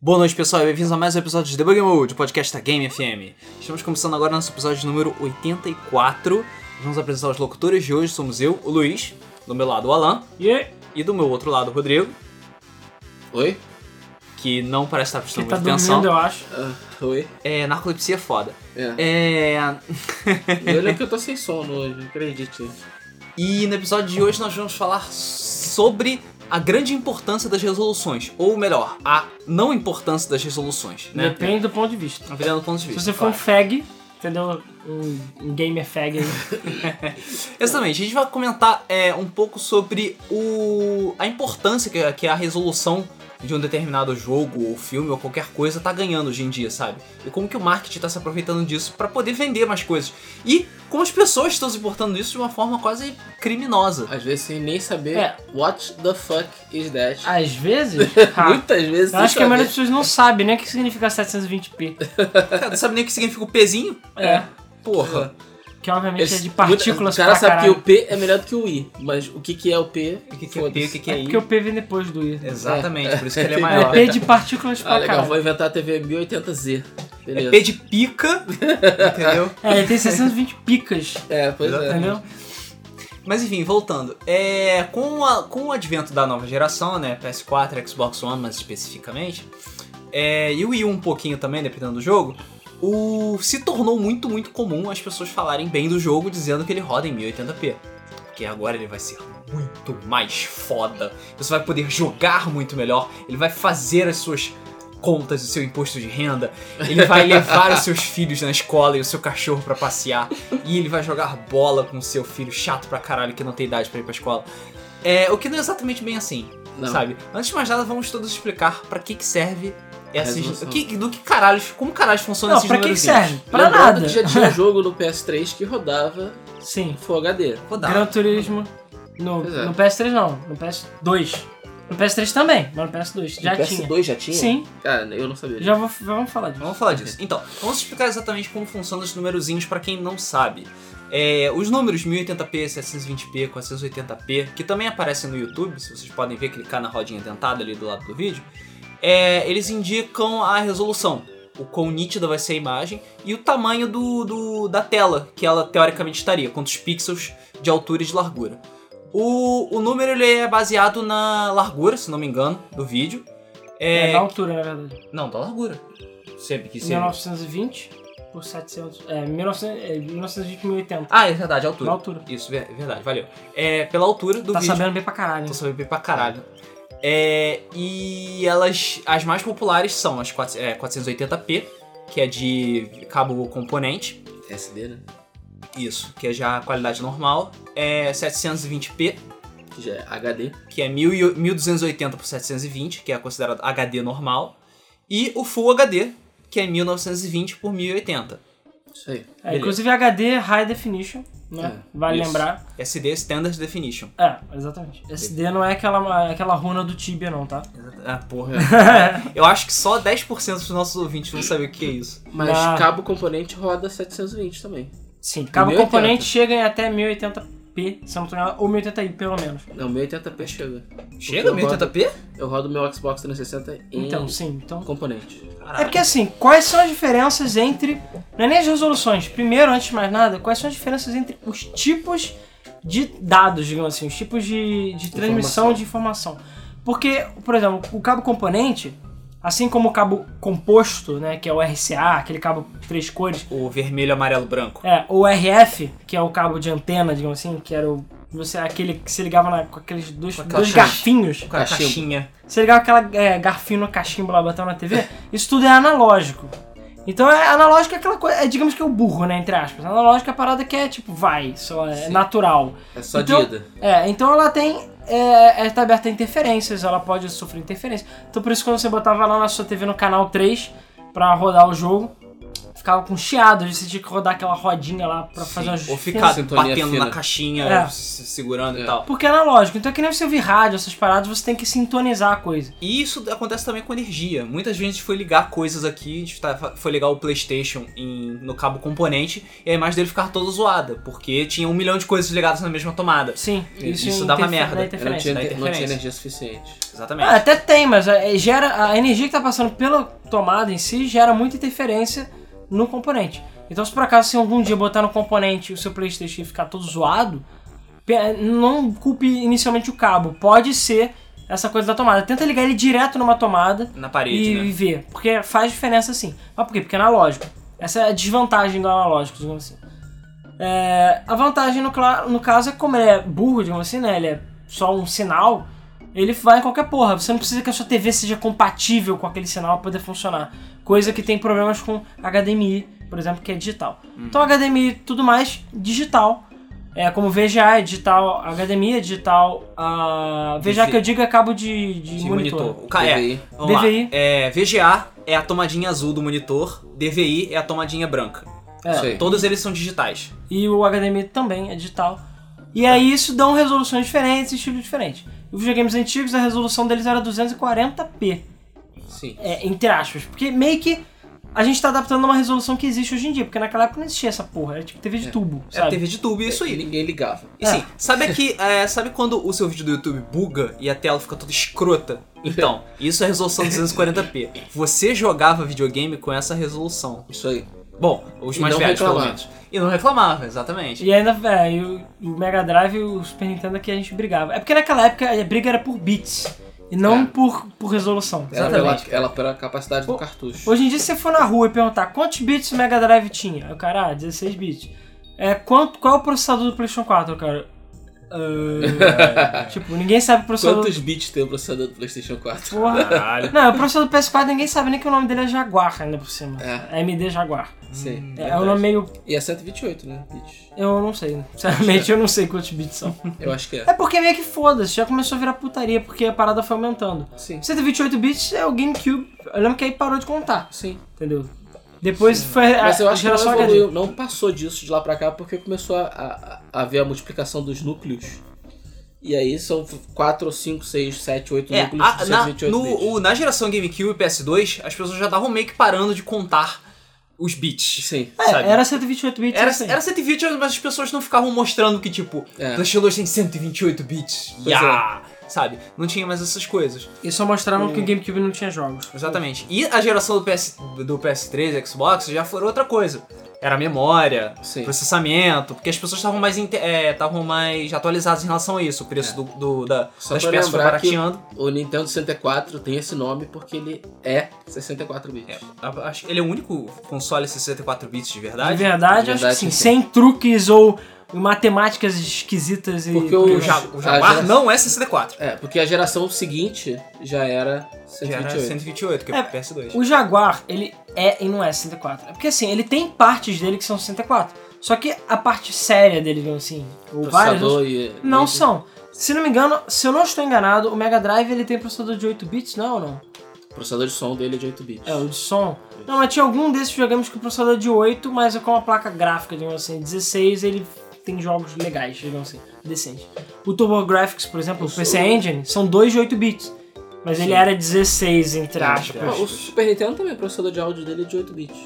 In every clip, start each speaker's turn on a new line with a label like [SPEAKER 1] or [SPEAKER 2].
[SPEAKER 1] Boa noite, pessoal, e bem-vindos a mais um episódio de Debug Mode, o podcast da Game FM. Estamos começando agora nosso episódio número 84. Vamos apresentar os locutores de hoje. Somos eu, o Luiz, do meu lado o Alan,
[SPEAKER 2] Yeah.
[SPEAKER 1] e do meu outro lado o Rodrigo,
[SPEAKER 3] Oi?
[SPEAKER 1] que não parece estar
[SPEAKER 2] Que
[SPEAKER 1] prestando
[SPEAKER 2] tá
[SPEAKER 1] muita atenção.
[SPEAKER 2] dormindo, eu acho.
[SPEAKER 3] Ah, oi?
[SPEAKER 1] É, narcolepsia é foda.
[SPEAKER 3] É.
[SPEAKER 1] É...
[SPEAKER 3] E olha que eu tô sem sono hoje, não acredite.
[SPEAKER 1] E no episódio de hoje nós vamos falar sobre a grande importância das resoluções, ou melhor, a não importância das resoluções, né?
[SPEAKER 2] Depende do ponto de vista.
[SPEAKER 1] Dependendo do ponto de
[SPEAKER 2] Se
[SPEAKER 1] vista.
[SPEAKER 2] você for um
[SPEAKER 1] claro.
[SPEAKER 2] fag, entendeu? Um, um gamer fag aí.
[SPEAKER 1] Exatamente, a gente vai comentar é, um pouco sobre o, a importância que, que a resolução de um determinado jogo ou filme ou qualquer coisa tá ganhando hoje em dia, sabe? E como que o marketing tá se aproveitando disso para poder vender mais coisas. E como as pessoas estão se importando disso de uma forma quase criminosa.
[SPEAKER 3] Às vezes sem nem saber
[SPEAKER 2] É.
[SPEAKER 3] what the fuck is that.
[SPEAKER 2] Às vezes, ah,
[SPEAKER 3] Muitas vezes
[SPEAKER 2] eu acho
[SPEAKER 3] sem
[SPEAKER 2] que a maioria
[SPEAKER 3] saber.
[SPEAKER 2] das pessoas não sabe, né? O que significa 720p.
[SPEAKER 1] Cara, não sabe nem o que significa o pezinho?
[SPEAKER 2] É.
[SPEAKER 1] Porra.
[SPEAKER 2] Que obviamente
[SPEAKER 3] Eles-
[SPEAKER 2] é de partículas
[SPEAKER 3] O cara
[SPEAKER 2] pra
[SPEAKER 3] sabe
[SPEAKER 2] caralho.
[SPEAKER 3] que o P é melhor do que o I, mas o que, que é o P?
[SPEAKER 1] O que, que é P, o que, que é
[SPEAKER 2] É
[SPEAKER 1] I?
[SPEAKER 2] porque o P vem depois do I.
[SPEAKER 1] Exatamente, por isso que ele é
[SPEAKER 2] É
[SPEAKER 1] maior.
[SPEAKER 2] P de partículas
[SPEAKER 3] Ah,
[SPEAKER 2] pra
[SPEAKER 3] legal,
[SPEAKER 2] caralho.
[SPEAKER 3] vou inventar a TV 1080Z.
[SPEAKER 1] É
[SPEAKER 3] Beleza.
[SPEAKER 1] P de pica, entendeu?
[SPEAKER 2] É, ele tem 620 picas,
[SPEAKER 3] É, pois é.
[SPEAKER 2] entendeu?
[SPEAKER 1] Mas enfim, voltando. É, com, a- com o advento da nova geração, né? PS4, Xbox One mais especificamente, é, e o Wii U um pouquinho também, dependendo do jogo, o, se tornou muito, muito comum as pessoas falarem bem do jogo dizendo que ele roda em 1080p. Porque agora ele vai ser muito mais foda. Você vai poder jogar muito melhor, ele vai fazer as suas contas, o seu imposto de renda, ele vai levar os seus filhos na escola e o seu cachorro pra passear. E ele vai jogar bola com o seu filho chato pra caralho que não tem idade pra ir pra escola. É, o que não é exatamente bem assim,
[SPEAKER 3] Não.
[SPEAKER 1] sabe? Antes de mais nada, vamos todos explicar pra que que serve essa
[SPEAKER 3] Resolução.
[SPEAKER 1] que, do que caralho, como caralho funciona
[SPEAKER 2] Não,
[SPEAKER 1] esses
[SPEAKER 2] pra que que
[SPEAKER 1] números.
[SPEAKER 2] serve? Pra
[SPEAKER 3] Lembrando
[SPEAKER 2] nada.
[SPEAKER 3] que já tinha jogo no PS3 que rodava
[SPEAKER 2] Sim.
[SPEAKER 3] Full HD.
[SPEAKER 2] Gran Turismo. No,
[SPEAKER 3] Tá. Pois é.
[SPEAKER 2] no PS3 não, no PS2. No PS3 também, mas no PS2 já
[SPEAKER 3] no
[SPEAKER 2] tinha.
[SPEAKER 3] PS2 já tinha?
[SPEAKER 2] Sim,
[SPEAKER 3] Cara, eu não sabia.
[SPEAKER 2] já vou, já vamos falar disso.
[SPEAKER 1] Vamos falar disso. Então, vamos explicar exatamente como funcionam os numerozinhos pra quem não sabe. É, os números 1080p, 720p, 480p, que também aparecem no YouTube, se vocês podem ver, clicar na rodinha dentada ali do lado do vídeo, é, eles indicam a resolução, o quão nítida vai ser a imagem e o tamanho do, do- da tela que ela teoricamente estaria, quantos pixels de altura e de largura. O, o número ele é baseado na largura, se não me engano, do vídeo.
[SPEAKER 2] É,
[SPEAKER 1] É,
[SPEAKER 2] na altura, na verdade.
[SPEAKER 1] Não, da largura. Sempre que é. seja.
[SPEAKER 2] 1920 por 700. É, 1900, é 1920 1080.
[SPEAKER 1] Ah, é verdade, a
[SPEAKER 2] Na
[SPEAKER 1] altura.
[SPEAKER 2] altura.
[SPEAKER 1] Isso, ver- verdade, valeu. É, pela altura do
[SPEAKER 2] tá
[SPEAKER 1] vídeo.
[SPEAKER 2] sabendo bem pra caralho.
[SPEAKER 1] Tô sabendo bem pra caralho. É, e elas, as mais populares são as 4, é, 480p, que é de cabo componente.
[SPEAKER 3] SD, né?
[SPEAKER 1] Isso, que é já a qualidade normal. É 720p,
[SPEAKER 3] Que já é HD.
[SPEAKER 1] que é 1000 e- 1280 por 720, que é considerado HD normal. E o Full HD, que é 1920 por 1080.
[SPEAKER 3] Isso aí.
[SPEAKER 2] É, inclusive HD High Definition, né?
[SPEAKER 3] É,
[SPEAKER 2] vale
[SPEAKER 3] isso.
[SPEAKER 2] lembrar.
[SPEAKER 1] SD Standard Definition.
[SPEAKER 2] É, exatamente. SD não é aquela, aquela runa do Tibia, não, tá?
[SPEAKER 1] Ah, porra. Eu acho que só 10% dos nossos ouvintes vão saber o que é isso.
[SPEAKER 3] Mas
[SPEAKER 2] Na-
[SPEAKER 3] cabo componente roda 720 também.
[SPEAKER 2] Sim, cabo
[SPEAKER 3] 1080.
[SPEAKER 2] componente chega em até 1080p, se eu não tô enganado, ou 1080i pelo menos.
[SPEAKER 3] Não, 1080p chega.
[SPEAKER 1] Chega,
[SPEAKER 3] Eu rodo-
[SPEAKER 1] 1080p?
[SPEAKER 3] Eu rodo meu Xbox 360 em
[SPEAKER 2] Então, sim, então.
[SPEAKER 3] componente.
[SPEAKER 2] É porque assim, quais são as diferenças entre. Não é nem as resoluções. Primeiro, antes de mais nada, quais são as diferenças entre os tipos de dados, digamos assim, os tipos de, de transmissão de informação. Porque, por exemplo, o cabo componente, assim como o cabo composto, né, que é o RCA, aquele cabo três cores,
[SPEAKER 1] O vermelho, amarelo, branco.
[SPEAKER 2] é, o RF, que é o cabo de antena, digamos assim, que era o. Você, aquele que se ligava na- com aqueles dois,
[SPEAKER 1] aquela
[SPEAKER 2] dois
[SPEAKER 1] chave.
[SPEAKER 2] garfinhos.
[SPEAKER 1] Com a
[SPEAKER 3] Cachimbo.
[SPEAKER 1] caixinha.
[SPEAKER 2] Você ligava aquela é, garfinho no cachimbo lá, botava na TV, isso tudo é analógico. Então é analógico é aquela coisa, é, digamos que é o burro, né, entre aspas. Analógico é a parada que é tipo, vai, só é
[SPEAKER 3] Sim.
[SPEAKER 2] natural.
[SPEAKER 3] É só
[SPEAKER 2] Então-
[SPEAKER 3] de ida.
[SPEAKER 2] É, então ela tem, é, está aberta a interferências, ela pode sofrer interferência. Então por isso quando você botava lá na sua TV no canal 3 pra rodar o jogo, ficava com chiado, você tinha que rodar aquela rodinha lá pra
[SPEAKER 3] Sim,
[SPEAKER 2] fazer uma
[SPEAKER 1] Ou
[SPEAKER 2] justificação.
[SPEAKER 1] ficar
[SPEAKER 3] Sintonia
[SPEAKER 1] batendo
[SPEAKER 3] fina.
[SPEAKER 1] na caixinha,
[SPEAKER 2] É.
[SPEAKER 1] se segurando e
[SPEAKER 3] É.
[SPEAKER 1] tal.
[SPEAKER 2] Porque é analógico, então é que nem você ouvir rádio, essas paradas, você tem que sintonizar a coisa.
[SPEAKER 1] E isso acontece também com energia. Muitas vezes a gente foi ligar coisas aqui, a gente tá- foi ligar o PlayStation em- no cabo componente e a imagem dele ficava toda zoada, porque tinha um milhão de coisas ligadas na mesma tomada.
[SPEAKER 2] Sim,
[SPEAKER 1] Isso
[SPEAKER 2] isso,
[SPEAKER 1] dava merda. Eu
[SPEAKER 2] interfe- dá
[SPEAKER 1] não
[SPEAKER 3] Eu não
[SPEAKER 2] interferência.
[SPEAKER 3] tinha,
[SPEAKER 1] dá
[SPEAKER 3] não tinha
[SPEAKER 1] interferência.
[SPEAKER 3] energia suficiente.
[SPEAKER 1] Exatamente.
[SPEAKER 2] Ah, até tem, mas é, gera, a energia que tá passando pela tomada em si gera muita interferência no componente. Então, se por acaso você algum dia botar no componente o seu PlayStation e ficar todo zoado, pe- não culpe inicialmente o cabo. Pode ser essa coisa da tomada. Tenta ligar ele direto numa tomada
[SPEAKER 1] Na parede,
[SPEAKER 2] É. e,
[SPEAKER 1] né?
[SPEAKER 2] e ver. Porque faz diferença sim. Mas por quê? Porque é analógico. Essa é a desvantagem do analógico, digamos assim. É, a vantagem, no, cla- no caso, é como ele é burro, digamos assim, né? Ele é só um sinal, ele vai em qualquer porra. Você não precisa que a sua TV seja compatível com aquele sinal para poder funcionar. Coisa que tem problemas com HDMI, por exemplo, que é digital. Então HDMI e tudo mais, digital. É, como VGA é digital, HDMI é digital. a VGA que eu digo é cabo de, de
[SPEAKER 1] De
[SPEAKER 2] monitor.
[SPEAKER 1] O ca- é,
[SPEAKER 3] DVI.
[SPEAKER 1] Vamos
[SPEAKER 2] DVI.
[SPEAKER 1] Lá. É, VGA é a tomadinha azul do monitor, DVI é a tomadinha branca.
[SPEAKER 2] É.
[SPEAKER 3] Isso aí.
[SPEAKER 1] Todos eles são digitais.
[SPEAKER 2] E o HDMI também é digital. E aí isso dão resoluções diferentes e estilos diferentes. Os videogames antigos, a resolução deles era 240p,
[SPEAKER 3] Sim.
[SPEAKER 2] é, entre aspas. Porque meio que a gente tá adaptando uma resolução que existe hoje em dia, porque naquela época não existia essa porra, era tipo TV de tubo,
[SPEAKER 1] É a
[SPEAKER 2] sabe?
[SPEAKER 1] TV de tubo, é isso aí.
[SPEAKER 3] Ninguém ligava.
[SPEAKER 1] E sim, sabe aqui, é, sabe quando o seu vídeo do YouTube buga e a tela fica toda escrota? Então, isso é resolução 240p. Você jogava videogame com essa resolução.
[SPEAKER 3] Isso aí.
[SPEAKER 1] Bom, os
[SPEAKER 3] E
[SPEAKER 1] mais
[SPEAKER 3] não
[SPEAKER 1] velhos, pelo
[SPEAKER 3] reclamava.
[SPEAKER 1] menos. E não reclamava, exatamente.
[SPEAKER 2] E ainda, é, e o, o Mega Drive e o Super Nintendo aqui a gente brigava. É porque naquela época a briga era por bits, e não
[SPEAKER 3] É.
[SPEAKER 2] por, por resolução.
[SPEAKER 3] Era
[SPEAKER 1] Exatamente,
[SPEAKER 3] pela, ela pela capacidade
[SPEAKER 2] Ho-
[SPEAKER 3] do cartucho.
[SPEAKER 2] Hoje em dia, se você for na rua e perguntar quantos bits o Mega Drive tinha, Aí o cara, ah, 16 bits. É, quanto, qual é o processador do PlayStation 4, cara? Ah, tipo, ninguém sabe o processador.
[SPEAKER 3] Quantos bits tem o processador do PlayStation 4?
[SPEAKER 2] Porra.
[SPEAKER 1] Caralho.
[SPEAKER 2] Não, o processador do PS4 ninguém sabe nem que o nome dele é Jaguar ainda por cima.
[SPEAKER 3] É.
[SPEAKER 2] AMD Jaguar.
[SPEAKER 1] Hum.
[SPEAKER 3] Sim.
[SPEAKER 2] É, é um nome meio.
[SPEAKER 3] E é 128, né? Bits.
[SPEAKER 2] Eu não sei. Sinceramente, eu não sei quantos bits são.
[SPEAKER 3] Eu acho que é.
[SPEAKER 2] É porque meio que foda-se, já começou a virar putaria, porque a parada foi aumentando.
[SPEAKER 3] Sim.
[SPEAKER 2] 128 bits é o GameCube. Eu lembro que aí parou de contar,
[SPEAKER 3] Sim.
[SPEAKER 2] entendeu? Depois foi a,
[SPEAKER 3] Mas eu
[SPEAKER 2] É, a
[SPEAKER 3] acho que não
[SPEAKER 2] geração HD.
[SPEAKER 3] evoluiu, não passou disso de lá pra cá, porque começou a, a, a ver a multiplicação dos núcleos. E aí são 4, 5, 6, 7, 8
[SPEAKER 1] É,
[SPEAKER 3] núcleos
[SPEAKER 1] a-
[SPEAKER 3] de
[SPEAKER 1] na,
[SPEAKER 3] 128
[SPEAKER 1] no-
[SPEAKER 3] bits.
[SPEAKER 1] o- na geração GameCube e PS2, as pessoas já estavam meio que parando de contar os bits.
[SPEAKER 3] Sim.
[SPEAKER 2] É,
[SPEAKER 1] sabe?
[SPEAKER 2] era 128 bits.
[SPEAKER 1] Era,
[SPEAKER 2] assim.
[SPEAKER 1] era 120, mas as pessoas não ficavam mostrando que, tipo,
[SPEAKER 3] Tipo É.
[SPEAKER 1] PlayStation 2 tem 128 bits.
[SPEAKER 3] Pois é.
[SPEAKER 1] Yeah! Sabe? Não tinha mais essas coisas.
[SPEAKER 2] E só mostravam que o GameCube não tinha jogos.
[SPEAKER 1] Exatamente. E a geração do, PS, do PS3 Xbox já foi outra coisa. Era memória,
[SPEAKER 3] Sim.
[SPEAKER 1] processamento, porque as pessoas estavam mais, inte- é, estavam mais atualizadas em relação a isso. O preço
[SPEAKER 3] É.
[SPEAKER 1] do, do- da,
[SPEAKER 3] Só
[SPEAKER 1] das
[SPEAKER 3] pra
[SPEAKER 1] peças foi
[SPEAKER 3] lembrar que
[SPEAKER 1] barateando.
[SPEAKER 3] o Nintendo 64 tem esse nome porque ele é 64 bits.
[SPEAKER 1] É, a- acho que ele é o único console 64 bits de
[SPEAKER 2] De
[SPEAKER 1] verdade.
[SPEAKER 2] verdade, acho que
[SPEAKER 3] verdade,
[SPEAKER 2] sim.
[SPEAKER 3] sim.
[SPEAKER 2] Sem truques ou matemáticas esquisitas e.
[SPEAKER 3] Porque o
[SPEAKER 1] O, Ja- o
[SPEAKER 3] A
[SPEAKER 1] Jaguar
[SPEAKER 3] geração-
[SPEAKER 1] não é 64.
[SPEAKER 3] É, porque a geração seguinte já era
[SPEAKER 1] Já era
[SPEAKER 3] 128.
[SPEAKER 1] 128, que é,
[SPEAKER 2] É,
[SPEAKER 1] o PS2.
[SPEAKER 2] O Jaguar, ele é e não é 64. É porque assim, ele tem partes dele que são 64. Só que a parte séria dele, digamos assim, ou várias, não,
[SPEAKER 3] Processador né? e...
[SPEAKER 2] não são. Se não me engano, se eu não estou enganado, o Mega Drive ele tem processador de 8 bits, não é ou não?
[SPEAKER 3] Processador de som dele é de 8 bits.
[SPEAKER 2] É, o de som. Não, mas tinha algum desses jogamos com processador de 8, mas é com uma placa gráfica, digamos assim, 16, ele tem jogos legais, digamos assim, decentes. O TurboGrafx, por exemplo, o
[SPEAKER 3] Eu
[SPEAKER 2] PC
[SPEAKER 3] sou-
[SPEAKER 2] Engine, são dois de 8 bits. Mas ele era 16, entre
[SPEAKER 1] É,
[SPEAKER 2] aspas.
[SPEAKER 3] Ah, o Super Nintendo também, o processador de áudio dele é de 8 bits.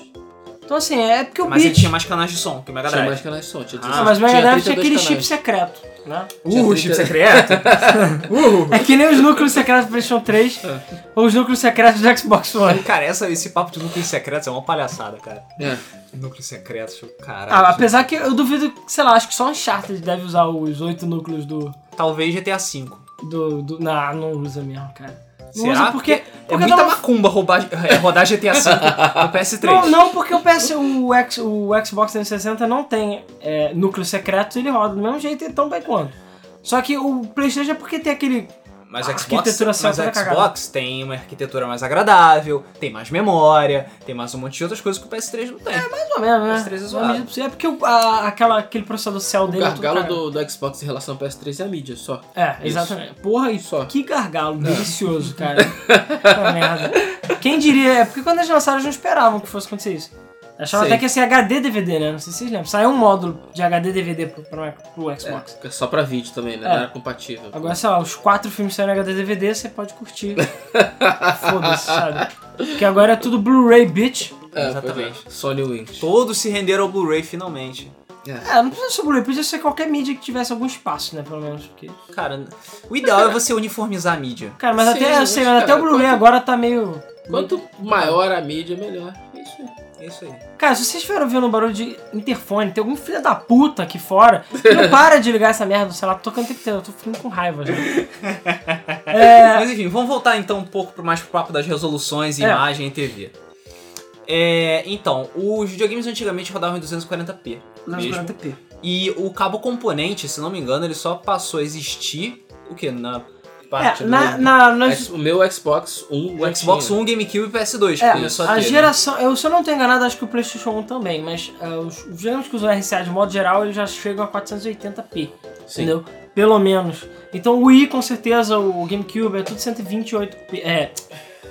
[SPEAKER 2] Então assim, é porque o
[SPEAKER 1] Mas ele
[SPEAKER 2] bit...
[SPEAKER 1] tinha mais canais de som que o Mega
[SPEAKER 3] Tinha
[SPEAKER 1] Drive.
[SPEAKER 3] mais canais de som. Tinha
[SPEAKER 1] Ah,
[SPEAKER 2] Ah, mas o Mega
[SPEAKER 3] tinha
[SPEAKER 2] Drive tinha aquele
[SPEAKER 3] 32
[SPEAKER 2] chip
[SPEAKER 3] canais.
[SPEAKER 2] secreto, né?
[SPEAKER 3] Tinha
[SPEAKER 1] Uh, o chip
[SPEAKER 3] 30.
[SPEAKER 1] secreto. uh.
[SPEAKER 2] É que nem os núcleos secretos do PlayStation 3 ou os núcleos secretos do Xbox One.
[SPEAKER 1] Cara, essa, esse papo de núcleos secretos é uma palhaçada, cara.
[SPEAKER 3] É.
[SPEAKER 1] Núcleos secretos, caralho.
[SPEAKER 2] Ah, apesar que eu duvido, sei lá, acho que só Uncharted deve usar os 8 núcleos do,
[SPEAKER 1] Talvez GTA V.
[SPEAKER 2] Do, do, não, não usa mesmo, cara. Não
[SPEAKER 1] Será?
[SPEAKER 2] usa porque.
[SPEAKER 1] É
[SPEAKER 2] porque
[SPEAKER 1] muita
[SPEAKER 2] dá uma-
[SPEAKER 1] macumba roubar, é, rodar GTA V no PS3.
[SPEAKER 2] não, não, porque o, PS, o, X, o Xbox 360 não tem é, núcleo secreto, ele roda do mesmo jeito e tão bem quanto. Só que o PlayStation é porque tem aquele.
[SPEAKER 1] Mas
[SPEAKER 2] A
[SPEAKER 1] o Xbox,
[SPEAKER 2] arquitetura
[SPEAKER 1] mas
[SPEAKER 2] certa
[SPEAKER 1] o
[SPEAKER 2] tá
[SPEAKER 1] Xbox tem uma arquitetura mais agradável, tem mais memória, tem mais um monte de outras coisas que o PS3 não tem.
[SPEAKER 2] Mais ou menos, né?
[SPEAKER 1] Os três é
[SPEAKER 2] Na medida
[SPEAKER 1] zoado.
[SPEAKER 2] do possível. É porque o- a- aquela, aquele processador Cell
[SPEAKER 3] O
[SPEAKER 2] dele. é tudo
[SPEAKER 3] gargalo
[SPEAKER 2] cagado.
[SPEAKER 3] do, do Xbox em relação ao PS3 é a mídia só.
[SPEAKER 2] É,
[SPEAKER 3] Isso.
[SPEAKER 2] exatamente. Porra, e
[SPEAKER 3] Só.
[SPEAKER 2] que gargalo delicioso, cara. Puta merda. Quem diria? É porque quando eles lançaram, eles não esperavam que fosse acontecer isso. Eu achava
[SPEAKER 3] Sei.
[SPEAKER 2] até que ia ser HD DVD, né? Não sei se vocês lembram. Saiu um módulo de HD DVD pro, pra- pro
[SPEAKER 3] É,
[SPEAKER 2] Xbox.
[SPEAKER 3] porque é só pra vídeo também, né?
[SPEAKER 2] É.
[SPEAKER 3] Não era compatível.
[SPEAKER 1] Ah,
[SPEAKER 2] Agora, sei lá, os quatro filmes saíram em HD DVD, você pode curtir. Foda-se, sabe? Porque agora é tudo Blu-ray, bitch.
[SPEAKER 3] É,
[SPEAKER 1] Exatamente.
[SPEAKER 3] Exatamente. Sony Wings.
[SPEAKER 1] Todos se renderam ao Blu-ray finalmente.
[SPEAKER 2] É, não precisa ser Blu-ray, podia ser qualquer mídia que tivesse algum espaço, né? Pelo menos. Porque...
[SPEAKER 1] Cara, o ideal é você uniformizar a mídia.
[SPEAKER 2] Cara, mas
[SPEAKER 3] Sim,
[SPEAKER 2] até, eu
[SPEAKER 3] mas,
[SPEAKER 2] sei, mas até
[SPEAKER 3] cara,
[SPEAKER 2] o Blu-ray
[SPEAKER 3] quanto-
[SPEAKER 2] agora tá meio.
[SPEAKER 3] Quanto maior a mídia, melhor. É Isso aí.
[SPEAKER 1] É isso aí.
[SPEAKER 2] Cara, se vocês estiverem ouvindo um barulho de interfone, tem algum filho da puta aqui fora que não para de ligar essa merda, sei lá, tô tocando o tempo inteiro, eu tô ficando com raiva já.
[SPEAKER 1] Mas enfim, vamos voltar então um pouco pro- mais pro papo das resoluções,
[SPEAKER 2] É.
[SPEAKER 1] imagem e TV. É, então, os videogames antigamente rodavam em 240p. mesmo. E o cabo componente, se não me engano, ele só passou a existir o que? Na parte
[SPEAKER 2] É,
[SPEAKER 1] do.
[SPEAKER 2] na, na, nas-
[SPEAKER 3] Ex- O meu Xbox One. já
[SPEAKER 1] O Xbox um,
[SPEAKER 3] tinha.
[SPEAKER 1] One, GameCube e PS2
[SPEAKER 2] É,
[SPEAKER 1] começou a ter.
[SPEAKER 2] a
[SPEAKER 1] né?
[SPEAKER 2] geração, eu, se eu não tô enganado, acho que o PlayStation 1 também, mas ah, os os videogames que usam RCA de modo geral, eles já chegam a 480p,
[SPEAKER 3] Sim.
[SPEAKER 2] entendeu? Pelo menos. Então o Wii, com certeza, o GameCube é tudo 128p. É.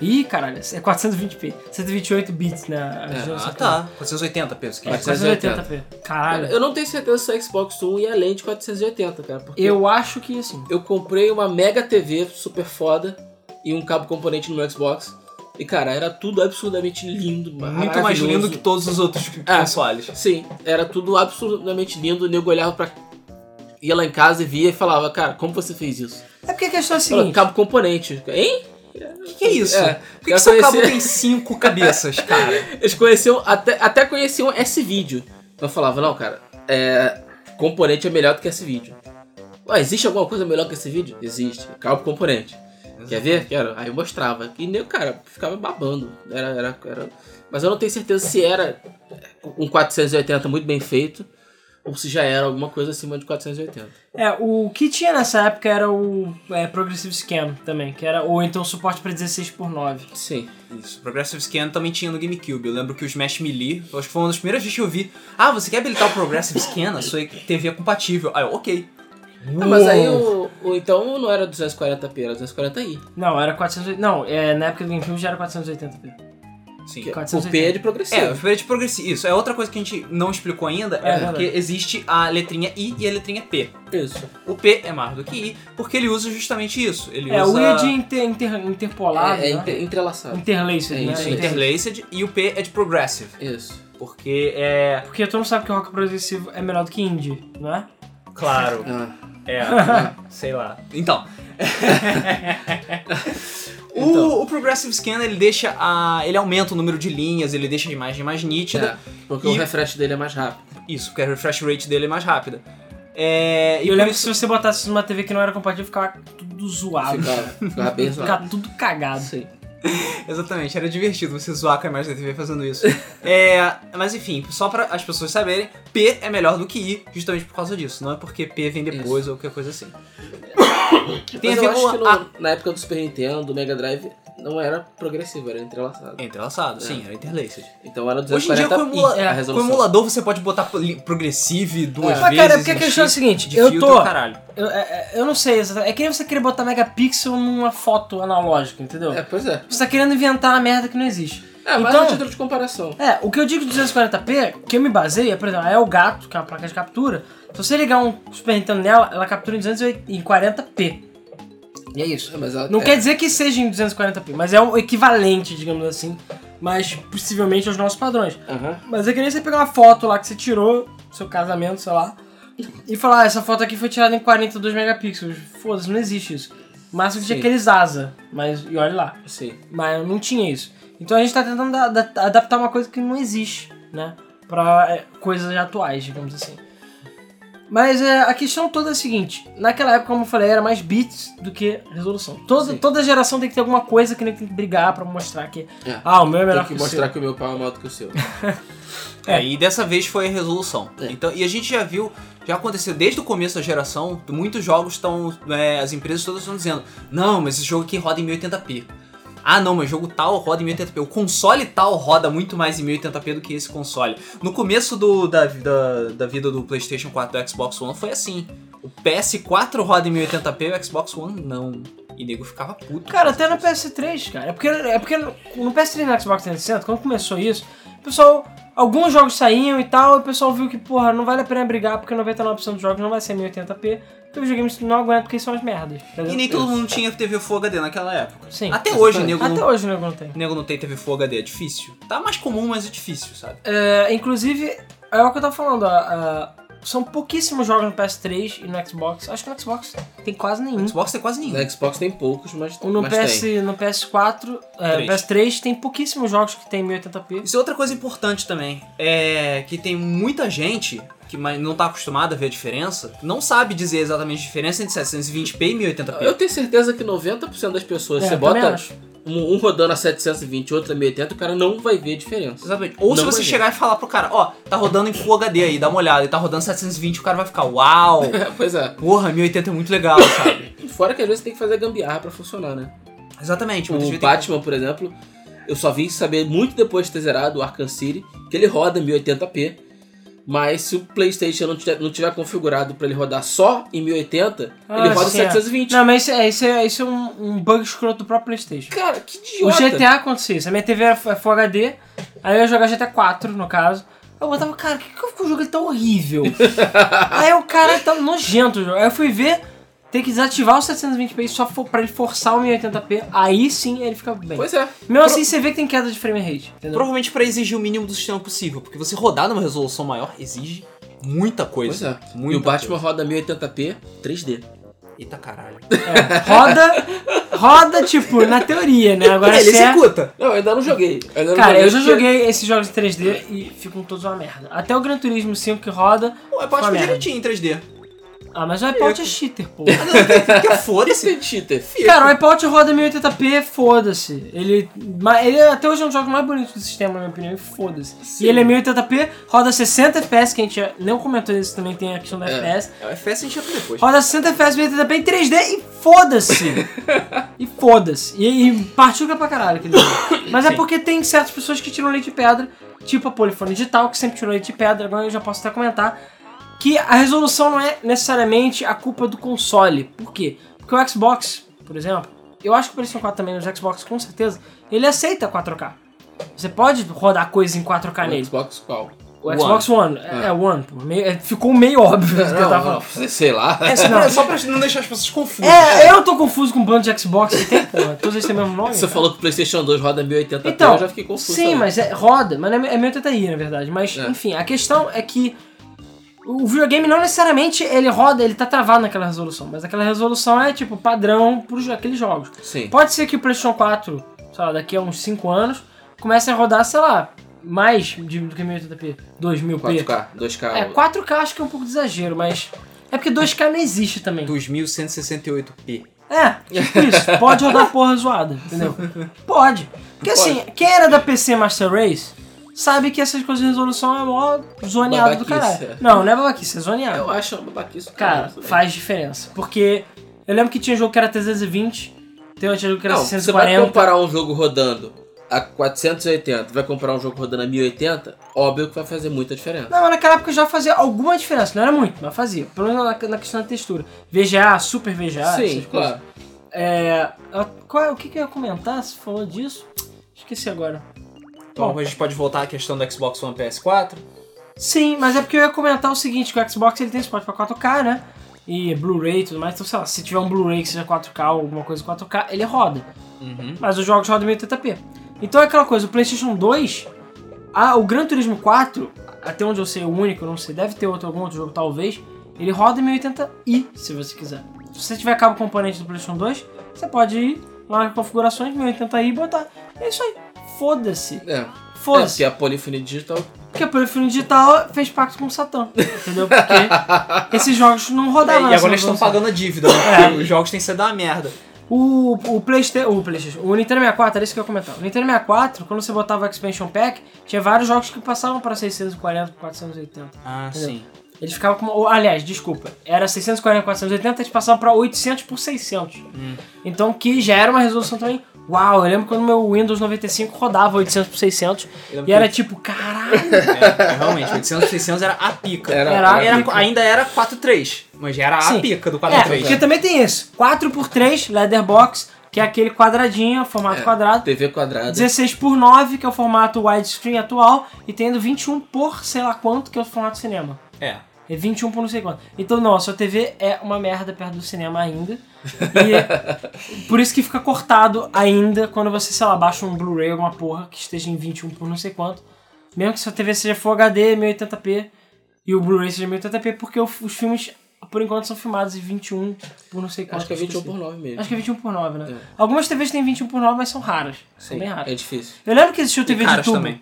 [SPEAKER 2] Ih, caralho, é 420p. 128 bits, né? a geração
[SPEAKER 1] Ah,
[SPEAKER 2] que-
[SPEAKER 1] tá. 480 pesos que
[SPEAKER 2] É,
[SPEAKER 1] é.
[SPEAKER 2] 480p. Caralho.
[SPEAKER 3] Cara, eu não tenho certeza se o Xbox One ia além de 480, cara. Porque
[SPEAKER 2] Eu acho que assim.
[SPEAKER 3] eu comprei uma mega TV super foda e um cabo componente no meu Xbox. E, cara, era tudo absurdamente lindo,
[SPEAKER 1] Muito mais
[SPEAKER 3] maravilhoso.
[SPEAKER 1] lindo que todos os outros
[SPEAKER 3] Ah.
[SPEAKER 1] consoles.
[SPEAKER 3] Sim, era tudo absurdamente lindo. O nego olhava pra. ia lá em casa e via e falava, cara, como você fez isso?
[SPEAKER 2] É porque a questão é a
[SPEAKER 3] Falou,
[SPEAKER 2] seguinte.
[SPEAKER 3] cabo componente. Hein?
[SPEAKER 1] O que, que é isso?
[SPEAKER 3] É,
[SPEAKER 1] Por que,
[SPEAKER 3] eu
[SPEAKER 1] que seu cabo
[SPEAKER 3] conheci-
[SPEAKER 1] tem cinco cabeças, cara?
[SPEAKER 3] Eles conheciam, até, até conheciam esse vídeo. Eu falava, não, cara, é, componente é melhor do que esse vídeo. Ué, existe alguma coisa melhor que esse vídeo? Existe. Cabo componente. Quer ver? Quero. Aí eu mostrava. E nem o cara ficava babando. Era, era, era... Mas eu não tenho certeza se era um 480 muito bem feito ou se já era alguma coisa acima de 480.
[SPEAKER 2] É, o que tinha nessa época era o é, Progressive Scan também, que era. Ou então suporte pra 16 por 9
[SPEAKER 3] Sim.
[SPEAKER 1] Isso, Progressive Scan também tinha no GameCube. Eu lembro que o Smash Melee, eu acho que foi uma das primeiras vezes que eu vi. Ah, você quer habilitar o Progressive Scan? A sua TV é compatível. Ah, eu, ok.
[SPEAKER 3] Ah, mas aí o, o- então não era 240p, era 240i.
[SPEAKER 2] Não, era 480. Não, é, na época do GameCube já era 480p.
[SPEAKER 1] Sim.
[SPEAKER 3] Que, o
[SPEAKER 2] 480.
[SPEAKER 3] P é de
[SPEAKER 1] É,
[SPEAKER 3] progressivo.
[SPEAKER 1] diferente de progressivo. Isso, é outra coisa que a gente não explicou ainda, é,
[SPEAKER 2] É
[SPEAKER 1] porque
[SPEAKER 2] verdade.
[SPEAKER 1] existe a letrinha I e a letrinha P.
[SPEAKER 3] isso.
[SPEAKER 1] O P é maior do que I, porque ele usa justamente isso. Ele
[SPEAKER 2] É, o
[SPEAKER 1] usa
[SPEAKER 2] I é de inter, inter- interpolado.
[SPEAKER 3] é, é
[SPEAKER 2] né?
[SPEAKER 3] inter- entrelaçado.
[SPEAKER 2] Interlaced,
[SPEAKER 3] É
[SPEAKER 2] né?
[SPEAKER 3] isso,
[SPEAKER 2] Inter-
[SPEAKER 1] interlaced e o P é de progressive,
[SPEAKER 3] Isso.
[SPEAKER 1] porque é,
[SPEAKER 2] Porque todo mundo sabe que rock progressivo é melhor do que indie, não é?
[SPEAKER 1] claro,
[SPEAKER 3] Ah,
[SPEAKER 1] é,
[SPEAKER 3] ah.
[SPEAKER 1] sei lá. Então, o,
[SPEAKER 3] Então.
[SPEAKER 1] o progressive scan ele deixa a, ele aumenta o número de linhas, ele deixa a imagem mais nítida.
[SPEAKER 3] É, porque o
[SPEAKER 1] E-
[SPEAKER 3] refresh dele é mais rápido.
[SPEAKER 1] Isso, porque a refresh rate dele é mais rápida. É,
[SPEAKER 2] E
[SPEAKER 1] e
[SPEAKER 2] eu
[SPEAKER 1] por
[SPEAKER 2] lembro que
[SPEAKER 1] isso-
[SPEAKER 2] se você botasse isso numa TV que não era compatível, ficava tudo zoado.
[SPEAKER 3] Ficava, ficava bem zoado.
[SPEAKER 2] Ficava tudo cagado.
[SPEAKER 3] Sim.
[SPEAKER 1] Exatamente, era divertido você zoar com a imagem da TV fazendo isso. é, mas enfim, só pra as pessoas saberem, P é melhor do que I, justamente por causa disso. Não é porque P vem depois ou qualquer coisa assim. Tem
[SPEAKER 3] Mas
[SPEAKER 1] a
[SPEAKER 3] eu
[SPEAKER 1] ver
[SPEAKER 3] acho
[SPEAKER 1] com
[SPEAKER 3] que no-
[SPEAKER 1] a...
[SPEAKER 3] na época do Super Nintendo, do Mega Drive, não era progressivo, era entrelaçado.
[SPEAKER 1] Entrelaçado,
[SPEAKER 3] É.
[SPEAKER 1] sim, era interlaced.
[SPEAKER 3] Então era 240p
[SPEAKER 1] Hoje em dia, é, com, o emula-
[SPEAKER 3] a
[SPEAKER 1] com o
[SPEAKER 3] resolução.
[SPEAKER 1] emulador, você pode botar poli- progressive duas
[SPEAKER 2] Mas,
[SPEAKER 1] vezes.
[SPEAKER 2] cara, é porque a
[SPEAKER 1] um
[SPEAKER 2] questão é a
[SPEAKER 1] shift
[SPEAKER 2] seguinte:
[SPEAKER 1] de
[SPEAKER 2] eu
[SPEAKER 1] filtro,
[SPEAKER 2] tô.
[SPEAKER 1] Caralho.
[SPEAKER 2] Eu, é- é- eu não sei exatamente. É que nem você querer botar megapixel numa foto analógica, entendeu?
[SPEAKER 3] É, pois é.
[SPEAKER 2] Você tá querendo inventar uma merda que não existe.
[SPEAKER 3] É, mas é um
[SPEAKER 2] Então-
[SPEAKER 3] título de comparação.
[SPEAKER 2] É, o que eu digo de 240p, que eu me baseio, é, por exemplo, é o gato, que é uma placa de captura. Se você ligar um Super Nintendo nela, ela captura em 240p.
[SPEAKER 3] E é isso. mas ela,
[SPEAKER 2] Não
[SPEAKER 3] é,
[SPEAKER 2] quer dizer que seja em 240p, mas é o equivalente, digamos assim. Mas possivelmente aos nossos padrões.
[SPEAKER 3] Aham.
[SPEAKER 2] Mas é que nem você pegar uma foto lá que você tirou, seu casamento, sei lá, e falar, ah, essa foto aqui foi tirada em 42 megapixels. Foda-se, não existe isso. O máximo que tinha é
[SPEAKER 3] Sim.
[SPEAKER 2] aqueles asa, mas e olha lá.
[SPEAKER 3] Sim.
[SPEAKER 2] Mas não tinha isso. Então a gente tá tentando da- da- adaptar uma coisa que não existe, né? Pra é, coisas atuais, digamos assim. Mas é, a questão toda é a seguinte: naquela época, como eu falei, era mais bits do que resolução. Toda,
[SPEAKER 3] Sim.
[SPEAKER 2] toda geração tem que ter alguma coisa que nem tem que brigar pra mostrar que.
[SPEAKER 3] É.
[SPEAKER 2] Ah, o meu é melhor
[SPEAKER 3] Tem
[SPEAKER 2] que,
[SPEAKER 3] que
[SPEAKER 2] o
[SPEAKER 3] mostrar que o meu pau é maior do que o seu.
[SPEAKER 1] É, e dessa vez foi a resolução.
[SPEAKER 3] É.
[SPEAKER 1] Então, e a gente já viu, já aconteceu desde o começo da geração, muitos jogos estão. é, as empresas todas estão dizendo, não, mas esse jogo aqui roda em 1080p. Ah não, mas jogo tal roda em 1080p. O console tal roda muito mais em 1080p do que esse console. No começo do, da, da, da vida do PlayStation 4 e do Xbox One foi assim. O PS4 roda em 1080p, o Xbox One não. E nego ficava puto.
[SPEAKER 2] Cara, até no PS3, cara. É porque, é porque no PS3 e no Xbox 360, quando começou isso, pessoal. Alguns jogos saíam e tal, e o pessoal viu que, porra, não vale a pena brigar porque 99% dos jogos não vai ser 1080p, e os videogames não aguentam porque são as merdas. entendeu?
[SPEAKER 1] E nem todo mundo tinha TV Full HD naquela época.
[SPEAKER 2] Sim.
[SPEAKER 1] Até hoje,
[SPEAKER 3] Exatamente.
[SPEAKER 1] nego,
[SPEAKER 2] Até
[SPEAKER 1] não,
[SPEAKER 2] hoje o nego não tem.
[SPEAKER 1] nego não tem TV Full HD, é difícil. Tá mais comum, mas é difícil, sabe?
[SPEAKER 2] É, inclusive, é o que eu tava falando, a- a- são pouquíssimos jogos no PS3 e no Xbox. Acho que no Xbox tem quase nenhum.
[SPEAKER 1] No Xbox tem quase nenhum.
[SPEAKER 3] No Xbox tem poucos, mas,
[SPEAKER 2] Ou no,
[SPEAKER 3] mas
[SPEAKER 2] PS,
[SPEAKER 3] tem.
[SPEAKER 2] no PS4, é, no
[SPEAKER 1] Três.
[SPEAKER 2] PS3 tem pouquíssimos jogos que tem 1080p.
[SPEAKER 1] Isso é outra coisa importante também, é que tem muita gente que ma- não tá acostumada a ver a diferença, não sabe dizer exatamente a diferença entre 720p e 1080p.
[SPEAKER 3] Eu tenho certeza que 90% das pessoas,
[SPEAKER 2] É,
[SPEAKER 3] você
[SPEAKER 2] também
[SPEAKER 3] bota
[SPEAKER 2] acho.
[SPEAKER 3] um, um rodando a 720 e outro a 1080, o cara não vai ver a diferença.
[SPEAKER 1] Exatamente. Ou se
[SPEAKER 3] Não
[SPEAKER 1] você
[SPEAKER 3] vai ver.
[SPEAKER 1] chegar e falar pro cara, ó, tá rodando em Full HD aí, dá uma olhada, e tá rodando 720, o cara vai ficar, uau,
[SPEAKER 3] pois é.
[SPEAKER 1] porra, 1080 é muito legal, sabe?
[SPEAKER 3] E Fora que às vezes tem que fazer gambiarra pra funcionar, né?
[SPEAKER 1] Exatamente. muita
[SPEAKER 3] O
[SPEAKER 1] gente tem-
[SPEAKER 3] Batman, por exemplo, eu só vim saber muito depois de ter zerado o Arkham City que ele roda em 1080p. Mas se o PlayStation não tiver, não tiver configurado pra ele rodar só em 1080,
[SPEAKER 2] Ah,
[SPEAKER 3] ele roda em
[SPEAKER 2] sim, é.
[SPEAKER 3] 720.
[SPEAKER 2] Não, mas isso é, isso é, isso é um, um bug escroto do próprio Playstation.
[SPEAKER 3] Cara, que
[SPEAKER 2] O
[SPEAKER 3] idiota.
[SPEAKER 2] GTA acontecia isso. A minha TV era F- Full HD, aí eu ia jogar GTA 4, no caso. Eu botava, cara, que, que o jogo é tão horrível? aí o cara tá nojento o jogo. Aí eu fui ver, tem que desativar o 720p só for, pra ele forçar o 1080p, aí sim ele fica bem.
[SPEAKER 3] Pois é.
[SPEAKER 2] Mesmo assim, você vê que tem queda de frame rate,
[SPEAKER 3] né?
[SPEAKER 2] entendeu?
[SPEAKER 1] Provavelmente pra exigir o mínimo do sistema possível, porque você rodar numa resolução maior exige muita
[SPEAKER 3] Pois
[SPEAKER 1] coisa.
[SPEAKER 3] é.
[SPEAKER 1] Muita
[SPEAKER 3] e o Batman roda 1080p 3D.
[SPEAKER 1] coisa. Eita caralho.
[SPEAKER 2] É, roda, roda, tipo, na teoria, né? Agora
[SPEAKER 1] Ele
[SPEAKER 2] se é...
[SPEAKER 1] executa.
[SPEAKER 3] Não, eu ainda não joguei. Eu ainda não
[SPEAKER 2] Cara, eu já
[SPEAKER 3] porque-
[SPEAKER 2] joguei esses jogos em 3D e ficam todos uma merda. Até o Gran Turismo 5 que roda.
[SPEAKER 1] Pô, é
[SPEAKER 2] Uma
[SPEAKER 1] Batman
[SPEAKER 2] merda.
[SPEAKER 1] direitinho em 3D.
[SPEAKER 2] Ah, mas o iPod é cheater, pô.
[SPEAKER 1] Ah, não, que foda-se.
[SPEAKER 3] Esse é cheater.
[SPEAKER 2] Cara, o iPod roda 1080p, foda-se. Ele, ma- ele até hoje é um dos jogos mais bonitos do sistema, na minha opinião, e foda-se.
[SPEAKER 3] Sim.
[SPEAKER 2] E ele é 1080p, roda 60 FPS, que a gente já não comentou isso também, tem a questão da
[SPEAKER 3] É.
[SPEAKER 2] FPS.
[SPEAKER 1] É o FS a gente entra depois.
[SPEAKER 2] Roda 60 FPS, 1080p em 3D e foda-se. e foda-se. E, e partícula pra caralho, quer dizer. Mas é
[SPEAKER 1] Sim.
[SPEAKER 2] porque tem certas pessoas que tiram leite de pedra, tipo a Polifone Digital, que sempre tirou leite de pedra, agora eu já posso até comentar, que a resolução não é necessariamente a culpa do console. Por quê? Porque o Xbox, por exemplo, eu acho que o PlayStation 4 também, os Xbox com certeza, ele aceita 4K. Você pode rodar coisa em 4K
[SPEAKER 3] O
[SPEAKER 2] nele.
[SPEAKER 3] Xbox qual?
[SPEAKER 2] O Xbox One, é, é One, pô. Meio- é- ficou meio óbvio o que eu tava falando.
[SPEAKER 3] sei lá.
[SPEAKER 1] É só,
[SPEAKER 2] Não.
[SPEAKER 1] pra, só pra não deixar as pessoas confusas.
[SPEAKER 2] É, eu tô confuso com o bando de Xbox que tem, porra. Todos eles têm o mesmo nome.
[SPEAKER 3] Você
[SPEAKER 2] cara.
[SPEAKER 3] falou que o PlayStation 2 roda 1080p,
[SPEAKER 2] É, então,
[SPEAKER 3] eu já fiquei confuso.
[SPEAKER 2] Sim,
[SPEAKER 3] também.
[SPEAKER 2] mas é, roda, mas não é, é meio tentaí, na verdade. Mas,
[SPEAKER 3] É.
[SPEAKER 2] enfim, a questão é que o videogame não necessariamente ele roda, ele tá travado naquela resolução. Mas aquela resolução é, tipo, padrão pros aqueles jogos.
[SPEAKER 3] Sim.
[SPEAKER 2] Pode ser que o PlayStation 4, sei lá, daqui a uns 5 anos, comece a rodar, sei lá, mais de, do que 1080p, 2000p.
[SPEAKER 3] 4K, 2K.
[SPEAKER 2] É, 4K acho que é um pouco de exagero, mas... É porque 2K não existe também.
[SPEAKER 1] 2168p.
[SPEAKER 2] É, tipo isso. Pode rodar porra zoada, entendeu? Pode. Porque assim, quem era da PC Master Race sabe que essas coisas de resolução é mó zoneado do
[SPEAKER 3] Babaquice,
[SPEAKER 2] caralho.
[SPEAKER 3] é.
[SPEAKER 2] Não, não é babaquice, é zoneado.
[SPEAKER 3] Eu acho uma babaquice.
[SPEAKER 2] Cara,
[SPEAKER 3] isso,
[SPEAKER 2] faz diferença. Porque eu lembro que tinha jogo que era 320, tem outro jogo que era
[SPEAKER 3] Não, você vai
[SPEAKER 2] 640.
[SPEAKER 3] comparar um jogo rodando a 480, vai comparar um jogo rodando a 1080, óbvio que vai fazer muita diferença.
[SPEAKER 2] Não, mas naquela época já fazia alguma diferença. Não era muito, mas fazia. Pelo menos na, na questão da textura. VGA, super VGA,
[SPEAKER 3] Sim,
[SPEAKER 2] essas coisas.
[SPEAKER 3] claro.
[SPEAKER 2] É, eu- qual- o que, que eu ia comentar? Você falou disso? Esqueci agora.
[SPEAKER 1] Então
[SPEAKER 2] Bom.
[SPEAKER 1] a gente pode voltar à questão do Xbox One PS4.
[SPEAKER 2] Sim, mas é porque eu ia comentar o seguinte, que o Xbox ele tem suporte pra 4K, né? E Blu-ray e tudo mais. Então, sei lá, se tiver um Blu-ray que seja 4K ou alguma coisa 4K, ele roda.
[SPEAKER 1] Uhum.
[SPEAKER 2] Mas os jogos rodam em 1080p. Então é aquela coisa, o PlayStation 2, a- o Gran Turismo 4, até onde eu sei, o único, eu não sei, deve ter outro, algum outro jogo talvez, ele roda em 1080i, se você quiser. Se você tiver cabo componente do PlayStation 2, você pode ir lá nas configurações, 1080i e botar. É isso aí. Foda-se.
[SPEAKER 3] É. É,
[SPEAKER 2] Foda-se.
[SPEAKER 3] porque a polifonia digital.
[SPEAKER 2] Porque a Polifone Digital fez pacto com o Satã, entendeu? Porque esses jogos não rodavam.
[SPEAKER 1] e
[SPEAKER 2] nessa
[SPEAKER 1] agora eles estão
[SPEAKER 2] resolução.
[SPEAKER 1] pagando a dívida,
[SPEAKER 2] É.
[SPEAKER 1] né? Porque Os jogos têm que ser da merda.
[SPEAKER 2] O, o, Playsta- o PlayStation, o Nintendo 64, era isso que eu ia comentar. O Nintendo 64, quando você botava o Expansion Pack, tinha vários jogos que passavam para 640, 480.
[SPEAKER 1] Ah, sim.
[SPEAKER 2] Eles ficavam com. ou, aliás, desculpa. Era 640, 480, eles passavam para 800 por 600.
[SPEAKER 1] Hum.
[SPEAKER 2] Então, que já era uma resolução também. Uau, eu lembro quando meu Windows 95 rodava 800 por 600
[SPEAKER 1] Eu lembro
[SPEAKER 2] e era tipo, caralho.
[SPEAKER 1] É, realmente, 800 600 era a pica.
[SPEAKER 3] Era-
[SPEAKER 2] era a
[SPEAKER 1] Era-
[SPEAKER 3] pica.
[SPEAKER 1] ainda era 4.3, mas já era a
[SPEAKER 2] Sim.
[SPEAKER 1] pica do
[SPEAKER 2] É,
[SPEAKER 1] 4.3.
[SPEAKER 2] porque também tem isso. 4x3, Leatherbox, que é aquele quadradinho, formato
[SPEAKER 3] É,
[SPEAKER 2] quadrado.
[SPEAKER 3] TV quadrada.
[SPEAKER 2] 16 por 9, que é o formato widescreen atual, e tendo 21 por sei lá quanto, que é o formato cinema.
[SPEAKER 1] É.
[SPEAKER 2] É 21 por não sei quanto. Então, não, a sua TV é uma merda perto do cinema ainda. E é- por isso que fica cortado ainda quando você, sei lá, baixa um Blu-ray, alguma porra, que esteja em 21 por não sei quanto. Mesmo que sua TV seja Full HD, 1080p, e o Blu-ray seja 1080p, porque o- os filmes, por enquanto, são filmados em 21 por não sei quanto.
[SPEAKER 3] Acho que é 21 por 9 mesmo.
[SPEAKER 2] Acho que é 21 por 9, né? Algumas TVs têm 21 por 9, mas são raras. São bem raras.
[SPEAKER 3] É difícil.
[SPEAKER 2] Eu lembro que existiu TV de
[SPEAKER 1] caras
[SPEAKER 2] tubo.
[SPEAKER 1] também.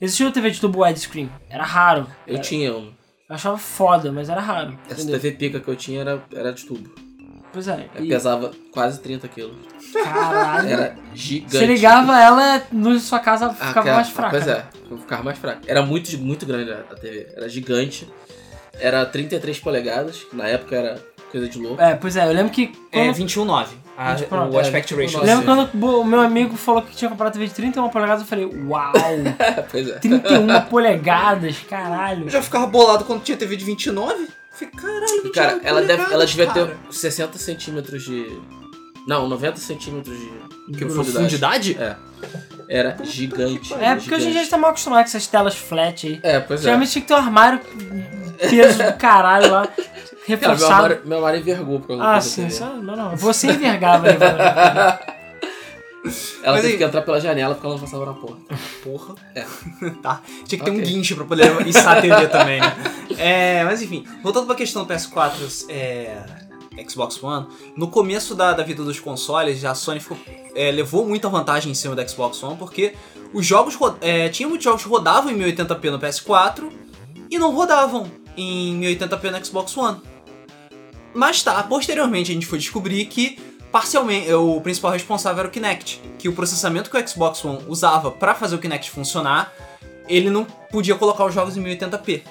[SPEAKER 2] Existiu TV de tubo widescreen. Era raro.
[SPEAKER 3] Eu tinha um.
[SPEAKER 2] Eu achava foda, mas era raro.
[SPEAKER 3] Essa
[SPEAKER 2] É, entendeu?
[SPEAKER 3] TV pica que eu tinha era, era de tubo.
[SPEAKER 2] Pois é.
[SPEAKER 3] Ela
[SPEAKER 2] e-
[SPEAKER 3] pesava quase 30 quilos.
[SPEAKER 2] Caralho.
[SPEAKER 3] Era gigante.
[SPEAKER 2] Você ligava ela, na sua casa
[SPEAKER 3] Ah,
[SPEAKER 2] ficava
[SPEAKER 3] cara,
[SPEAKER 2] mais fraca.
[SPEAKER 3] Pois é, ficava mais fraca. Era muito, muito grande a a TV. Era gigante. Era 33 polegadas, que na época era coisa de louco.
[SPEAKER 2] É, pois é, eu lembro que.
[SPEAKER 1] É
[SPEAKER 2] Quando,
[SPEAKER 1] 21.9. a-
[SPEAKER 2] 21,9,
[SPEAKER 1] O aspect
[SPEAKER 3] é,
[SPEAKER 1] ratio.
[SPEAKER 2] eu lembro
[SPEAKER 3] Sim.
[SPEAKER 2] quando o bo- o meu amigo falou que tinha comprado TV de 31 polegadas, eu falei, uau!
[SPEAKER 3] pois é.
[SPEAKER 2] 31 polegadas, caralho.
[SPEAKER 1] Eu já ficava bolado quando tinha TV de 29. Falei, caralho,
[SPEAKER 3] E,
[SPEAKER 1] 29
[SPEAKER 3] cara, ela, deve, ela
[SPEAKER 1] polegadas,
[SPEAKER 3] devia
[SPEAKER 1] cara.
[SPEAKER 3] ter 60 centímetros de. Não, 90 centímetros de
[SPEAKER 1] Que
[SPEAKER 3] profundidade.
[SPEAKER 1] profundidade?
[SPEAKER 3] É. Era gigante.
[SPEAKER 2] É, porque hoje em dia a gente tá mal acostumado com essas telas flat aí.
[SPEAKER 3] É, pois é.
[SPEAKER 2] Geralmente tinha que ter um armário com peso do caralho lá,
[SPEAKER 3] Cara, meu
[SPEAKER 2] reforçado.
[SPEAKER 3] armário, né? meu armário envergou por causa
[SPEAKER 2] Ah,
[SPEAKER 3] dessa
[SPEAKER 2] sim,
[SPEAKER 3] TV.
[SPEAKER 2] só, não, não. Você envergava, né?
[SPEAKER 3] Ela
[SPEAKER 1] Mas
[SPEAKER 3] teve
[SPEAKER 1] aí-
[SPEAKER 3] que entrar pela janela porque ela não passava na porta.
[SPEAKER 1] Porra.
[SPEAKER 3] É.
[SPEAKER 1] tá. Tinha que ter um
[SPEAKER 3] Ok.
[SPEAKER 1] guincho pra poder içar a TV também, né? É, mas enfim, voltando pra questão do PS4, é, Xbox One, no começo da, da vida dos consoles, a Sony ficou- é, levou muita vantagem em cima do Xbox One, porque os jogos. ro- É, tinha muitos jogos que rodavam em 1080p no PS4 e não rodavam em 1080p no Xbox One. Mas tá, posteriormente a gente foi descobrir que parcialmente o principal responsável era o Kinect, que o processamento que o Xbox One usava pra fazer o Kinect funcionar, ele não podia colocar os jogos em 1080p,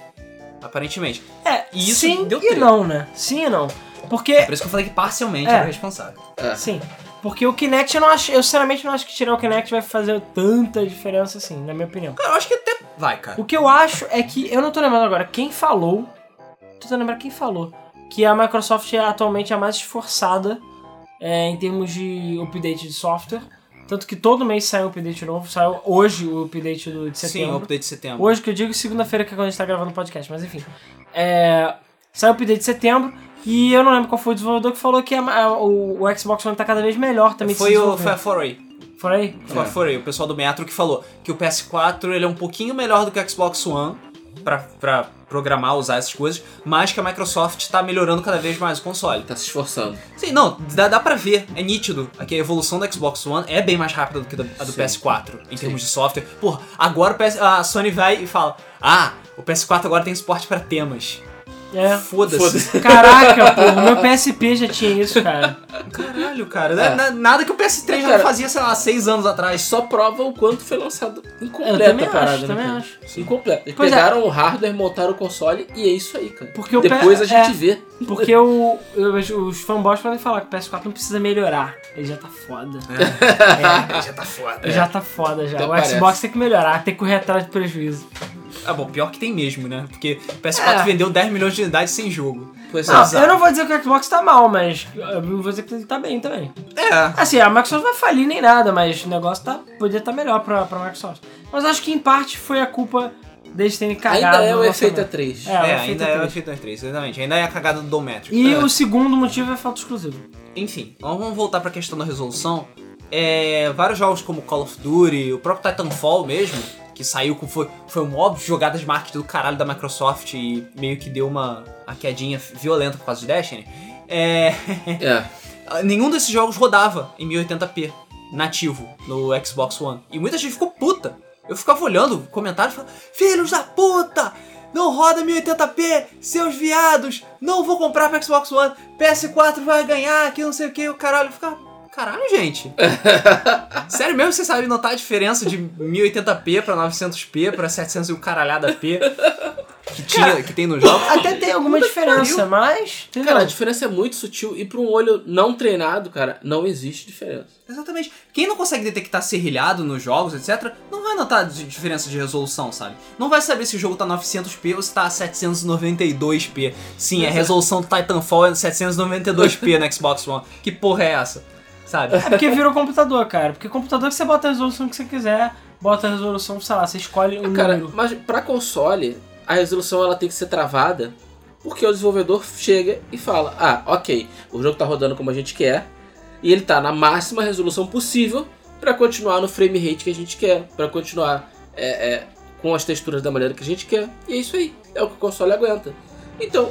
[SPEAKER 1] aparentemente.
[SPEAKER 2] É,
[SPEAKER 1] E isso
[SPEAKER 2] sim
[SPEAKER 1] deu
[SPEAKER 2] e
[SPEAKER 1] treta.
[SPEAKER 2] não, né? Sim e não. Porque
[SPEAKER 1] Por isso que eu falei que parcialmente
[SPEAKER 2] É.
[SPEAKER 1] era o responsável.
[SPEAKER 3] É.
[SPEAKER 2] Sim. Porque o Kinect eu não acho. Eu sinceramente não acho que tirar o Kinect vai fazer tanta diferença assim, na minha opinião.
[SPEAKER 1] Cara, eu acho que até vai, cara.
[SPEAKER 2] O que eu acho é que. Eu não tô lembrando agora quem falou. Tô tentando lembrar quem falou. Que a Microsoft é atualmente a mais esforçada é, em termos de update de software. Tanto que todo mês sai um update novo. Saiu hoje o update do, de
[SPEAKER 1] Sim,
[SPEAKER 2] setembro.
[SPEAKER 1] o update de setembro.
[SPEAKER 2] Hoje que eu digo segunda-feira que é quando a gente tá gravando o podcast, mas enfim. É, saiu o update de setembro e eu não lembro qual foi o desenvolvedor que falou que a- a- o, o Xbox One tá cada vez melhor também. de
[SPEAKER 1] foi,
[SPEAKER 2] se
[SPEAKER 1] o,
[SPEAKER 2] desenvolver.
[SPEAKER 1] foi a Foray.
[SPEAKER 2] Foi aí?
[SPEAKER 1] Foi a
[SPEAKER 3] É.
[SPEAKER 1] Foray, o pessoal do Metro que falou que o PS4 ele é um pouquinho melhor do que o Xbox One pra, pra programar, usar essas coisas, mas que a Microsoft tá melhorando cada vez mais o console.
[SPEAKER 3] Tá se esforçando.
[SPEAKER 1] Sim, não, dá, dá pra ver, é nítido. Aqui a evolução do Xbox One é bem mais rápida do que da- a do
[SPEAKER 3] Sim.
[SPEAKER 1] PS4 em termos de software. Porra, agora o PS a Sony vai e fala: Ah, o PS4 agora tem suporte pra temas.
[SPEAKER 2] É.
[SPEAKER 1] Foda-se.
[SPEAKER 3] Foda-se.
[SPEAKER 2] Caraca, pô, o meu PSP já tinha isso, cara.
[SPEAKER 1] Caralho, cara. né,
[SPEAKER 3] É.
[SPEAKER 1] na- Nada que o PS3 já
[SPEAKER 3] Cara,
[SPEAKER 1] não fazia, sei lá, seis anos atrás.
[SPEAKER 3] Só prova o quanto foi lançado
[SPEAKER 2] Eu
[SPEAKER 3] incompleta
[SPEAKER 2] também
[SPEAKER 3] a parada.
[SPEAKER 2] acho,
[SPEAKER 3] né,
[SPEAKER 2] também
[SPEAKER 3] cara?
[SPEAKER 2] acho.
[SPEAKER 3] Incompleto. Eles
[SPEAKER 2] Pois é.
[SPEAKER 3] pegaram o hardware, montaram o console e é isso aí, cara.
[SPEAKER 2] Porque o
[SPEAKER 3] Depois
[SPEAKER 2] pé-
[SPEAKER 3] a gente
[SPEAKER 2] é.
[SPEAKER 3] vê.
[SPEAKER 2] Porque o, eu- os fanboys podem falar que o PS4 não precisa melhorar. Ele já tá foda.
[SPEAKER 1] É, já tá foda.
[SPEAKER 2] Já tá foda já.
[SPEAKER 3] Até
[SPEAKER 2] o
[SPEAKER 3] parece.
[SPEAKER 2] Xbox tem que melhorar, tem que correr atrás de prejuízo.
[SPEAKER 1] Ah, bom, pior que tem mesmo, né? Porque o PS4
[SPEAKER 2] É.
[SPEAKER 1] vendeu 10 milhões de unidades sem jogo.
[SPEAKER 3] Pois
[SPEAKER 2] Não,
[SPEAKER 3] é.
[SPEAKER 1] Exato.
[SPEAKER 2] eu não vou dizer que o Xbox tá mal, mas eu não vou dizer que ele tá bem também.
[SPEAKER 1] É.
[SPEAKER 2] Assim, a Microsoft não vai falir nem nada, mas o negócio tá, podia estar melhor pra, pra Microsoft. Mas acho que em parte foi a culpa deles terem cagado.
[SPEAKER 3] Ainda é
[SPEAKER 2] no
[SPEAKER 3] o efeito
[SPEAKER 2] lançamento.
[SPEAKER 3] A3.
[SPEAKER 2] É,
[SPEAKER 1] É,
[SPEAKER 2] o efeito
[SPEAKER 1] ainda é o
[SPEAKER 2] três.
[SPEAKER 1] efeito 3, exatamente. Ainda é a cagada do tá? Dométrico.
[SPEAKER 2] E
[SPEAKER 3] É.
[SPEAKER 2] o segundo motivo é falta exclusivo.
[SPEAKER 1] Enfim, então vamos voltar pra questão da resolução. É, vários jogos como Call of Duty, o próprio Titanfall mesmo, que saiu com foi, foi um óbvio jogada de marketing do caralho da Microsoft e meio que deu uma, uma quedinha violenta por causa do Destiny. É,
[SPEAKER 3] É.
[SPEAKER 1] nenhum desses jogos rodava em 1080p nativo no Xbox One. E muita gente ficou puta. Eu ficava olhando comentários e falava: Filhos da puta! Não roda 1080p, seus viados! Não vou comprar pro Xbox One! PS4 vai ganhar, que não sei o que, o caralho. Eu ficava. Caralho, gente! Sério mesmo, vocês sabem notar a diferença de 1080p pra 900p pra 700 e o caralhada p que, tinha, que tem no jogo?
[SPEAKER 2] Até tem alguma diferença, mas. entendeu?
[SPEAKER 3] Cara, a diferença é muito sutil e pra um olho não treinado, cara, não existe diferença.
[SPEAKER 1] Exatamente. Quem não consegue detectar serrilhado nos jogos, etc., não vai notar de- diferença de resolução, sabe? Não vai saber se o jogo tá 900p ou se tá 792p. Sim, a resolução do Titanfall é 792p no Xbox One. Que porra é essa? sabe?
[SPEAKER 2] É porque virou computador, cara. Porque computador é que você bota a resolução que você quiser, bota a resolução, sei lá, você escolhe o
[SPEAKER 3] Cara,
[SPEAKER 2] um número.
[SPEAKER 3] mas pra console, a resolução ela tem que ser travada, porque o desenvolvedor chega e fala: "Ah, OK, o jogo tá rodando como a gente quer, e ele tá na máxima resolução possível pra continuar no frame rate que a gente quer, pra continuar é, é, com as texturas da maneira que a gente quer". E é isso aí, é o que o console aguenta. Então,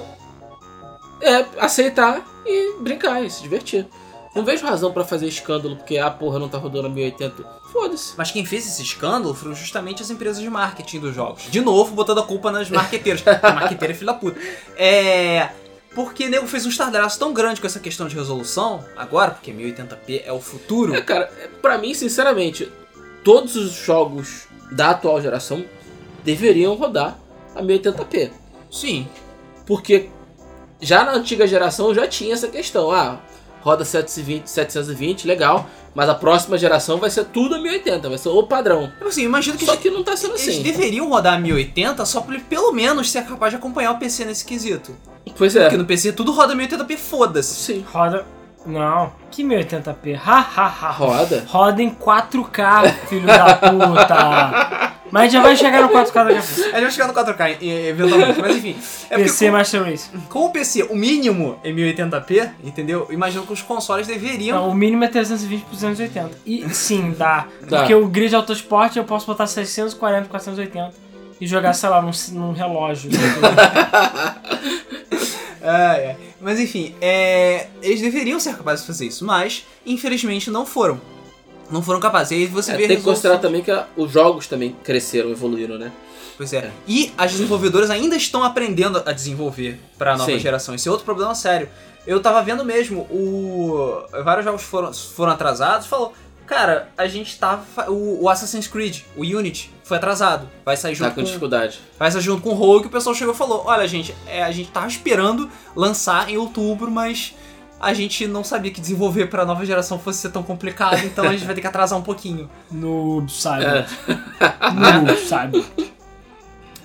[SPEAKER 3] é aceitar e brincar e se divertir. Não vejo razão pra fazer escândalo porque a porra não tá rodando a 1080. Foda-se.
[SPEAKER 1] Mas quem fez esse escândalo foram justamente as empresas de marketing dos jogos. De novo, botando a culpa nas marqueteiras. Porque marqueteiro é filho da puta. É. Porque nego fez um estardalhaço tão grande com essa questão de resolução agora, porque 1080p é o futuro.
[SPEAKER 3] É, cara, é, pra mim, sinceramente, todos os jogos da atual geração deveriam rodar a 1080p.
[SPEAKER 1] Sim.
[SPEAKER 3] Porque já na antiga geração já tinha essa questão. Ah, roda 720, 720, legal, mas a próxima geração vai ser tudo a 1080, vai ser o padrão.
[SPEAKER 1] Tipo assim, imagino que
[SPEAKER 3] Só que não tá sendo
[SPEAKER 1] eles
[SPEAKER 3] assim.
[SPEAKER 1] deveriam rodar a 1080 só pra ele pelo menos ser capaz de acompanhar o PC nesse quesito.
[SPEAKER 3] Pois
[SPEAKER 1] Porque
[SPEAKER 3] é.
[SPEAKER 1] no PC tudo roda 1080p, foda-se.
[SPEAKER 3] Sim.
[SPEAKER 2] Roda. Não, que 1080p. Ha, ha, ha.
[SPEAKER 3] Roda.
[SPEAKER 2] Roda em 4K, filho da puta. Mas já vai chegar no 4K daqui a pouco.
[SPEAKER 1] Ele vai chegar no 4K, e- eventualmente, mas enfim. É porque
[SPEAKER 2] PC Master Race.
[SPEAKER 1] com, com o PC, o mínimo é 1080p, entendeu? Imagino que os consoles deveriam.
[SPEAKER 2] Não, o mínimo é 320 por 280. E sim, dá.
[SPEAKER 3] Dá.
[SPEAKER 2] Porque o grid autosport eu posso botar 640 por 480 e jogar, sei lá, num, num relógio. né,
[SPEAKER 1] Ai, ai. É, Mas enfim, é, eles deveriam ser capazes de fazer isso, mas infelizmente não foram. Não foram capazes. E aí você
[SPEAKER 3] É,
[SPEAKER 1] vê a
[SPEAKER 3] tem que
[SPEAKER 1] resolução-
[SPEAKER 3] considerar também que a- os jogos também cresceram, evoluíram, né?
[SPEAKER 1] Pois é. E as desenvolvedoras ainda estão aprendendo a desenvolver pra nova
[SPEAKER 3] Sim.
[SPEAKER 1] geração. Esse é outro problema sério. Eu tava vendo mesmo, o vários jogos foram, foram atrasados, falou, cara, a gente tava fa- o, o Assassin's Creed, o Unity foi atrasado, vai sair
[SPEAKER 3] Tá
[SPEAKER 1] junto
[SPEAKER 3] com
[SPEAKER 1] com,
[SPEAKER 3] dificuldade.
[SPEAKER 1] vai sair junto com o Rogue, o pessoal chegou e falou: "Olha, gente, é, a gente tava esperando lançar em outubro, mas a gente não sabia que desenvolver pra nova geração fosse ser tão complicado, então a gente vai ter que atrasar um pouquinho".
[SPEAKER 2] no sabe?
[SPEAKER 3] É.
[SPEAKER 2] No sabe?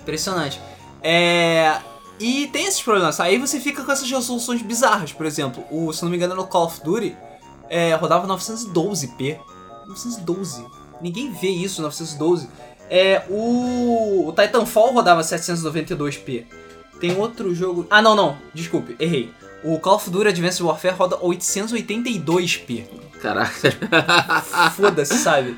[SPEAKER 1] Impressionante. É. E tem esses problemas. tá? Aí você fica com essas resoluções bizarras, por exemplo, o, se não me engano, no Call of Duty é, rodava 912p. 912. Ninguém vê isso, 912. É, o, o Titanfall rodava 792p. Tem outro jogo. Ah, não, não. Desculpe, errei. O Call of Duty Advanced Warfare roda 882p.
[SPEAKER 3] Caraca.
[SPEAKER 1] Foda-se, sabe?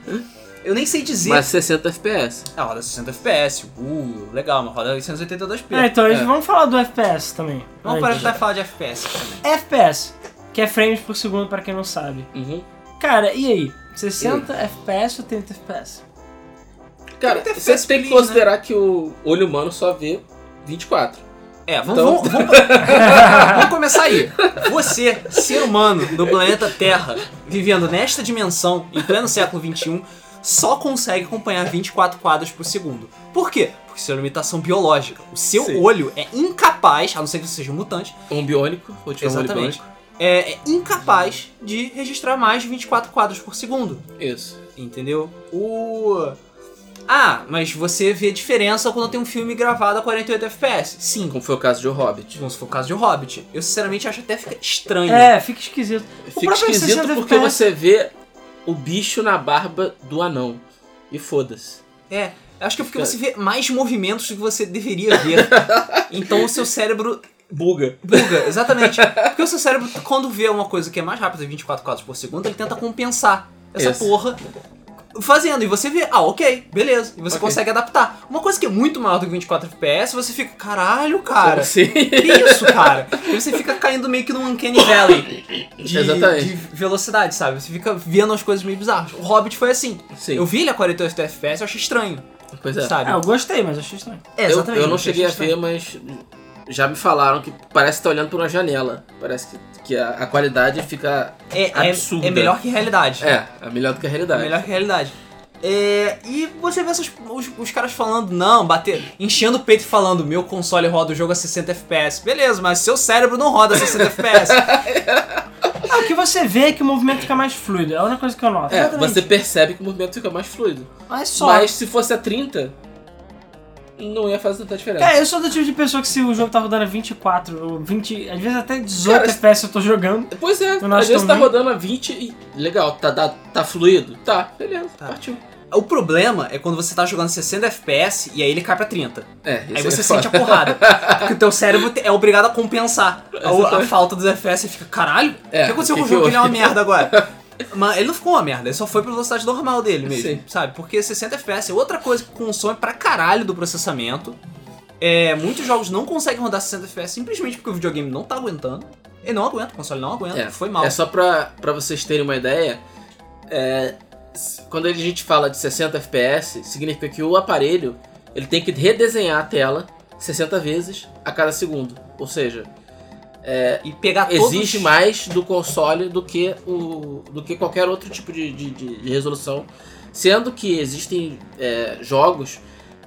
[SPEAKER 1] Eu nem sei dizer.
[SPEAKER 3] Mas 60 FPS.
[SPEAKER 1] Ah, roda 60 FPS. Uh, legal, mas roda 882p.
[SPEAKER 2] É, então eles
[SPEAKER 3] É.
[SPEAKER 2] vamos falar do FPS também.
[SPEAKER 1] Vamos
[SPEAKER 2] Aí,
[SPEAKER 1] parar
[SPEAKER 2] gente.
[SPEAKER 1] de falar de FPS também.
[SPEAKER 2] FPS, que é frames por segundo pra quem não sabe.
[SPEAKER 3] Uhum.
[SPEAKER 2] Cara, e aí? 60 FPS ou 30 FPS?
[SPEAKER 3] Cara,
[SPEAKER 1] Tem que ter
[SPEAKER 3] você
[SPEAKER 1] FPS
[SPEAKER 3] tem que
[SPEAKER 1] please,
[SPEAKER 3] considerar que o olho humano só vê 24.
[SPEAKER 1] É, vamos,
[SPEAKER 3] Então-
[SPEAKER 1] vamos, vamos- vamos começar aí. Você, ser humano do planeta Terra, vivendo nesta dimensão, em pleno século XXI, só consegue acompanhar 24 quadros por segundo. Por quê? Porque isso é uma limitação biológica. O seu
[SPEAKER 3] Sim.
[SPEAKER 1] olho é incapaz, a não ser que você seja um mutante,
[SPEAKER 3] Um biônico, ou tiver um olho biônico.
[SPEAKER 1] exatamente, é, é incapaz de registrar mais de 24 quadros por segundo.
[SPEAKER 3] Isso.
[SPEAKER 1] Entendeu? O. Ah, mas você vê a diferença quando tem um filme gravado a 48 FPS. Sim,
[SPEAKER 3] Como foi o caso de O Hobbit.
[SPEAKER 1] como se for o caso de O Hobbit. Eu sinceramente acho até fica estranho.
[SPEAKER 2] É, fica esquisito.
[SPEAKER 1] é
[SPEAKER 3] Fica
[SPEAKER 2] próprio
[SPEAKER 3] esquisito
[SPEAKER 2] 60
[SPEAKER 3] porque
[SPEAKER 2] FPS.
[SPEAKER 3] você vê o bicho na barba do anão. E foda-se.
[SPEAKER 1] É, Acho que é porque você vê mais movimentos do que você deveria ver. então o seu cérebro
[SPEAKER 3] Buga.
[SPEAKER 1] buga, exatamente. Porque o seu cérebro, quando vê uma coisa que é mais rápida, 24 quadros por segundo, ele tenta compensar essa
[SPEAKER 3] Isso.
[SPEAKER 1] porra fazendo. E você vê, ah, ok, beleza. E você
[SPEAKER 3] Ok.
[SPEAKER 1] consegue adaptar. Uma coisa que é muito maior do que 24 FPS, você fica, caralho, cara.
[SPEAKER 3] Sim.
[SPEAKER 1] Que isso, cara? E você fica caindo meio que num Uncanny Valley de,
[SPEAKER 3] Exatamente.
[SPEAKER 1] de velocidade, sabe? Você fica vendo as coisas meio bizarras. O Hobbit foi assim.
[SPEAKER 3] Sim.
[SPEAKER 1] Eu vi ele a 48 FPS, eu achei estranho,
[SPEAKER 3] Pois é.
[SPEAKER 2] Ah,
[SPEAKER 1] sabe?
[SPEAKER 2] eu gostei, mas achei estranho.
[SPEAKER 1] É,
[SPEAKER 3] eu, eu não
[SPEAKER 1] achei
[SPEAKER 3] cheguei a
[SPEAKER 1] estranho.
[SPEAKER 3] ver, mas já me falaram que parece que tá olhando por uma janela. Parece que, que a, a qualidade fica.
[SPEAKER 1] É, é-
[SPEAKER 3] absurda.
[SPEAKER 1] é melhor que a realidade.
[SPEAKER 3] É, é melhor do que a
[SPEAKER 1] É
[SPEAKER 3] realidade.
[SPEAKER 1] melhor que a realidade. É, e você vê essas- os, os caras falando, não, bater, enchendo o peito e falando, meu console roda o jogo a 60 FPS. Beleza, mas seu cérebro não roda a 60 FPS.
[SPEAKER 2] Ah, o que você vê é que o movimento fica mais fluido. É a única coisa que eu noto.
[SPEAKER 3] É, você percebe que o movimento fica mais fluido.
[SPEAKER 2] Mas só.
[SPEAKER 3] Mas se fosse a 30, não ia fazer tanta diferença.
[SPEAKER 2] Cara, eu sou do tipo de pessoa que se o jogo tá rodando a 24, ou 20, às vezes até 18
[SPEAKER 3] Cara,
[SPEAKER 2] FPS eu tô jogando.
[SPEAKER 3] Pois é,
[SPEAKER 2] No nosso
[SPEAKER 3] às vezes tá
[SPEAKER 2] também.
[SPEAKER 3] rodando a 20 e. Legal, tá, tá, tá fluido? Tá, beleza,
[SPEAKER 1] Tá.
[SPEAKER 3] partiu.
[SPEAKER 1] O problema é quando você tá jogando 60 FPS e aí ele cai pra 30.
[SPEAKER 3] É,
[SPEAKER 1] Aí
[SPEAKER 3] isso
[SPEAKER 1] você
[SPEAKER 3] é
[SPEAKER 1] sente a
[SPEAKER 3] foda.
[SPEAKER 1] porrada. Porque o teu cérebro te- é obrigado a compensar a, a
[SPEAKER 3] Exatamente.
[SPEAKER 1] falta dos FPS. Você fica, caralho,
[SPEAKER 3] É,
[SPEAKER 1] o que aconteceu
[SPEAKER 3] que
[SPEAKER 1] com o
[SPEAKER 3] que
[SPEAKER 1] jogo? Ele é uma
[SPEAKER 3] houve?
[SPEAKER 1] merda agora. Mas ele não ficou uma merda, ele só foi pra velocidade normal dele mesmo,
[SPEAKER 3] Sim.
[SPEAKER 1] sabe? Porque 60 FPS é outra coisa que consome pra caralho do processamento. É, muitos jogos não conseguem rodar 60 FPS simplesmente porque o videogame não tá aguentando. Ele não aguenta, o console não aguenta,
[SPEAKER 3] É,
[SPEAKER 1] foi mal.
[SPEAKER 3] É só pra, pra vocês terem uma ideia, é, s- quando a gente fala de 60 FPS, significa que o aparelho ele tem que redesenhar a tela 60 vezes a cada segundo. Ou seja,
[SPEAKER 1] e pegar todos...
[SPEAKER 3] exige mais do console do que, o, do que qualquer outro tipo de, de- de- de resolução. Sendo que existem é, jogos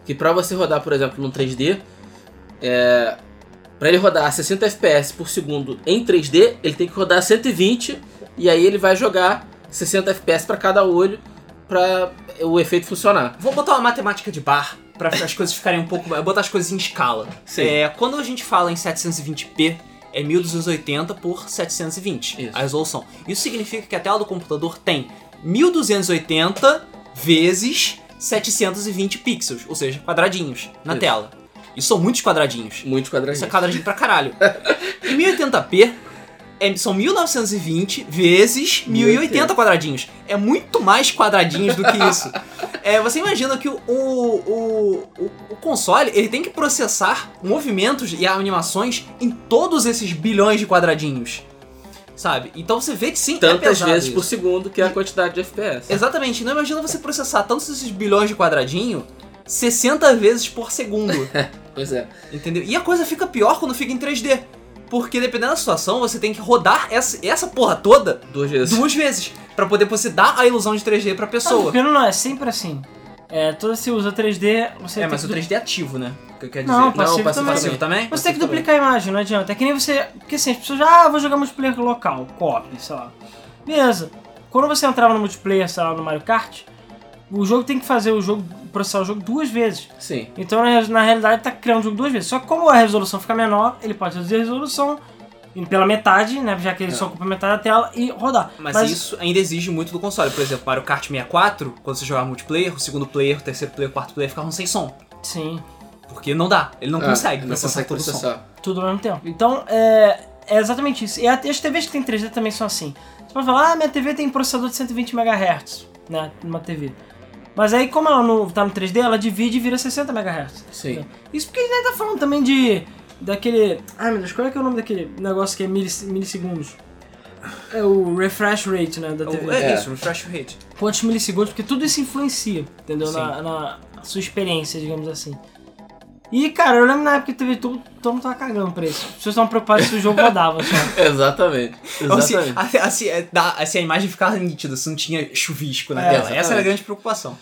[SPEAKER 3] que para você rodar, por exemplo, num 3D, para ele rodar a 60 FPS por segundo em 3D, ele tem que rodar a 120 e aí ele vai jogar 60 FPS para cada olho para o efeito funcionar.
[SPEAKER 1] Vou botar uma matemática de bar pra as coisas ficarem um pouco mais. Botar as coisas em escala.
[SPEAKER 3] Sim.
[SPEAKER 1] É, quando a gente fala em 720p, é 1280 por 720
[SPEAKER 3] Isso.
[SPEAKER 1] a resolução. Isso significa que a tela do computador tem 1280 vezes 720 pixels, ou seja, quadradinhos na
[SPEAKER 3] Isso.
[SPEAKER 1] tela. E são muitos quadradinhos.
[SPEAKER 3] Muito quadradinho.
[SPEAKER 1] Isso é quadradinho pra caralho. E 1080p é- são 1920 vezes 1080 quadradinhos. É muito mais quadradinhos do que isso. É, você imagina que o, o, o, o console ele tem que processar movimentos e animações em todos esses bilhões de quadradinhos. Sabe? Então você vê que sim, é
[SPEAKER 3] Tantas
[SPEAKER 1] pesado
[SPEAKER 3] vezes
[SPEAKER 1] isso.
[SPEAKER 3] por segundo que é a quantidade de FPS.
[SPEAKER 1] Exatamente, não imagina você processar tantos desses bilhões de quadradinho 60 vezes por segundo.
[SPEAKER 3] Pois é.
[SPEAKER 1] Entendeu? E a coisa fica pior quando fica em 3D. Porque dependendo da situação, você tem que rodar essa, essa porra toda
[SPEAKER 3] Duas vezes.
[SPEAKER 1] duas vezes. Pra poder você dar a ilusão de 3D pra
[SPEAKER 2] Não,
[SPEAKER 1] pessoa.
[SPEAKER 2] porque não é sempre assim. É, toda se usa 3D, você
[SPEAKER 1] É,
[SPEAKER 2] tem
[SPEAKER 1] mas
[SPEAKER 2] que
[SPEAKER 1] o
[SPEAKER 2] du-
[SPEAKER 1] 3D é ativo, né? O que quer dizer?
[SPEAKER 2] Não, passivo
[SPEAKER 3] passivo
[SPEAKER 2] também.
[SPEAKER 1] passivo também?
[SPEAKER 2] Você tem que
[SPEAKER 3] Você
[SPEAKER 2] duplicar a imagem, não adianta. É que nem você. Porque assim, as pessoas já. Ah, vou jogar multiplayer local, co-op, sei lá. Beleza. Quando você entrava no multiplayer, sei lá, no Mario Kart, o jogo tem que fazer o jogo. processar o jogo duas vezes.
[SPEAKER 3] Sim.
[SPEAKER 2] Então na, na realidade tá criando o jogo duas vezes. Só que como a resolução fica menor, ele pode reduzir a resolução em- pela metade, né? Já que ele só ocupa metade da tela e rodar.
[SPEAKER 1] É. Mas, isso ainda exige muito do console. Por exemplo, Mario Kart 64, quando você jogava multiplayer, o segundo player, o terceiro player, o quarto player ficavam sem som.
[SPEAKER 2] Sim,
[SPEAKER 1] Porque não dá. Ele não
[SPEAKER 3] Ah,
[SPEAKER 1] consegue
[SPEAKER 3] não
[SPEAKER 1] processar
[SPEAKER 3] consegue
[SPEAKER 1] todo o som.
[SPEAKER 3] processar.
[SPEAKER 2] tudo ao mesmo tempo. Então é, é exatamente isso. E a- as TVs que tem 3D também são assim. Você pode falar, ah, minha TV tem processador de 120 MHz, né? Uma TV. Mas aí, como ela não tá no 3D, ela divide e vira 60 MHz.
[SPEAKER 3] Sim.
[SPEAKER 2] Isso porque a gente tá falando também de. Daquele. Ai meu Deus, qual é que é o nome daquele negócio que é milis- milissegundos? É o refresh rate, né? Da TV.
[SPEAKER 1] É,
[SPEAKER 3] É.
[SPEAKER 1] isso, refresh rate.
[SPEAKER 2] quantos milissegundos, porque tudo isso influencia, entendeu?
[SPEAKER 1] Sim.
[SPEAKER 2] Na, na sua experiência, digamos assim. E, cara, eu lembro na época que teve tudo, todo mundo tava cagando pra isso. As pessoas estavam preocupadas se o jogo rodava assim, só.
[SPEAKER 3] Exatamente.
[SPEAKER 1] Ou se,
[SPEAKER 3] Exatamente.
[SPEAKER 1] a, a- se, é, dá- a- se a imagem ficava nítida, se não tinha chuvisco na
[SPEAKER 2] É,
[SPEAKER 1] tela. Essa era a
[SPEAKER 3] exatamente.
[SPEAKER 1] grande preocupação.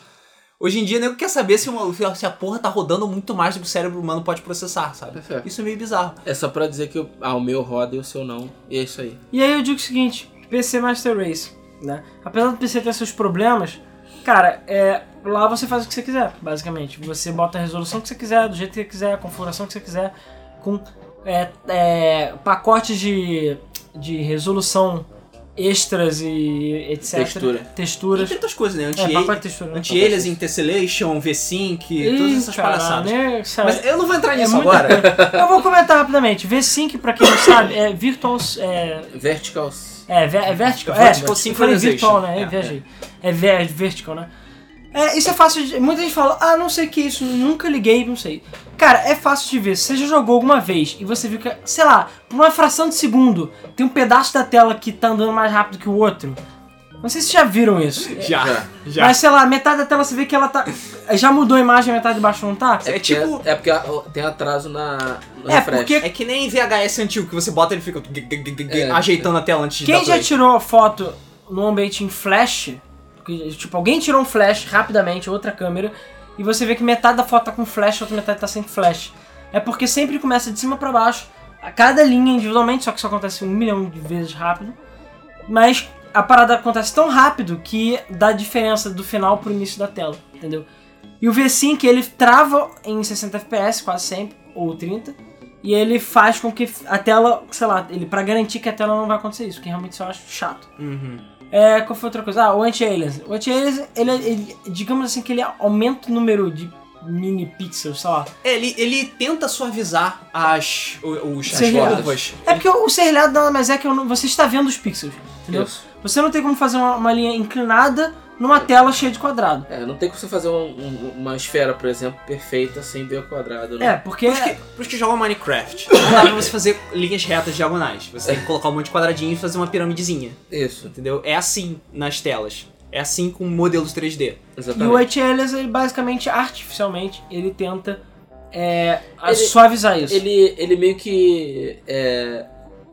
[SPEAKER 1] Hoje em dia, nego quer saber se, uma- se a porra tá rodando muito mais do que o cérebro humano pode processar, sabe?
[SPEAKER 3] Perfeito.
[SPEAKER 1] Isso é meio bizarro.
[SPEAKER 3] É só pra dizer que o- ah, o meu roda e o seu não. E é isso aí.
[SPEAKER 2] E aí eu digo o seguinte, PC Master Race, né? Apesar do PC ter seus problemas, cara, é, lá você faz o que você quiser, basicamente. Você bota a resolução que você quiser, do jeito que você quiser, a configuração que você quiser, com é, é, pacotes de, de resolução extras e etc.
[SPEAKER 3] Textura.
[SPEAKER 1] E
[SPEAKER 2] Texturas.
[SPEAKER 1] tem outras coisas, né?
[SPEAKER 2] É, pacote de
[SPEAKER 1] Anti-
[SPEAKER 2] textura. né?
[SPEAKER 1] Anti-aliasing, tessellation, V-Sync, todas
[SPEAKER 2] Ih,
[SPEAKER 1] essas
[SPEAKER 2] cara,
[SPEAKER 1] palhaçadas.
[SPEAKER 2] né, sabe?
[SPEAKER 1] Mas eu não vou entrar
[SPEAKER 2] É
[SPEAKER 1] nisso
[SPEAKER 2] muita
[SPEAKER 1] agora.
[SPEAKER 2] coisa. Eu vou comentar rapidamente. V-Sync, pra quem não sabe, é virtual... É,
[SPEAKER 3] Verticals.
[SPEAKER 2] é, ve- é vertical. É,
[SPEAKER 1] Vertical
[SPEAKER 2] eu falei virtual, né? É,
[SPEAKER 1] synchronization.
[SPEAKER 2] viajei. É, ver- vertical, né? É, isso é fácil de... Muita gente fala, ah, não sei o que é isso, nunca liguei, não sei. Cara, é fácil de ver. Se você já jogou alguma vez e você viu que, sei lá, por uma fração de segundo, tem um pedaço da tela que tá andando mais rápido que o outro. Não sei se vocês já viram isso.
[SPEAKER 1] Já,
[SPEAKER 3] Já.
[SPEAKER 1] já.
[SPEAKER 2] É. Mas sei lá, metade da tela você vê que ela tá. Já mudou a imagem, metade de baixo não tá?
[SPEAKER 1] É
[SPEAKER 3] porque-
[SPEAKER 1] tipo-
[SPEAKER 3] É porque ah, tem atraso na, no
[SPEAKER 2] É,
[SPEAKER 3] refresh.
[SPEAKER 2] porque-
[SPEAKER 1] É que nem VHS antigo, que você bota e ele fica gu- gu- gu- gu-
[SPEAKER 3] É.
[SPEAKER 1] ajeitando a tela antes de
[SPEAKER 2] Quem
[SPEAKER 1] dar
[SPEAKER 2] já
[SPEAKER 1] play.
[SPEAKER 2] tirou foto num ambiente em flash, que, tipo, alguém tirou um flash rapidamente, outra câmera, e você vê que metade da foto tá com flash, a outra metade tá sem flash. É porque sempre começa de cima pra baixo, a cada linha individualmente, só que isso acontece um milhão de vezes rápido. Mas a parada acontece tão rápido que dá diferença do final pro início da tela, entendeu? E o V-Sync ele trava em 60 FPS quase sempre, ou 30. E ele faz com que a tela, sei lá, ele pra garantir que a tela não vai acontecer isso, que realmente isso eu acho chato.
[SPEAKER 1] Uhum.
[SPEAKER 2] É, qual foi outra coisa? Ah, o anti-aliens. O anti-aliens, ele, ele- digamos assim, que ele aumenta o número de mini pixels, sei lá.
[SPEAKER 1] É, Ele, ele tenta suavizar as, o- os, as
[SPEAKER 2] Sim,
[SPEAKER 1] curvas.
[SPEAKER 2] É porque o serrilhado nada mais é que eu não- você está vendo os pixels, entendeu?
[SPEAKER 3] Isso.
[SPEAKER 2] Você não tem como fazer uma, uma linha inclinada numa tela cheia de quadrado.
[SPEAKER 3] É, não tem como você fazer um- um- uma esfera, por exemplo, perfeita sem ver o quadrado, né?
[SPEAKER 2] É, porque...
[SPEAKER 1] Pros que, pros que jogam Minecraft, não dá pra você fazer linhas retas diagonais. Você tem que colocar um monte de quadradinho e fazer uma piramidezinha,
[SPEAKER 3] Isso,
[SPEAKER 1] entendeu? É assim nas telas. É assim com modelos 3D.
[SPEAKER 2] E o
[SPEAKER 3] exatamente.
[SPEAKER 2] H.L.S. ele basicamente, artificialmente, ele tenta é, a-
[SPEAKER 3] Ele-
[SPEAKER 2] suavizar isso. Ele,
[SPEAKER 3] Ele, ele meio que. é,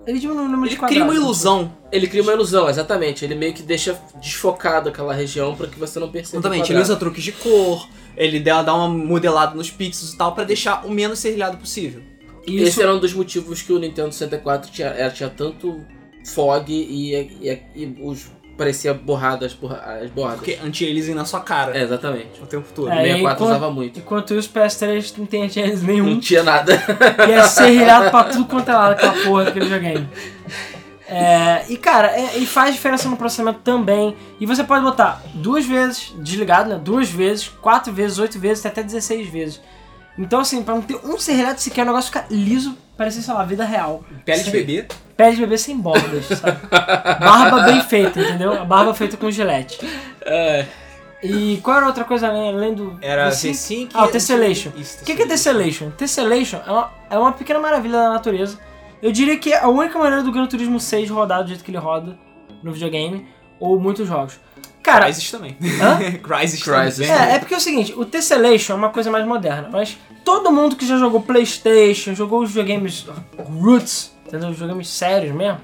[SPEAKER 2] diminui o número
[SPEAKER 1] Ele
[SPEAKER 2] de quadrados.
[SPEAKER 1] cria uma ilusão.
[SPEAKER 3] ele cria uma ilusão, exatamente. Ele meio que deixa desfocado aquela região pra que você não perceba. o
[SPEAKER 1] Exatamente. Ele
[SPEAKER 3] quadrado.
[SPEAKER 1] usa truques de cor, ele dá dá uma modelada nos pixels e tal pra deixar o menos serrilhado possível.
[SPEAKER 2] E né? Isso,
[SPEAKER 3] Esse era um dos motivos que o Nintendo 64 tinha, era- tinha tanto fog e, e, e os, parecia borrado as, borra- as bordas.
[SPEAKER 1] Porque anti-aliasing na sua cara
[SPEAKER 3] É, exatamente.
[SPEAKER 1] o tempo todo. né?
[SPEAKER 3] O
[SPEAKER 2] É, e
[SPEAKER 3] 64
[SPEAKER 2] quando-
[SPEAKER 3] usava muito.
[SPEAKER 2] Enquanto isso, o PS3 não tem H.L.S. nenhum.
[SPEAKER 3] Não tinha nada.
[SPEAKER 2] E é serrilhado pra tudo quanto é lado aquela porra daquele videogame. É, e cara, é- e faz diferença no processamento também. E você pode botar duas vezes, desligado, né? Duas vezes, quatro vezes, oito vezes, até 16 vezes. Então, assim, pra não ter um serrilhado sequer, o negócio fica liso, parecia, sei lá, vida real.
[SPEAKER 1] Pele de
[SPEAKER 2] Sim.
[SPEAKER 1] bebê.
[SPEAKER 2] Pé de bebê sem bordas, sabe? Barba bem feita, entendeu? A barba feita com gilete. E qual era a outra coisa além, além do.
[SPEAKER 1] Era
[SPEAKER 2] do sync?
[SPEAKER 1] V-Sync.
[SPEAKER 2] Ah, o Tessellation.
[SPEAKER 1] Isso,
[SPEAKER 2] O que, que é Tessellation? Tessellation é uma, é uma pequena maravilha da natureza. Eu diria que é a única maneira do Gran Turismo 6 rodar do jeito que ele roda no videogame, ou muitos jogos. Cara,
[SPEAKER 1] Crysis também.
[SPEAKER 2] hã?
[SPEAKER 1] Crysis,
[SPEAKER 3] Crysis.
[SPEAKER 1] também.
[SPEAKER 2] É, é porque é o seguinte, o Tessellation é uma coisa mais moderna, mas todo mundo que já jogou Playstation, jogou os videogames roots, entendeu? Os videogames sérios mesmo,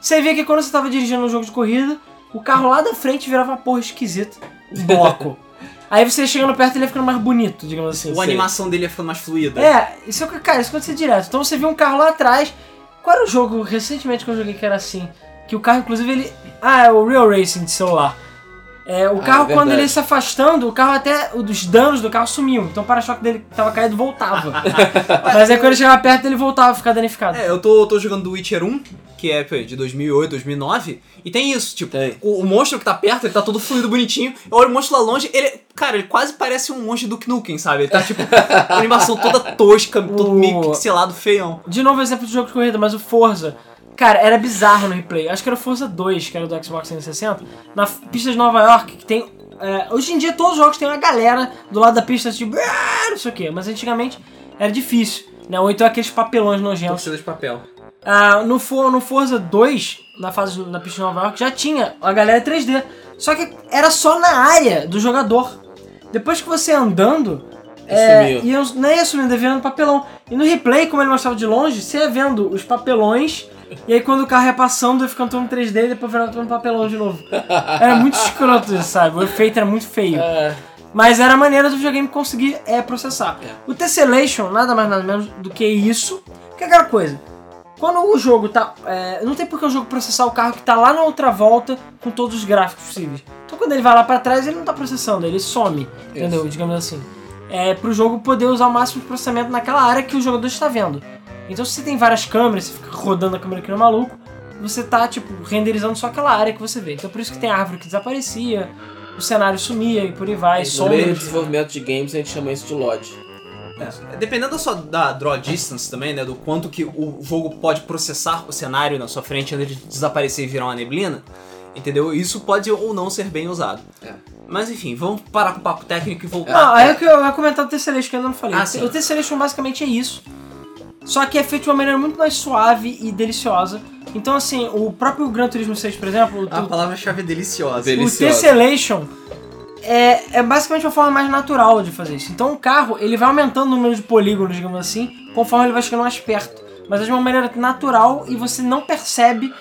[SPEAKER 2] você via que quando você tava dirigindo um jogo de corrida, o carro lá da frente virava uma porra esquisita, um bloco. Aí você chegando perto ele ia ficando mais bonito, digamos assim.
[SPEAKER 1] Ou a animação dele ia ficando mais fluida.
[SPEAKER 2] É, isso é o que, cara, isso acontece direto. Então você viu um carro lá atrás. Qual era o jogo recentemente que eu joguei que era assim? Que o carro, inclusive, ele. Ah, é o Real Racing de celular. É, o
[SPEAKER 3] Ah,
[SPEAKER 2] carro,
[SPEAKER 3] é
[SPEAKER 2] quando ele
[SPEAKER 3] verdade.
[SPEAKER 2] ia se afastando, o carro até. Os danos do carro sumiam. Então o para-choque dele que tava caído voltava. Mas aí quando ele chegava perto, ele voltava a ficar danificado.
[SPEAKER 1] É, eu tô, tô jogando The Witcher 1, que é pô, de 2008, 2009, e tem isso, tipo,
[SPEAKER 3] Tem.
[SPEAKER 1] O, o monstro que tá perto, ele tá todo fluido, bonitinho, eu olho o monstro lá longe, ele, cara, ele quase parece um monstro do Knuckles, sabe? Ele tá, tipo, com a animação toda tosca, todo meio
[SPEAKER 2] O-
[SPEAKER 1] pixelado, feião.
[SPEAKER 2] De novo, exemplo de jogo de corrida, mas o Forza. Cara, era bizarro no replay. Acho que era o Forza 2, que era do Xbox 360. Na f- pista de Nova York, que tem. é, hoje em dia, todos os jogos tem uma galera do lado da pista, tipo. "Ah", Não sei o quê. Mas antigamente era difícil. Né? Ou então aqueles papelões nojentos.
[SPEAKER 1] Torcida de papel.
[SPEAKER 2] Ah, no, For, no Forza 2, na fase na pista de Nova York, já tinha a galera 3D. Só que era só na área do jogador. Depois que você ia andando, é,
[SPEAKER 3] Sumiu.
[SPEAKER 2] iam, não ia sumindo, ia virando papelão. E no replay, como ele mostrava de longe, você ia vendo os papelões. E aí quando o carro ia passando, ia ficando todo em 3D e depois virando todo em papelão de novo. Era muito escroto isso, sabe? O efeito era muito feio.
[SPEAKER 3] É,
[SPEAKER 2] Mas era a maneira do videogame conseguir é, processar. O Tessellation, nada mais nada menos do que isso. Que é aquela coisa. Quando o jogo tá. é, não tem por que o jogo processar o carro que tá lá na outra volta com todos os gráficos possíveis. Então quando ele vai lá pra trás, ele não tá processando, ele some. Entendeu? Digamos assim. É pro jogo poder usar o máximo de processamento naquela área que o jogador está vendo. Então se você tem várias câmeras, você fica rodando a câmera aqui no maluco, você tá, tipo, renderizando só aquela área que você vê. Então por isso que tem árvore que desaparecia, o cenário sumia e por aí
[SPEAKER 1] um-
[SPEAKER 2] vai,
[SPEAKER 3] no meio do
[SPEAKER 2] sombras.
[SPEAKER 3] desenvolvimento de games, a gente chama isso de LOD.
[SPEAKER 1] Dependendo da sua da draw distance também, né? Do quanto que o jogo pode processar o cenário na sua frente antes de desaparecer e virar uma neblina, entendeu? Isso pode ou não ser bem usado.
[SPEAKER 3] É.
[SPEAKER 1] Mas enfim, vamos parar com o papo técnico e voltar.
[SPEAKER 2] Não, aí é que eu ia comentar do Tessellation que eu ainda não falei.
[SPEAKER 1] Ah,
[SPEAKER 2] O te-
[SPEAKER 1] sim.
[SPEAKER 2] o Tessellation basicamente é isso. Só que é feito de uma maneira muito mais suave e deliciosa. Então, assim, o próprio Gran Turismo 6, por exemplo, o,
[SPEAKER 1] A palavra-chave é deliciosa.
[SPEAKER 3] Deli-
[SPEAKER 2] o
[SPEAKER 3] Deliciosa.
[SPEAKER 2] Tessellation é, é basicamente uma forma mais natural de fazer isso. Então o carro ele vai aumentando o número de polígonos, digamos assim, conforme ele vai chegando mais perto. Mas é de uma maneira natural e você não percebe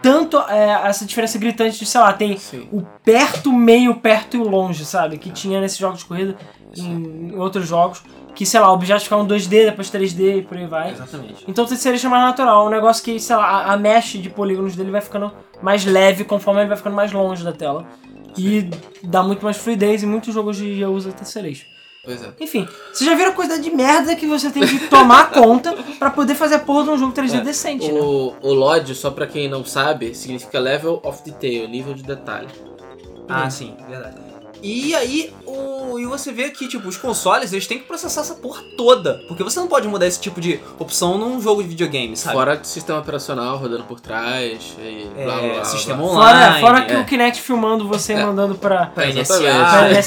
[SPEAKER 2] tanto é, essa diferença gritante de, sei lá, tem
[SPEAKER 3] Sim.
[SPEAKER 2] o perto, o meio, o perto e o longe, sabe? Que tinha nesses jogos de corrida, em, em outros jogos, que, sei lá, objetos ficavam 2D, um depois 3D e por aí vai.
[SPEAKER 1] Exatamente.
[SPEAKER 2] Então o terceiro é mais natural, um negócio que, sei lá, a, a mesh de polígonos dele vai ficando mais leve conforme ele vai ficando mais longe da tela. E dá muito mais fluidez e muitos jogos de já usa Tessellation.
[SPEAKER 3] Pois é.
[SPEAKER 2] Enfim, vocês já viram a quantidade de merda que você tem que tomar conta pra poder fazer a porra de um jogo 3D
[SPEAKER 3] É,
[SPEAKER 2] decente, né?
[SPEAKER 3] O, o LOD, só pra quem não sabe, significa Level of Detail, nível de detalhe. Né?
[SPEAKER 1] Ah, sim, verdade. E aí, o, e você vê que, tipo, os consoles, eles têm que processar essa porra toda. Porque você não pode mudar esse tipo de opção num jogo de videogame, sabe?
[SPEAKER 3] Fora de sistema operacional rodando por trás e
[SPEAKER 1] É,
[SPEAKER 3] blá blá blá.
[SPEAKER 1] sistema
[SPEAKER 3] blá.
[SPEAKER 2] Fora,
[SPEAKER 1] online.
[SPEAKER 2] fora que
[SPEAKER 3] é.
[SPEAKER 2] o Kinect filmando você
[SPEAKER 3] É. Ah,
[SPEAKER 2] mandando pra.
[SPEAKER 1] Pra
[SPEAKER 2] pra
[SPEAKER 1] NSA,
[SPEAKER 3] Exatamente. É,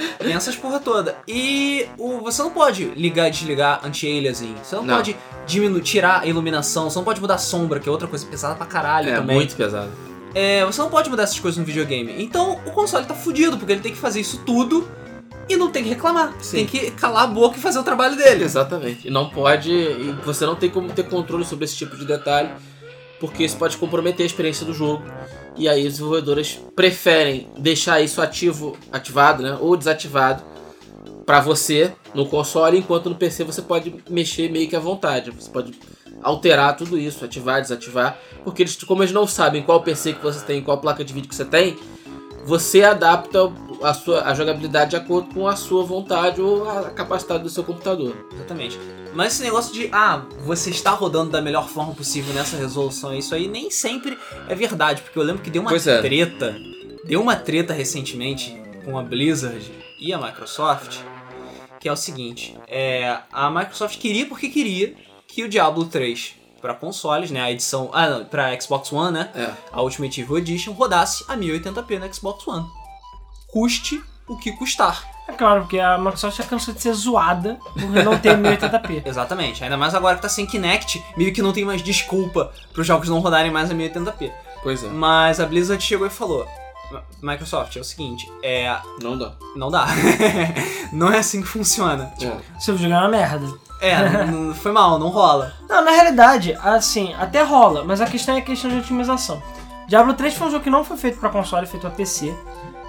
[SPEAKER 2] LSA.
[SPEAKER 1] tem essas porra toda. E o, você não pode ligar e desligar anti-aliasing. Você não,
[SPEAKER 3] Não.
[SPEAKER 1] pode diminuir, tirar a iluminação. Você não pode mudar a sombra, que é outra coisa pesada pra caralho
[SPEAKER 3] É
[SPEAKER 1] também.
[SPEAKER 3] muito pesado.
[SPEAKER 1] É, você não pode mudar essas coisas no videogame. Então o console tá fudido, porque ele tem que fazer isso tudo e não tem que reclamar. Tem
[SPEAKER 3] Sim.
[SPEAKER 1] que calar a boca e fazer o trabalho dele.
[SPEAKER 3] Exatamente. E não pode. e Você não tem como ter controle sobre esse tipo de detalhe, porque isso pode comprometer a experiência do jogo. E aí os desenvolvedores preferem deixar isso ativo, ativado, né? Ou desativado pra você no console, enquanto no PC você pode mexer meio que à vontade. Você pode alterar tudo isso, ativar, desativar, porque eles, como eles não sabem qual PC que você tem, qual placa de vídeo que você tem, você adapta a sua a jogabilidade de acordo com a sua vontade ou a capacidade do seu computador.
[SPEAKER 1] Exatamente. Mas esse negócio de, ah, você está rodando da melhor forma possível nessa resolução, isso aí nem sempre é verdade, porque eu lembro que deu uma
[SPEAKER 3] Pois é.
[SPEAKER 1] treta, deu uma treta recentemente com a Blizzard e a Microsoft, que é o seguinte, é, a Microsoft queria porque queria que o Diablo 3 para consoles, né, a edição, ah, não, para Xbox One, né,
[SPEAKER 3] É.
[SPEAKER 1] a Ultimate Evil Edition rodasse a 1080p na Xbox One. Custe o que custar.
[SPEAKER 2] É claro, porque a Microsoft já cansou de ser zoada por não ter 1080p.
[SPEAKER 1] Exatamente, ainda mais agora que tá sem Kinect, meio que não tem mais desculpa pros jogos não rodarem mais a 1080p.
[SPEAKER 3] Pois é,
[SPEAKER 1] Mas a Blizzard chegou e falou: Microsoft, é o seguinte, é.
[SPEAKER 3] não dá.
[SPEAKER 1] Não dá. não é assim que funciona.
[SPEAKER 3] É.
[SPEAKER 2] Seu jogo é uma merda.
[SPEAKER 1] É, não- não- foi mal, não rola.
[SPEAKER 2] Não, na realidade, assim, até rola, mas a questão é a questão de otimização. Diablo 3 foi um jogo que não foi feito pra console, foi feito pra PC.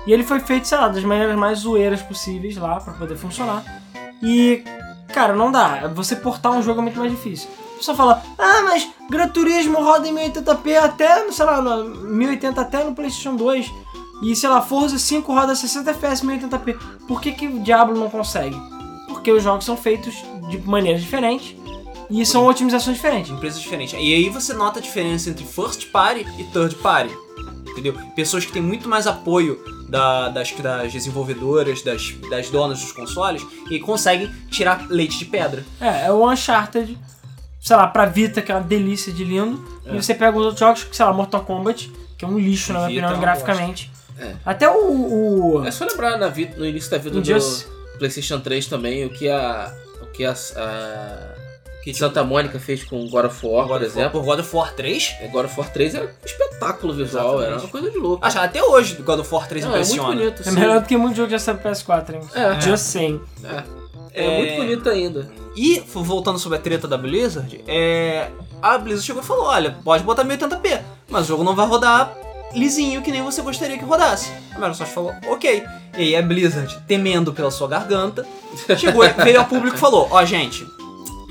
[SPEAKER 2] E ele foi feito, sei lá, das maneiras mais zoeiras possíveis lá pra poder funcionar. E, cara, não dá. Você portar um jogo é muito mais difícil. Só fala, ah, mas Gran Turismo roda em 1080p até, sei lá, no 1080 até no PlayStation 2. E, sei lá, Forza 5 roda 60 FPS em 1080p. Por que, que o Diablo não consegue? Porque os jogos são feitos de maneiras diferentes e são otimizações diferentes.
[SPEAKER 1] Empresa Um diferente. E aí você nota a diferença entre first party e third party. Entendeu? Pessoas que têm muito mais apoio da- das, das desenvolvedoras, das, das donas dos consoles, e conseguem tirar leite de pedra.
[SPEAKER 2] É, é o Uncharted, sei lá, pra Vita, que é uma delícia de lindo. E você pega os outros jogos, que, sei lá, Mortal Kombat, que é um lixo, na minha
[SPEAKER 1] Vita
[SPEAKER 2] opinião,
[SPEAKER 1] é uma
[SPEAKER 2] graficamente.
[SPEAKER 3] É.
[SPEAKER 2] Até o. o...
[SPEAKER 3] É só lembrar na vida, no início da vida
[SPEAKER 2] Injustice.
[SPEAKER 3] do PlayStation 3 também o que a. O que a. a- que Santa Mônica fez com God of
[SPEAKER 1] God
[SPEAKER 3] War, por
[SPEAKER 1] of War-
[SPEAKER 3] exemplo.
[SPEAKER 1] por God of War 3?
[SPEAKER 3] É, God of War 3 era um espetáculo visual,
[SPEAKER 1] Exatamente. Ah,
[SPEAKER 3] era uma coisa de louco.
[SPEAKER 1] Acho, até hoje God of War 3
[SPEAKER 3] Não, é muito
[SPEAKER 1] impressiona.
[SPEAKER 3] bonito.
[SPEAKER 2] É
[SPEAKER 3] sim.
[SPEAKER 2] melhor do que muito jogo que já saiu pro PS4, hein?
[SPEAKER 3] É.
[SPEAKER 2] Just saying.
[SPEAKER 3] É,
[SPEAKER 1] É.
[SPEAKER 3] muito bonito ainda.
[SPEAKER 1] E, f- voltando sobre a treta da Blizzard, é, a Blizzard chegou e falou: olha, pode botar 1080p, mas o jogo não vai rodar lisinho que nem você gostaria que rodasse. A Microsoft falou: ok. E aí a Blizzard, temendo pela sua garganta, chegou, e veio ao público e falou: ó, gente,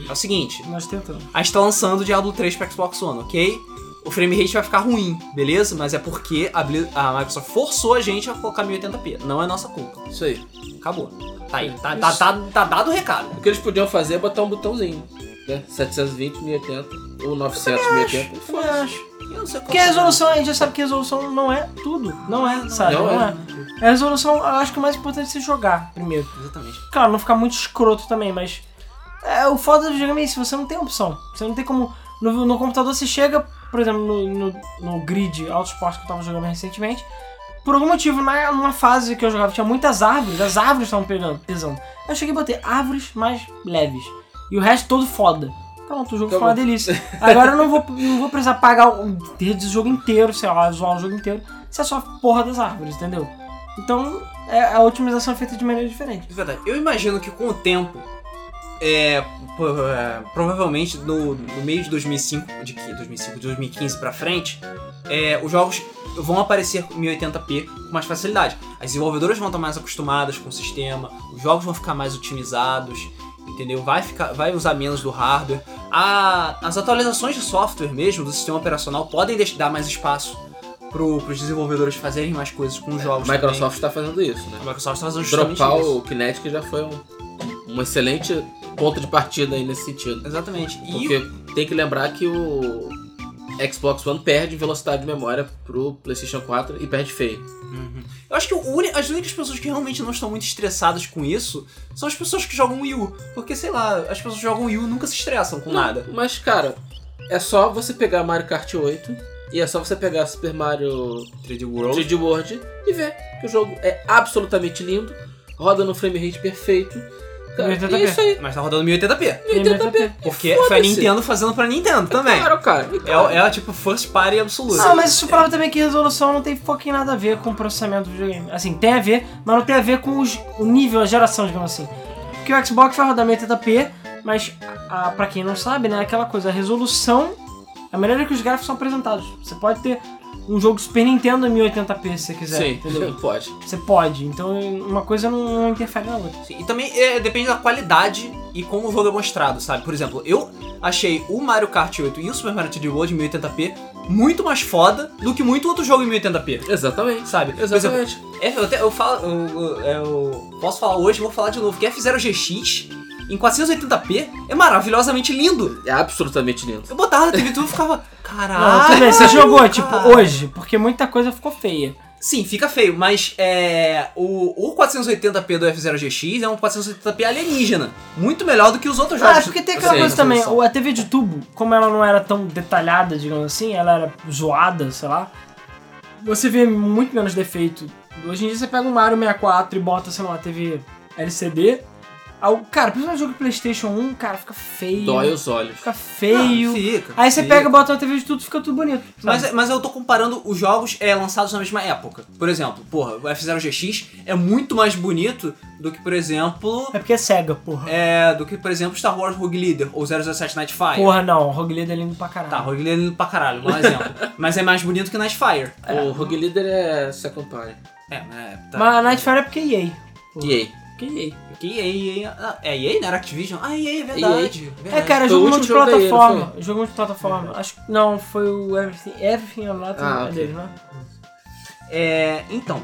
[SPEAKER 1] é o seguinte,
[SPEAKER 2] Nós tentamos.
[SPEAKER 1] a gente tá lançando o Diablo 3 pra Xbox One, ok? O frame rate vai ficar ruim, beleza? Mas é porque a, Blizz- a Microsoft forçou a gente a colocar 1080p. Não é nossa culpa.
[SPEAKER 3] Isso aí.
[SPEAKER 1] Acabou. Tá aí. Tá, tá, tá- tá dado o recado.
[SPEAKER 3] O que eles podiam fazer é botar um botãozinho, né? 720, 1080 ou 900, 1080.
[SPEAKER 2] Eu acho.
[SPEAKER 1] Eu não sei qual
[SPEAKER 2] Porque é a resolução, a gente já sabe que a resolução não é tudo. Não é, sabe? Não,
[SPEAKER 3] Não
[SPEAKER 2] é. A resolução, eu acho que o mais importante é você jogar primeiro.
[SPEAKER 1] Exatamente.
[SPEAKER 2] Claro, não ficar muito escroto também, mas. É, o foda do videogame é isso, você não tem opção. Você não tem como. No, no computador você chega, por exemplo, no, no, no grid autosport que eu tava jogando recentemente. Por algum motivo, na, numa fase que eu jogava, tinha muitas árvores, as árvores estavam pegando, pesando. Aí Eu cheguei a bater árvores mais leves. E o resto todo foda. Pronto, o jogo
[SPEAKER 3] Tá
[SPEAKER 2] foi uma
[SPEAKER 3] bom.
[SPEAKER 2] delícia. Agora eu não vou, não vou precisar pagar o o jogo inteiro, sei lá, zoar o jogo inteiro. Isso é só a porra das árvores, entendeu? Então, é, a otimização é feita de maneira diferente.
[SPEAKER 1] De verdade. Eu imagino que com o tempo, é, pô, é, provavelmente no, no meio de 2005, de que 2005, 2015 pra frente, é, os jogos vão aparecer com 1080p com mais facilidade. As desenvolvedoras vão estar mais acostumadas com o sistema, os jogos vão ficar mais otimizados, entendeu? Vai ficar, vai usar menos do hardware. A- as atualizações de software mesmo do sistema operacional podem deix- dar mais espaço pro, pros desenvolvedores fazerem mais coisas com os jogos.
[SPEAKER 3] Microsoft está fazendo isso, né?
[SPEAKER 1] também. A Microsoft tá fazendo justamente
[SPEAKER 3] Dropar
[SPEAKER 1] isso.
[SPEAKER 3] o Kinetic já foi um, um excelente ponto de partida aí nesse sentido.
[SPEAKER 1] Exatamente. E
[SPEAKER 3] Porque tem que lembrar que o Xbox One perde velocidade de memória pro PlayStation 4 e perde feio.
[SPEAKER 1] Eu acho que o uni- as únicas pessoas que realmente não estão muito estressadas com isso são as pessoas que jogam Wii U. Porque, sei lá, as pessoas que jogam Wii U nunca se estressam com nada.
[SPEAKER 3] Mas, cara, é só você pegar Mario Kart 8 e é só você pegar Super Mario
[SPEAKER 1] 3D World.
[SPEAKER 3] 3D World e ver que o jogo é absolutamente lindo, roda no frame rate perfeito. Cara, e
[SPEAKER 2] 1080p.
[SPEAKER 3] é isso aí.
[SPEAKER 1] Mas tá rodando 1080p.
[SPEAKER 2] Tem
[SPEAKER 3] 1080p.
[SPEAKER 1] Porque foi a
[SPEAKER 3] Foda-se.
[SPEAKER 1] Nintendo fazendo pra Nintendo também.
[SPEAKER 3] Claro, cara. E,
[SPEAKER 1] É,
[SPEAKER 3] cara,
[SPEAKER 1] é tipo first party absoluto.
[SPEAKER 2] Não, Ah, mas isso prova também que resolução não tem fucking nada a ver com o processamento do videogame. Assim, tem a ver, mas não tem a ver com os- o nível, a geração, digamos assim. Porque o Xbox vai rodar 1080p, mas a, pra quem não sabe, né, aquela coisa, a resolução, é a maneira que os gráficos são apresentados. Você pode ter um jogo Super Nintendo em 1080p se você quiser,
[SPEAKER 3] Sim,
[SPEAKER 2] entendeu?
[SPEAKER 3] pode.
[SPEAKER 2] Você pode, então uma coisa não, não interfere na outra.
[SPEAKER 1] Sim, E também é, depende da qualidade e como o jogo é mostrado, sabe? Por exemplo, eu achei o Mario Kart 8 e o Super Mario 3D World em 1080p muito mais foda do que muito outro jogo em 1080p.
[SPEAKER 3] Exatamente.
[SPEAKER 1] Sabe? Por exemplo,
[SPEAKER 3] Exatamente.
[SPEAKER 1] F- É, eu, te- eu falo. Eu, eu- eu posso falar hoje, vou falar de novo, que F0 GX em 480p é maravilhosamente lindo.
[SPEAKER 3] É absolutamente lindo.
[SPEAKER 1] Eu botava na TV tudo e ficava.
[SPEAKER 2] Não,
[SPEAKER 1] Caralho!
[SPEAKER 2] tudo bem, você jogou, tipo,
[SPEAKER 1] cara."
[SPEAKER 2] hoje, porque muita coisa ficou feia.
[SPEAKER 1] Sim, fica feio, mas é, o, o 480p do F0 GX é um 480p alienígena. Muito melhor do que os outros
[SPEAKER 2] Ah,
[SPEAKER 1] jogos.
[SPEAKER 2] é porque tem aquela
[SPEAKER 3] Sim,
[SPEAKER 2] coisa
[SPEAKER 3] a
[SPEAKER 2] também,
[SPEAKER 3] solução.
[SPEAKER 2] a TV de tubo, como ela não era tão detalhada, digamos assim, ela era zoada, sei lá, você vê muito menos defeito. Hoje em dia você pega um Mario 64 e bota, sei lá, uma TV LCD, ao- cara, principalmente jogo de Playstation 1, cara, fica feio,
[SPEAKER 3] Dói os olhos.
[SPEAKER 2] fica feio,
[SPEAKER 1] Ah, fica,
[SPEAKER 2] aí você
[SPEAKER 1] fica.
[SPEAKER 2] pega e bota uma TV de tudo, fica tudo bonito. sabe?
[SPEAKER 1] Mas, é- mas eu tô comparando os jogos é, lançados na mesma época. Por exemplo, porra, o F0GX é muito mais bonito do que, por exemplo,
[SPEAKER 2] É porque é cega, porra.
[SPEAKER 1] é, do que, por exemplo, Star Wars Rogue Leader ou 007 Nightfire.
[SPEAKER 2] Porra, não, Rogue Leader é lindo pra caralho.
[SPEAKER 1] Tá, Rogue Leader é lindo pra caralho, não é um exemplo. mas é mais bonito que Nightfire.
[SPEAKER 3] O Rogue Leader é Second Party.
[SPEAKER 1] É, é tá.
[SPEAKER 2] Mas a Nightfire é porque é EA. porra.
[SPEAKER 3] E aí?
[SPEAKER 2] Porque é EA.
[SPEAKER 1] Que EA, EA, é EA, não era Activision? Ah, EA, é verdade.
[SPEAKER 2] É,
[SPEAKER 1] verdade.
[SPEAKER 2] cara,
[SPEAKER 3] Foi
[SPEAKER 2] jogo
[SPEAKER 3] o último jogo da EA,
[SPEAKER 2] multiplataforma. Jogo multiplataforma. Acho que. Não, foi o Everything. Everything or Nothing
[SPEAKER 3] Ah,
[SPEAKER 2] é
[SPEAKER 3] ok.
[SPEAKER 2] dele, né?
[SPEAKER 1] É, então.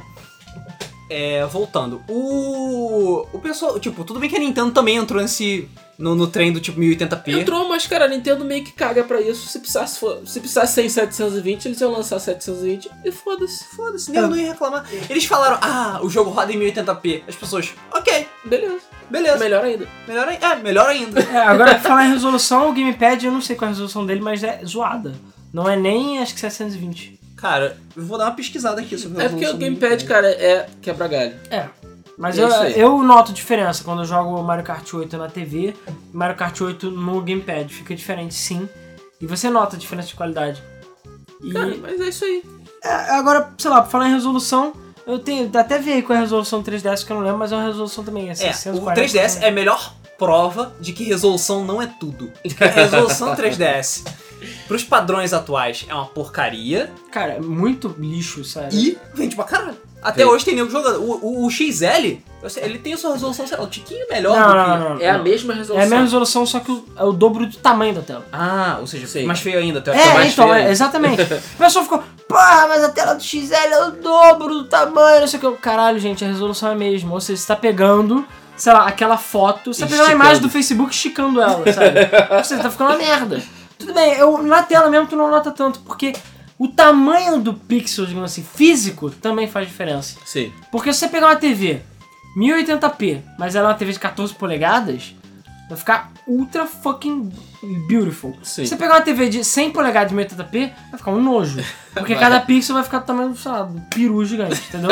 [SPEAKER 1] É, voltando. O. O pessoal. Tipo, tudo bem que a Nintendo também entrou nesse. No, no trem do tipo 1080p.
[SPEAKER 3] Entrou, mas cara, a Nintendo meio que caga pra isso. Se precisasse, for- se precisasse ser em 720, eles iam lançar 720 e foda-se.
[SPEAKER 1] Foda-se, nego não ia reclamar. É. Eles falaram, ah, o jogo roda em 1080p. As pessoas, ok,
[SPEAKER 3] Beleza.
[SPEAKER 1] beleza.
[SPEAKER 3] Melhor ainda.
[SPEAKER 1] Melhor, ai- é, melhor ainda.
[SPEAKER 2] É, agora pra falar em resolução, o gamepad, eu não sei qual é a resolução dele, mas é zoada. Não é nem acho que 720.
[SPEAKER 1] Cara, eu vou dar uma pesquisada aqui sobre
[SPEAKER 3] É porque o Gamepad, cara, é quebra galho.
[SPEAKER 2] É. Mas
[SPEAKER 3] É
[SPEAKER 2] eu,
[SPEAKER 3] isso aí.
[SPEAKER 2] eu noto diferença quando eu jogo Mario Kart 8 na TV e Mario Kart 8 no gamepad. Fica diferente, sim. E você nota a diferença de qualidade. E
[SPEAKER 3] Cara, mas é isso aí.
[SPEAKER 2] É, agora, sei lá, pra falar em resolução, eu tenho até ver com a resolução 3DS que eu não lembro, mas é uma resolução também. É,
[SPEAKER 1] É,
[SPEAKER 2] 640,
[SPEAKER 1] o 3DS é a melhor prova de que resolução não é tudo. A resolução 3DS, pros padrões atuais, é uma porcaria
[SPEAKER 2] Cara, é muito lixo, sério.
[SPEAKER 1] e vende pra caralho. Até
[SPEAKER 3] Vende.
[SPEAKER 1] hoje tem nego jogando. O, o- o XL, eu sei, ele tem a sua resolução, sei lá, um tiquinho melhor
[SPEAKER 2] Não,
[SPEAKER 1] do
[SPEAKER 2] não,
[SPEAKER 1] que.
[SPEAKER 2] não, não.
[SPEAKER 3] É a mesma resolução.
[SPEAKER 2] É a mesma resolução, só que o- é o dobro do tamanho da tela.
[SPEAKER 1] Ah, ou seja,
[SPEAKER 3] Sim.
[SPEAKER 1] mais feio ainda,
[SPEAKER 2] É,
[SPEAKER 1] teoricamente.
[SPEAKER 3] mais
[SPEAKER 2] então,
[SPEAKER 3] feio.
[SPEAKER 2] é, exatamente. O pessoal ficou, porra, mas a tela do XL é o dobro do tamanho, não sei o que. Eu, Caralho, gente, a resolução é a mesma. Ou seja, você tá pegando, sei lá, aquela foto, você tá pegando a
[SPEAKER 3] Esticando.
[SPEAKER 2] imagem do Facebook e esticando ela, sabe? Ou seja, tá ficando uma merda. Tudo bem, eu, na tela mesmo tu não nota tanto, porque o tamanho do pixel, digamos assim, físico, também faz diferença.
[SPEAKER 3] Sim.
[SPEAKER 2] Porque se você pegar uma TV 1080p, mas ela é uma TV de 14 polegadas, vai ficar ultra fucking beautiful.
[SPEAKER 3] Sim.
[SPEAKER 2] Se você pegar uma TV de 100 polegadas de 1080p, vai ficar um nojo. Porque
[SPEAKER 3] Vai.
[SPEAKER 2] cada pixel vai ficar do tamanho, sei lá, do peru gigante, entendeu?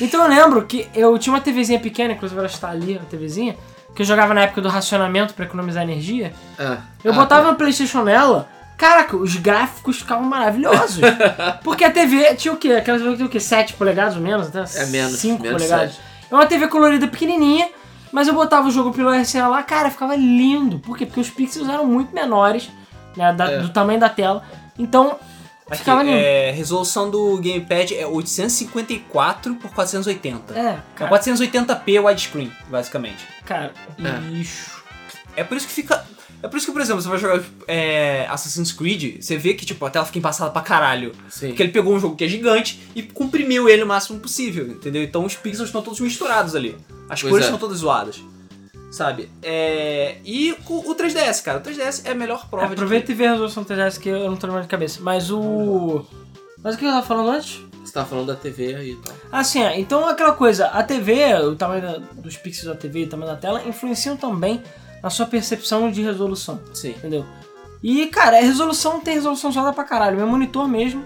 [SPEAKER 2] então eu lembro que eu tinha uma TVzinha pequena, inclusive ela está ali, uma TVzinha, que eu jogava na época do racionamento pra economizar energia.
[SPEAKER 3] Ah,
[SPEAKER 2] Eu
[SPEAKER 3] ah,
[SPEAKER 2] botava no Playstation nela, caraca, os gráficos ficavam maravilhosos. porque a TV tinha o quê? Aquela TV que tinha o quê? 7 polegadas ou menos? Até
[SPEAKER 3] É menos,
[SPEAKER 2] 5
[SPEAKER 3] menos
[SPEAKER 2] polegadas. É uma TV colorida pequenininha, mas eu botava o jogo pelo RCA lá, cara, ficava lindo. Por quê? Porque os pixels eram muito menores, né, da-
[SPEAKER 3] É.
[SPEAKER 2] do tamanho da tela. Então,
[SPEAKER 1] Aqui,
[SPEAKER 2] ficava lindo. É,
[SPEAKER 1] é, resolução do gamepad é 854 por 480. É,
[SPEAKER 2] cara,
[SPEAKER 1] 480p widescreen, basicamente.
[SPEAKER 2] cara
[SPEAKER 3] É.
[SPEAKER 2] lixo.
[SPEAKER 1] É por isso que fica. É por isso que, por exemplo, você vai jogar é, Assassin's Creed, você vê que tipo, a tela fica embaçada pra caralho.
[SPEAKER 3] Sim.
[SPEAKER 1] Porque ele pegou um jogo que é gigante e comprimiu ele o máximo possível, entendeu? Então os pixels estão todos misturados ali. As
[SPEAKER 3] Pois
[SPEAKER 1] cores
[SPEAKER 3] é.
[SPEAKER 1] estão todas zoadas. Sabe? É, E o, o 3DS, cara. O 3DS é a melhor prova
[SPEAKER 2] Aproveita
[SPEAKER 1] de.
[SPEAKER 2] e vê a resolução 3DS que eu não tô lembrando de cabeça. Mas o. Mas o que eu tava falando antes?
[SPEAKER 3] Você tava falando da TV aí e tal.
[SPEAKER 2] Assim, é, então aquela coisa, a TV, o tamanho da- dos pixels da TV e o tamanho da tela influenciam também na sua percepção de resolução,
[SPEAKER 3] Sim.
[SPEAKER 2] entendeu? E, cara, a resolução tem resolução zoada pra caralho. Meu monitor mesmo,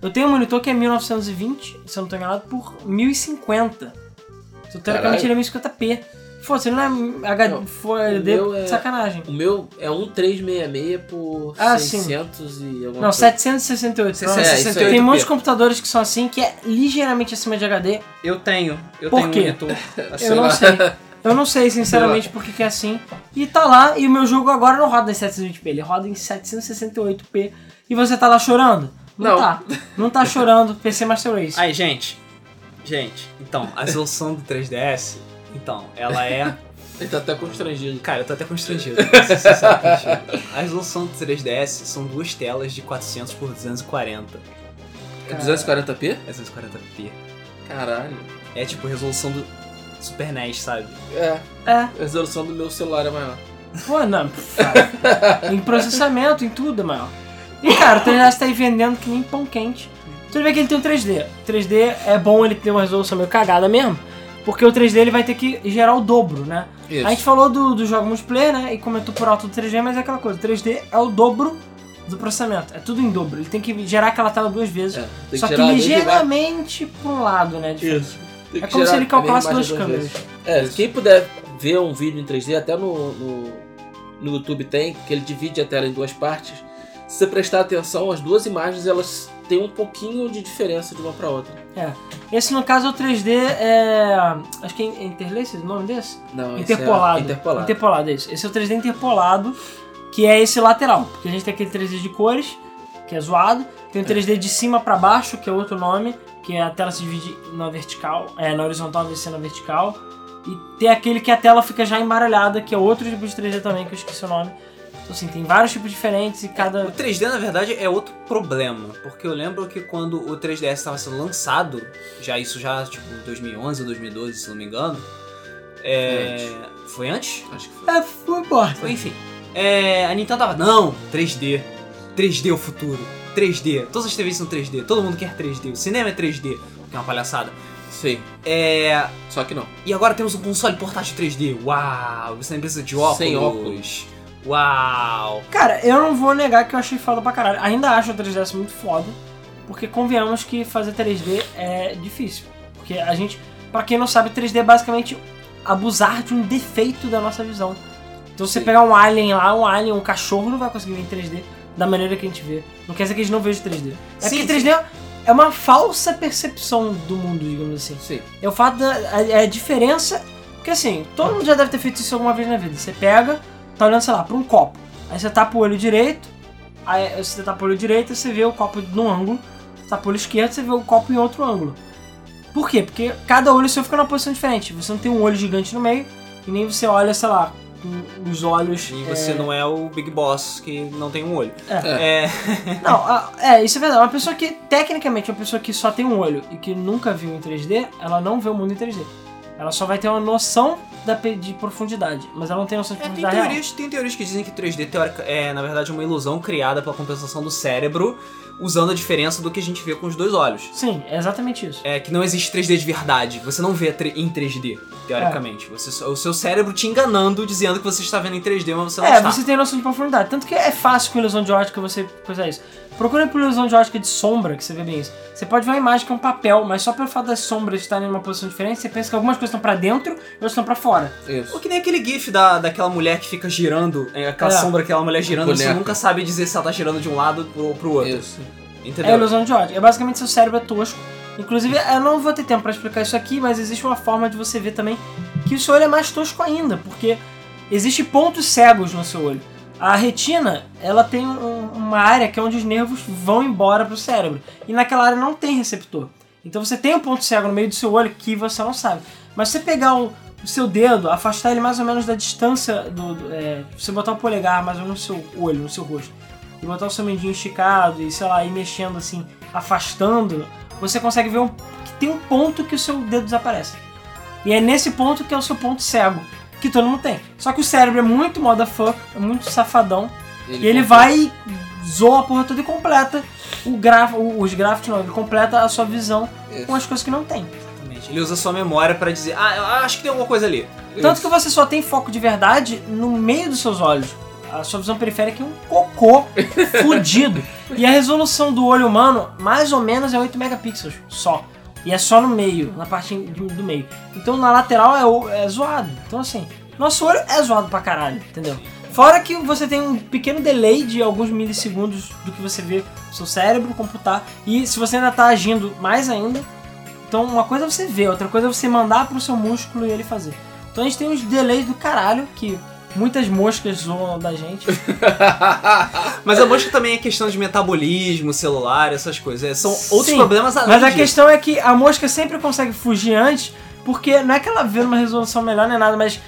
[SPEAKER 2] eu tenho um monitor que é 1920, se eu não tô enganado, por 1050. Então, teoricamente,
[SPEAKER 3] Caralho.
[SPEAKER 2] ele é 1050p. Pô, se ele não é HD,
[SPEAKER 3] Não,
[SPEAKER 2] for HD
[SPEAKER 3] meu é-
[SPEAKER 2] sacanagem.
[SPEAKER 3] O meu é um 366 por
[SPEAKER 2] Ah, sim.
[SPEAKER 3] 600 e alguma
[SPEAKER 2] Não,
[SPEAKER 3] coisa.
[SPEAKER 2] 768. sei lá.
[SPEAKER 3] É, isso aí.
[SPEAKER 2] Tem um monte de computadores que são assim, que é ligeiramente acima de HD.
[SPEAKER 1] Eu tenho. Eu
[SPEAKER 2] Por
[SPEAKER 1] tenho
[SPEAKER 2] quê?
[SPEAKER 1] um monitor.
[SPEAKER 2] eu não
[SPEAKER 3] lá.
[SPEAKER 2] sei. Eu não sei, sinceramente, por que que é assim. E tá lá, e o meu jogo agora não roda em 720p, ele roda em 768p. E você tá lá chorando? Não,
[SPEAKER 3] Não.
[SPEAKER 2] tá. Não tá chorando, PC Master Race.
[SPEAKER 1] Aí, gente. Gente, então, a resolução do 3DS, então, ela é.
[SPEAKER 3] Ele tá até constrangido.
[SPEAKER 1] Cara, eu tô até constrangido. pra ser sincero contigo. a resolução do 3DS são duas telas de 400 por 240.
[SPEAKER 3] É 240p?
[SPEAKER 1] 240p.
[SPEAKER 3] Caralho.
[SPEAKER 1] É tipo resolução do Super NES, sabe?
[SPEAKER 3] É,
[SPEAKER 2] É,
[SPEAKER 3] a resolução do meu celular é maior.
[SPEAKER 2] pô, não. pff, cara. em processamento, em tudo, mano. E cara, o 3DS tá aí vendendo que nem pão quente. Tudo bem que ele tem o 3D. 3D é bom ele ter uma resolução meio cagada mesmo. Porque o 3D ele vai ter que gerar o dobro, né?
[SPEAKER 3] Isso.
[SPEAKER 2] A gente falou do, do jogo multiplayer, né? E comentou por alto do 3D, mas é aquela coisa: 3D é o dobro do processamento. É tudo em dobro. Ele tem que gerar aquela tela duas vezes.
[SPEAKER 3] É, tem
[SPEAKER 2] só que,
[SPEAKER 3] gerar a mesma imagem.
[SPEAKER 2] ligeiramente pro um lado, né? diferente.
[SPEAKER 3] Isso. Tem
[SPEAKER 2] É
[SPEAKER 3] que
[SPEAKER 2] como se
[SPEAKER 3] gerar
[SPEAKER 2] ele
[SPEAKER 3] a
[SPEAKER 2] calculasse
[SPEAKER 3] mesma
[SPEAKER 2] duas
[SPEAKER 3] imagem
[SPEAKER 2] câmeras.
[SPEAKER 3] vezes. É, quem puder ver um vídeo em 3D, até no, no, no YouTube tem, que ele divide a tela em duas partes. Se você prestar atenção, as duas imagens elas têm um pouquinho de diferença de uma pra outra.
[SPEAKER 2] Esse no caso é o 3D, é. Acho que é Interlace o nome desse?
[SPEAKER 3] Não, esse é
[SPEAKER 2] Interpolado.
[SPEAKER 3] interpolado.
[SPEAKER 2] Interpolado, é isso. Esse é o 3D interpolado, que é esse lateral. Porque a gente tem aquele 3D de cores, que é zoado. Tem o 3D de cima pra baixo, que é outro nome, que é a tela se divide na vertical, é, na horizontal, vez na vertical. E tem aquele que a tela fica já embaralhada, que é outro tipo de 3D também, que eu esqueci o nome. Então, assim, tem vários tipos diferentes e
[SPEAKER 1] O
[SPEAKER 2] cada.
[SPEAKER 1] 3D, na verdade, é outro problema, porque eu lembro que quando o 3DS estava sendo lançado, já isso já, tipo, 2011 ou 2012, se não me engano, é... Foi antes?
[SPEAKER 3] Acho que foi.
[SPEAKER 2] É, foi embora.
[SPEAKER 1] Foi, enfim. É, a Nintendo tava, não, 3D, 3D é o futuro, 3D, todas as TVs são 3D, todo mundo quer 3D, o cinema é 3D, o que é uma palhaçada.
[SPEAKER 3] Sim,
[SPEAKER 1] É,
[SPEAKER 3] só que não.
[SPEAKER 1] e agora temos um console portátil 3D, uau, você não precisa de óculos.
[SPEAKER 3] Sem
[SPEAKER 1] Uau.
[SPEAKER 2] Cara, eu não vou negar que eu achei foda pra caralho. Ainda acho o 3DS muito foda, porque convenhamos que fazer 3D é difícil. Porque a gente, pra quem não sabe, 3D é basicamente abusar de um defeito da nossa visão. Então você
[SPEAKER 3] Sim.
[SPEAKER 2] pegar um alien lá, um alien, um cachorro, não vai conseguir ver em 3D da maneira que a gente vê. Não quer dizer que a gente não veja 3D. É
[SPEAKER 1] Sim,
[SPEAKER 2] porque 3D é uma falsa percepção do mundo, digamos assim.
[SPEAKER 3] Sim.
[SPEAKER 2] É o fato da a, a diferença. Porque assim, todo mundo já deve ter feito isso alguma vez na vida. Você pega, tá olhando, sei lá, pra um copo. Aí você tapa o olho direito, aí você tapa o olho direito, você vê o copo num ângulo. Você tapa o olho esquerdo, você vê o copo em outro ângulo. Por quê? Porque cada olho seu fica numa posição diferente. Você não tem um olho gigante no meio, e nem você olha, sei lá, com os olhos.
[SPEAKER 1] E você não é o Big Boss que não tem um olho. É.
[SPEAKER 2] Não, a- é, isso é verdade. Uma pessoa que, tecnicamente, uma pessoa que só tem um olho e que nunca viu em 3D, ela não vê o mundo em 3D. Ela só vai ter uma noção da, pe- de profundidade, mas ela não tem noção de
[SPEAKER 1] É, tem,
[SPEAKER 2] profundidade real.
[SPEAKER 1] teorias, tem teorias que dizem que 3D teórica, é, na verdade, uma ilusão criada pela compensação do cérebro, usando a diferença do que a gente vê com os dois olhos.
[SPEAKER 2] Sim, é exatamente isso.
[SPEAKER 1] É que não existe 3D de verdade. Você não vê tre- em 3D, teoricamente. Você só- o seu cérebro te enganando, dizendo que você está vendo em 3D, mas você não
[SPEAKER 2] É,
[SPEAKER 1] está.
[SPEAKER 2] você tem noção de profundidade. Tanto que é fácil com ilusão de ótica você coisar isso. Procura por ilusão de ótica de sombra, que você vê bem isso. Você pode ver uma imagem que é um papel, mas só pelo fato das sombras estarem em uma posição diferente, você pensa que algumas coisas estão pra dentro e outras estão pra fora.
[SPEAKER 3] Isso.
[SPEAKER 1] Ou que nem aquele gif da, daquela mulher que fica girando, é, aquela
[SPEAKER 2] É.
[SPEAKER 1] sombra que é uma mulher girando, você
[SPEAKER 3] Boneca.
[SPEAKER 1] nunca sabe dizer se ela tá girando de um lado pro, pro outro.
[SPEAKER 3] Isso.
[SPEAKER 1] Entendeu?
[SPEAKER 2] É a ilusão de ótica. É basicamente seu cérebro é tosco. Inclusive, eu não vou ter tempo pra explicar isso aqui, mas existe uma forma de você ver também que o seu olho é mais tosco ainda, porque existe pontos cegos no seu olho. A retina, ela tem um- uma área que é onde os nervos vão embora pro cérebro. E naquela área não tem receptor. Então você tem um ponto cego no meio do seu olho que você não sabe. Mas se você pegar o, o seu dedo, afastar ele mais ou menos da distância do. do- é, você botar o polegar mais ou menos no seu olho, no seu rosto, e botar o seu mindinho esticado e, sei lá, ir mexendo assim, afastando, você consegue ver um, que tem um ponto que o seu dedo desaparece. E é nesse ponto que é o seu ponto cego, que todo mundo tem. Só que o cérebro é muito motherfucker, é muito safadão, e ele vai e zoa a porra toda e completa o graf, o- os gráficos, não, ele completa a sua visão com as coisas que não tem.
[SPEAKER 1] Exatamente. Ele usa sua memória pra dizer, ah, eu acho que tem alguma coisa ali.
[SPEAKER 2] Tanto que você só tem foco de verdade no meio dos seus olhos. A sua visão periférica é um cocô fudido. E a resolução do olho humano, mais ou menos, é 8 megapixels só. E é só no meio, na parte do do meio. Então na lateral é o- é, zoado. Então assim, nosso olho é zoado pra caralho, entendeu? Fora que você tem um pequeno delay de alguns milissegundos do que você vê o seu cérebro computar. E se você ainda tá agindo mais ainda, então uma coisa é você ver, outra coisa é você mandar pro seu músculo e ele fazer. Então a gente tem uns delays do caralho que muitas moscas zoam da gente.
[SPEAKER 1] Mas a mosca também é questão de metabolismo, celular, essas coisas. É, São outros
[SPEAKER 2] Sim,
[SPEAKER 1] problemas além
[SPEAKER 2] Mas a
[SPEAKER 1] disso.
[SPEAKER 2] questão é que a mosca sempre consegue fugir antes, porque não é que ela vê uma resolução melhor nem nada, mas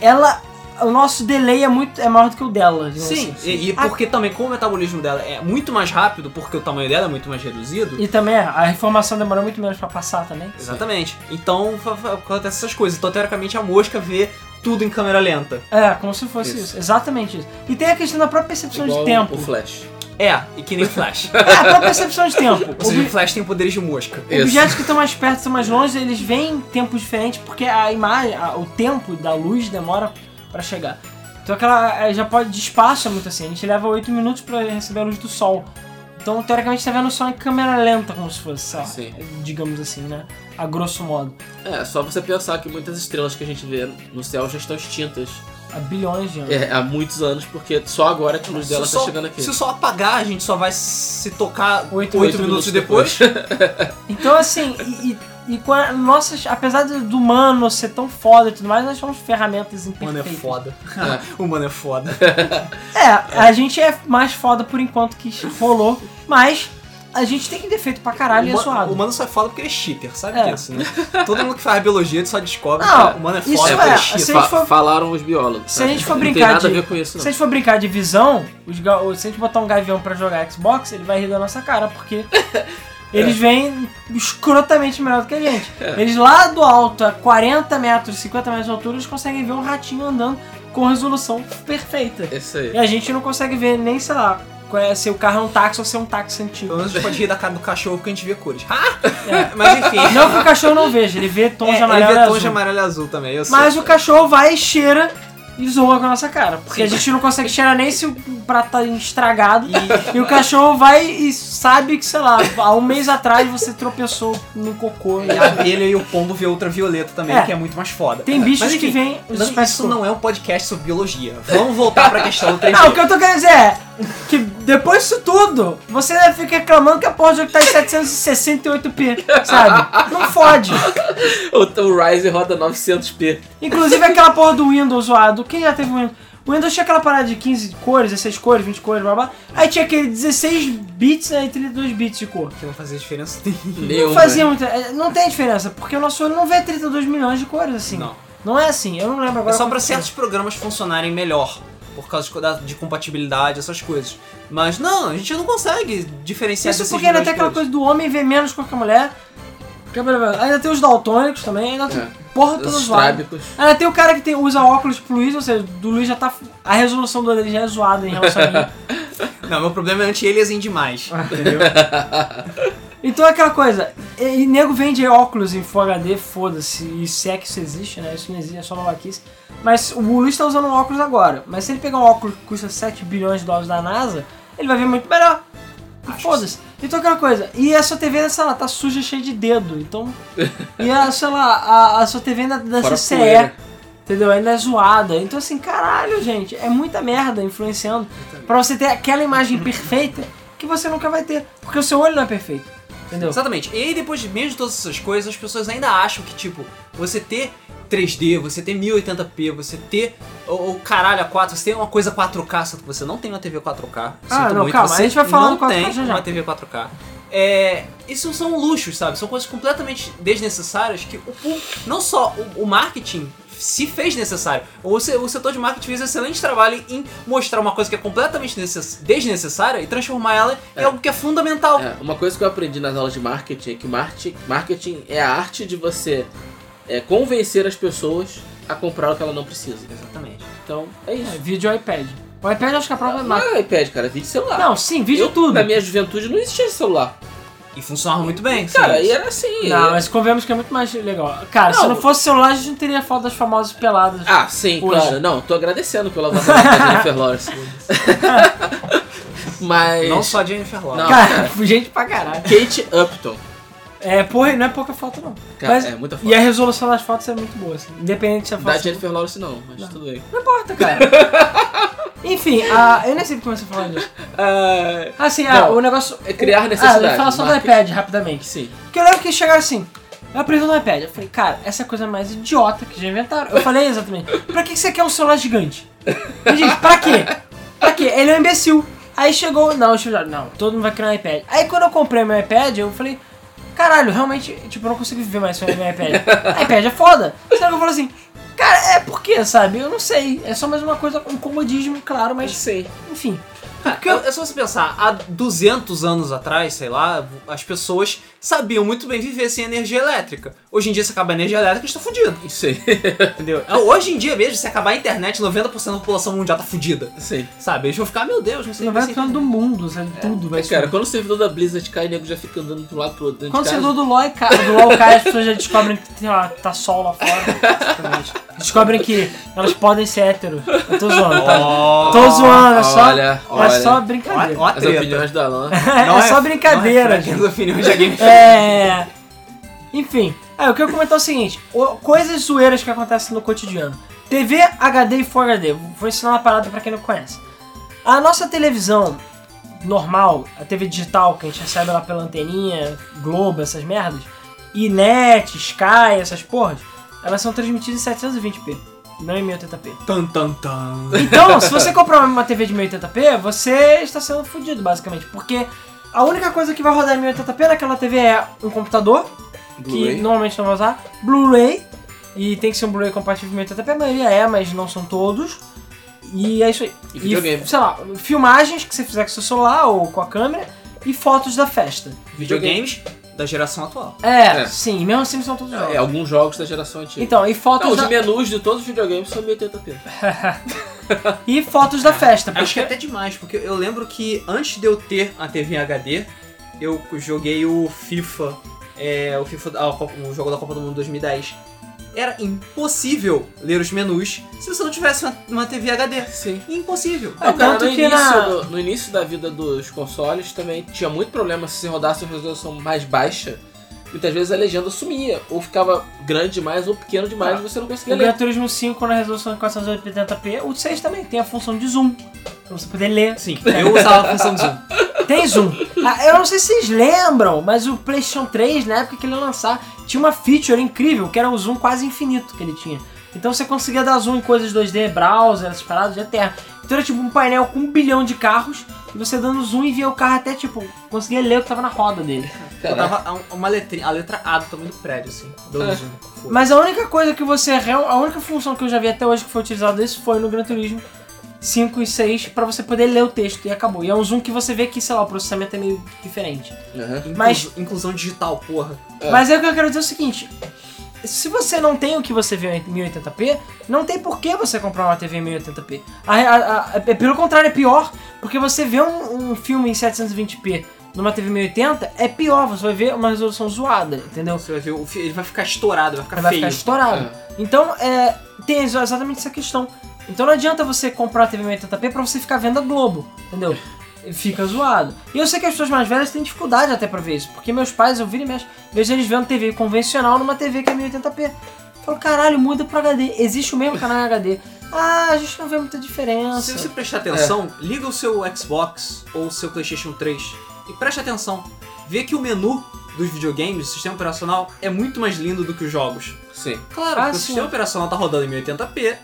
[SPEAKER 2] ela. O nosso delay é muito é maior do que o dela. digamos
[SPEAKER 1] Sim,
[SPEAKER 2] assim.
[SPEAKER 1] e, e
[SPEAKER 2] Ah.
[SPEAKER 1] porque também, como o metabolismo dela é muito mais rápido, porque o tamanho dela é muito mais reduzido,
[SPEAKER 2] E também é, a informação demora muito menos pra passar também.
[SPEAKER 1] Exatamente. Então fa- fa- acontece essas coisas. Então, teoricamente, a mosca vê tudo em câmera lenta.
[SPEAKER 2] É, como se fosse isso.
[SPEAKER 3] Isso.
[SPEAKER 2] Exatamente isso. E tem a questão da própria percepção
[SPEAKER 3] Igual
[SPEAKER 2] de tempo.
[SPEAKER 3] O Flash.
[SPEAKER 1] É, e que nem Flash.
[SPEAKER 2] É, a própria percepção de tempo.
[SPEAKER 1] Ou seja,
[SPEAKER 2] Obje-
[SPEAKER 1] o Flash tem poderes de mosca.
[SPEAKER 3] Isso.
[SPEAKER 2] Objetos que estão mais perto estão mais longe, eles vêm em tempos diferentes, porque a imagem, a- o tempo da luz demora pra chegar. Então aquela é, já pode despacha muito assim. A gente leva 8 minutos pra receber a luz do sol. Então, teoricamente, tá vendo o sol em câmera lenta, como se fosse, sei lá,
[SPEAKER 3] Sim.
[SPEAKER 2] digamos assim, né? A grosso modo.
[SPEAKER 3] É, só você pensar que muitas estrelas que a gente vê no céu já estão extintas
[SPEAKER 2] A bilhões de anos.
[SPEAKER 3] é, há muitos anos, porque só agora que a luz dela
[SPEAKER 1] o
[SPEAKER 3] tá
[SPEAKER 1] sol-
[SPEAKER 3] chegando aqui.
[SPEAKER 1] se o sol apagar, a gente só vai se tocar oito
[SPEAKER 2] Oito- oito
[SPEAKER 1] minutos, depois.
[SPEAKER 2] Então, assim, e, e, e com a nossas, apesar do do humano ser tão foda e tudo mais, nós somos ferramentas
[SPEAKER 1] Mano, é
[SPEAKER 2] imperfeitas.
[SPEAKER 1] foda. o mano é foda.
[SPEAKER 2] É, a gente é mais foda por enquanto que rolou, mas a gente tem defeito pra caralho e é
[SPEAKER 1] o, ma-
[SPEAKER 2] zoado.
[SPEAKER 1] o mano só é foda porque ele é cheater, sabe
[SPEAKER 2] É.
[SPEAKER 1] disso, né? Todo mundo que faz biologia só descobre
[SPEAKER 2] Não,
[SPEAKER 1] que o mano é
[SPEAKER 2] isso
[SPEAKER 1] foda
[SPEAKER 2] é,
[SPEAKER 1] porque ele é
[SPEAKER 2] se a
[SPEAKER 1] cheater.
[SPEAKER 2] gente for-
[SPEAKER 3] Falaram os biólogos.
[SPEAKER 2] Se
[SPEAKER 3] tá?
[SPEAKER 2] a gente for
[SPEAKER 3] não
[SPEAKER 2] brincar
[SPEAKER 3] tem nada
[SPEAKER 2] de-
[SPEAKER 3] a ver com isso,
[SPEAKER 2] Se
[SPEAKER 3] não.
[SPEAKER 2] a gente for brincar de visão, os ga- se a gente botar um gavião pra jogar Xbox, ele vai rir da nossa cara, porque eles vêm escrotamente melhor do que a gente. Eles lá do alto, a 40 metros, 50 metros de altura, eles conseguem ver um ratinho andando com resolução perfeita.
[SPEAKER 3] É Isso aí.
[SPEAKER 2] E a gente não consegue ver nem, sei lá, qual é- se o carro é um táxi ou se é um táxi antigo. É.
[SPEAKER 1] Pelo menos a gente pode rir da cara do cachorro porque a gente vê cores. Ah! Mas enfim.
[SPEAKER 2] Não que o cachorro não veja, ele vê tons
[SPEAKER 1] É,
[SPEAKER 2] de amarelo
[SPEAKER 1] ele
[SPEAKER 2] e
[SPEAKER 1] vê tons
[SPEAKER 2] azul.
[SPEAKER 1] de amarelo e azul também, eu sei.
[SPEAKER 2] Mas o cachorro vai e cheira e zoa com a nossa cara. Porque a gente não consegue cheirar nem se o prato tá estragado. E... o cachorro vai e sabe que, sei lá, há um mês atrás você tropeçou no cocô.
[SPEAKER 1] E a abelha e o pombo vê ultravioleta também,
[SPEAKER 2] É.
[SPEAKER 1] que é muito mais foda.
[SPEAKER 2] Tem bichos
[SPEAKER 1] Mas, enfim,
[SPEAKER 2] que vêm. os
[SPEAKER 1] Não,
[SPEAKER 2] espécies
[SPEAKER 1] isso não é um podcast sobre biologia. Vamos voltar pra questão do 3D.
[SPEAKER 2] Não, o que eu tô querendo dizer é que depois disso tudo, você ainda fica reclamando que a porra do jogo tá em 768p, sabe? Não fode.
[SPEAKER 3] O, o Ryze roda 900p.
[SPEAKER 2] Inclusive aquela porra do Windows zoado. Quem já teve Windows? O Windows tinha aquela parada de 15 cores, 16 cores, 20 cores, blá blá. Aí tinha aquele 16 bits aí 32 bits de cor.
[SPEAKER 1] Que não fazia diferença nenhuma.
[SPEAKER 3] Meu,
[SPEAKER 2] Não fazia muita. é, Não tem diferença, porque o nosso olho não vê 32 milhões de cores assim.
[SPEAKER 1] Não.
[SPEAKER 2] Não é assim, eu não lembro
[SPEAKER 1] É
[SPEAKER 2] agora.
[SPEAKER 1] só
[SPEAKER 2] como
[SPEAKER 1] pra
[SPEAKER 2] que
[SPEAKER 1] certos programas funcionarem melhor. Por causa de co- da- de compatibilidade, essas coisas. Mas não, a gente não consegue diferenciar
[SPEAKER 2] Isso
[SPEAKER 1] desses
[SPEAKER 2] porque ainda
[SPEAKER 1] dois
[SPEAKER 2] tem aquela
[SPEAKER 1] coisas.
[SPEAKER 2] coisa do homem ver menos cor que a mulher. Que- Ainda tem os daltônicos também, ainda tem
[SPEAKER 3] É.
[SPEAKER 2] porra toda
[SPEAKER 3] Os
[SPEAKER 2] zoada.
[SPEAKER 3] trábicos.
[SPEAKER 2] Ainda tem o cara que tem, usa óculos pro Luiz, ou seja, do Luiz já tá. A resolução do dele já é zoada em relação a mim.
[SPEAKER 1] Não, meu problema é anti-aliasing demais.
[SPEAKER 2] Ah,
[SPEAKER 1] entendeu?
[SPEAKER 2] Então é aquela coisa, e, e nego vende óculos em Full HD, foda-se, e se é que isso existe, né? Isso não existe, é só babaquice. Mas o Luiz tá usando um óculos agora. Mas se ele pegar um óculos que custa 7 bilhões de dólares da NASA, ele vai ver muito melhor. E Foda-se. Então é aquela coisa, e a sua TV, ainda, sei lá, tá suja, cheia de dedo. Então. E a, sei lá, a, a sua TV ainda é da
[SPEAKER 3] Fora
[SPEAKER 2] CCE.
[SPEAKER 3] poeira.
[SPEAKER 2] Entendeu? Ainda é zoada. Então, assim, caralho, gente, é muita merda influenciando pra você ter aquela imagem perfeita que você nunca vai ter, porque o seu olho não é perfeito. Entendeu?
[SPEAKER 1] Exatamente. E aí, depois de meio de todas essas coisas, as pessoas ainda acham que, tipo, você ter 3D, você ter 1080p, você ter o, o caralho a 4, você ter uma coisa 4K, só que você não tem uma TV 4K.
[SPEAKER 2] Ah,
[SPEAKER 1] Sinto
[SPEAKER 2] não,
[SPEAKER 1] muito,
[SPEAKER 2] calma,
[SPEAKER 1] você
[SPEAKER 2] a gente vai falar
[SPEAKER 1] não
[SPEAKER 2] do 4K
[SPEAKER 1] tem
[SPEAKER 2] já já.
[SPEAKER 1] uma TV 4K. É, isso são luxos, sabe? São coisas completamente desnecessárias que o público, não só o, o marketing se fez necessário. O, se- o setor de marketing fez um excelente trabalho em mostrar uma coisa que é completamente necess- desnecessária e transformar ela em
[SPEAKER 3] É.
[SPEAKER 1] algo que é fundamental.
[SPEAKER 3] É, uma coisa que eu aprendi nas aulas de marketing é que marketing, marketing é a arte de você é, convencer as pessoas a comprar o que ela não precisa.
[SPEAKER 1] Exatamente.
[SPEAKER 3] Então, é
[SPEAKER 2] É,
[SPEAKER 3] isso.
[SPEAKER 2] vídeo iPad. O iPad eu acho que a prova é
[SPEAKER 3] Não
[SPEAKER 2] mata.
[SPEAKER 3] era iPad, cara, vídeo celular.
[SPEAKER 2] Não, sim, vídeo
[SPEAKER 3] Eu,
[SPEAKER 2] tudo.
[SPEAKER 3] Na minha juventude não existia celular.
[SPEAKER 1] E funcionava muito bem.
[SPEAKER 3] Cara,
[SPEAKER 1] sim.
[SPEAKER 3] e era assim.
[SPEAKER 2] Não,
[SPEAKER 3] e-
[SPEAKER 2] mas convenhamos que é muito mais legal. Cara, se
[SPEAKER 3] Não.
[SPEAKER 2] não fosse celular, a gente não teria foto das famosas peladas.
[SPEAKER 3] Ah, sim,
[SPEAKER 2] Hoje.
[SPEAKER 3] claro. Não, tô agradecendo pela vacina da Jennifer Lawrence. mas.
[SPEAKER 1] Não só Jennifer Lawrence.
[SPEAKER 3] é Não.
[SPEAKER 2] cara, gente pra caralho.
[SPEAKER 3] Kate Upton.
[SPEAKER 2] É, porra, não é pouca foto, não.
[SPEAKER 3] Cara,
[SPEAKER 2] Mas-
[SPEAKER 3] é muita foto.
[SPEAKER 2] E a resolução das fotos é muito boa, assim. Independente se a
[SPEAKER 3] Da
[SPEAKER 2] foto.
[SPEAKER 3] Jennifer Lawrence não, mas tudo bem.
[SPEAKER 2] Não importa, cara. Enfim, a... eu nem sei como você falou disso.
[SPEAKER 3] Ah,
[SPEAKER 2] Ah, sim, ah,
[SPEAKER 3] Não,
[SPEAKER 2] o negócio.
[SPEAKER 3] é criar
[SPEAKER 2] Ah, eu ia
[SPEAKER 3] necessidade,
[SPEAKER 2] falar só do
[SPEAKER 3] marketing.
[SPEAKER 2] iPad rapidamente.
[SPEAKER 3] sim.
[SPEAKER 2] Porque eu lembro que chegaram assim. Eu aprendi no iPad. Eu falei, cara, essa é a coisa mais idiota que já inventaram. Eu falei exatamente. Pra que que você quer um celular gigante? E, gente, pra quê? Pra quê? Ele é um imbecil. Aí chegou, não, deixa eu já, não, todo mundo vai criar um iPad. Aí quando eu comprei meu iPad, eu falei, caralho, realmente, tipo, eu não consigo viver mais sem meu iPad. iPad é foda. Será que eu falo assim, cara, é porque, sabe? Eu não sei. É só mais uma coisa, um comodismo, claro, mas
[SPEAKER 3] Sim.
[SPEAKER 2] enfim.
[SPEAKER 1] Porque é só você pensar, há 200 anos atrás, sei lá, as pessoas sabiam muito bem viver sem energia elétrica. Hoje em dia, se acabar a energia elétrica, está fudido,
[SPEAKER 3] Sim.
[SPEAKER 1] entendeu? Então, Hoje em dia mesmo, se acabar a internet, 90% da população mundial tá fudida,
[SPEAKER 3] Sim.
[SPEAKER 1] sabe? Eles vão ficar, meu Deus, assim. não sei
[SPEAKER 2] Não
[SPEAKER 1] o que
[SPEAKER 2] vai
[SPEAKER 1] se-
[SPEAKER 2] ficando do mundo, sabe? Tudo vai
[SPEAKER 3] Mas, É, cara, quando o servidor da Blizzard cai, o nego já fica andando pro lado pro outro. dentro
[SPEAKER 2] Quando o
[SPEAKER 3] de casa.
[SPEAKER 2] servidor do LoL cai, do LoL cai, as pessoas já descobrem que tem lá- tá sol lá fora. basicamente. Descobrem que elas podem ser hétero. Eu tô zoando, tá?
[SPEAKER 1] Ó,
[SPEAKER 2] Tô zoando, é só,
[SPEAKER 3] olha,
[SPEAKER 2] é só
[SPEAKER 3] olha.
[SPEAKER 1] ó,
[SPEAKER 2] brincadeira.
[SPEAKER 1] ó a
[SPEAKER 3] As
[SPEAKER 1] treta.
[SPEAKER 3] opiniões da Alan.
[SPEAKER 1] Não
[SPEAKER 2] é, só
[SPEAKER 1] não é
[SPEAKER 2] brincadeira, gente.
[SPEAKER 1] fraqueza da opinião de alguém.
[SPEAKER 2] É. Enfim, é, eu quero comentar o seguinte: o- coisas zoeiras que acontecem no cotidiano. TV, HD e Full HD. Vou ensinar uma parada pra quem não conhece. A nossa televisão normal, a TV digital que a gente recebe lá pela anteninha, Globo, essas merdas, e NET, Sky, essas porras, elas são transmitidas em 720p, não em 1080p.
[SPEAKER 1] Tan, tan, tan.
[SPEAKER 2] Então, se você comprar uma TV de 1080p, você está sendo fudido, basicamente. Porque a única coisa que vai rodar em 1080p naquela TV é um computador, que
[SPEAKER 3] Blu-ray.
[SPEAKER 2] normalmente não vai usar, Blu-ray, e tem que ser um Blu-ray compatível com 1080p, a maioria é, mas não são todos. E é isso aí.
[SPEAKER 3] E videogame.
[SPEAKER 2] sei lá, filmagens que você fizer com seu celular ou com a câmera, e fotos da festa.
[SPEAKER 1] Videogames da geração atual.
[SPEAKER 2] É,
[SPEAKER 3] É.
[SPEAKER 2] sim, mesmo assim não são todos jogos.
[SPEAKER 3] É, alguns jogos da geração antiga.
[SPEAKER 2] Então, e
[SPEAKER 3] Não,
[SPEAKER 2] fotos,
[SPEAKER 3] os
[SPEAKER 2] da,
[SPEAKER 3] menus de todos os videogames são 1080p.
[SPEAKER 2] e fotos
[SPEAKER 3] É.
[SPEAKER 2] da festa.
[SPEAKER 1] Acho que é
[SPEAKER 2] Porque...
[SPEAKER 1] até demais, porque eu lembro que antes de eu ter a TV em HD, eu joguei o FIFA, é, o FIFA, ah, o Copa- o jogo da Copa do Mundo 2010. Era impossível ler os menus se você não tivesse uma, uma TV HD.
[SPEAKER 3] Sim.
[SPEAKER 1] Impossível.
[SPEAKER 2] É,
[SPEAKER 3] cara,
[SPEAKER 2] tanto
[SPEAKER 3] no,
[SPEAKER 2] que
[SPEAKER 3] início,
[SPEAKER 2] na-
[SPEAKER 3] do- no início da vida dos consoles também tinha muito problema se você rodasse uma resolução mais baixa. Muitas vezes a legenda sumia, ou ficava grande demais ou pequeno demais
[SPEAKER 2] Ah,
[SPEAKER 3] e você não conseguia
[SPEAKER 2] O Gran
[SPEAKER 3] ler.
[SPEAKER 2] Turismo 5 na resolução é de 480p, o 6 também tem a função de zoom, pra você poder ler.
[SPEAKER 1] Sim, eu usava a função de zoom.
[SPEAKER 2] Tem zoom. Ah, eu não sei se vocês lembram, mas o PlayStation 3, na época que ele ia lançar, tinha uma feature incrível, que era o zoom quase infinito que ele tinha. Então você conseguia dar zoom em coisas 2D, browser, essas paradas de terra. Então era tipo um painel com um bilhão de carros, e você dando zoom e via o carro até, tipo, conseguia ler o que tava na roda dele.
[SPEAKER 1] Eu
[SPEAKER 3] Caraca.
[SPEAKER 1] tava uma letrinha, a letra A do tamanho do prédio, assim. Dando
[SPEAKER 3] É.
[SPEAKER 1] zoom. Foi.
[SPEAKER 2] Mas a única coisa que você. é real- A única função que eu já vi até hoje que foi utilizado isso foi no Gran Turismo 5 e 6 pra você poder ler o texto e acabou. E é um zoom que você vê que, sei lá, o processamento é meio diferente.
[SPEAKER 3] Aham.
[SPEAKER 1] Inclus-
[SPEAKER 2] mas-
[SPEAKER 1] Inclusão digital, porra.
[SPEAKER 3] É.
[SPEAKER 2] Mas é o que eu quero dizer é o seguinte. Se você não tem o que você vê em 1080p, não tem por que você comprar uma TV em 1080p. A- a- a- é- pelo contrário, é pior, porque você vê um, um filme em 720p numa TV 1080, é pior, você vai ver uma resolução zoada, entendeu?
[SPEAKER 1] Você vai ver, o fi- ele vai ficar estourado, vai ficar
[SPEAKER 2] Vai
[SPEAKER 1] feio.
[SPEAKER 2] ficar estourado. Então, é, tem ex- exatamente essa questão. Então não adianta você comprar a TV 1080p pra você ficar vendo a Globo, entendeu? E Fica zoado. E eu sei que as pessoas mais velhas têm dificuldade até pra ver isso, porque meus pais, eu viro e mexo, vejo eles vendo TV convencional numa TV que é 1080p. Eu falo, caralho, muda pro HD. Existe o mesmo canal em HD. Ah, a gente não vê muita
[SPEAKER 1] Se
[SPEAKER 2] diferença.
[SPEAKER 1] você prestar atenção, liga o seu Xbox ou o seu PlayStation 3 e preste atenção. Vê que o menu dos videogames, o sistema operacional, é muito mais lindo do que os jogos.
[SPEAKER 3] Sim.
[SPEAKER 1] Claro,
[SPEAKER 2] Ah,
[SPEAKER 1] porque o
[SPEAKER 2] sim.
[SPEAKER 1] sistema operacional tá rodando em 1080p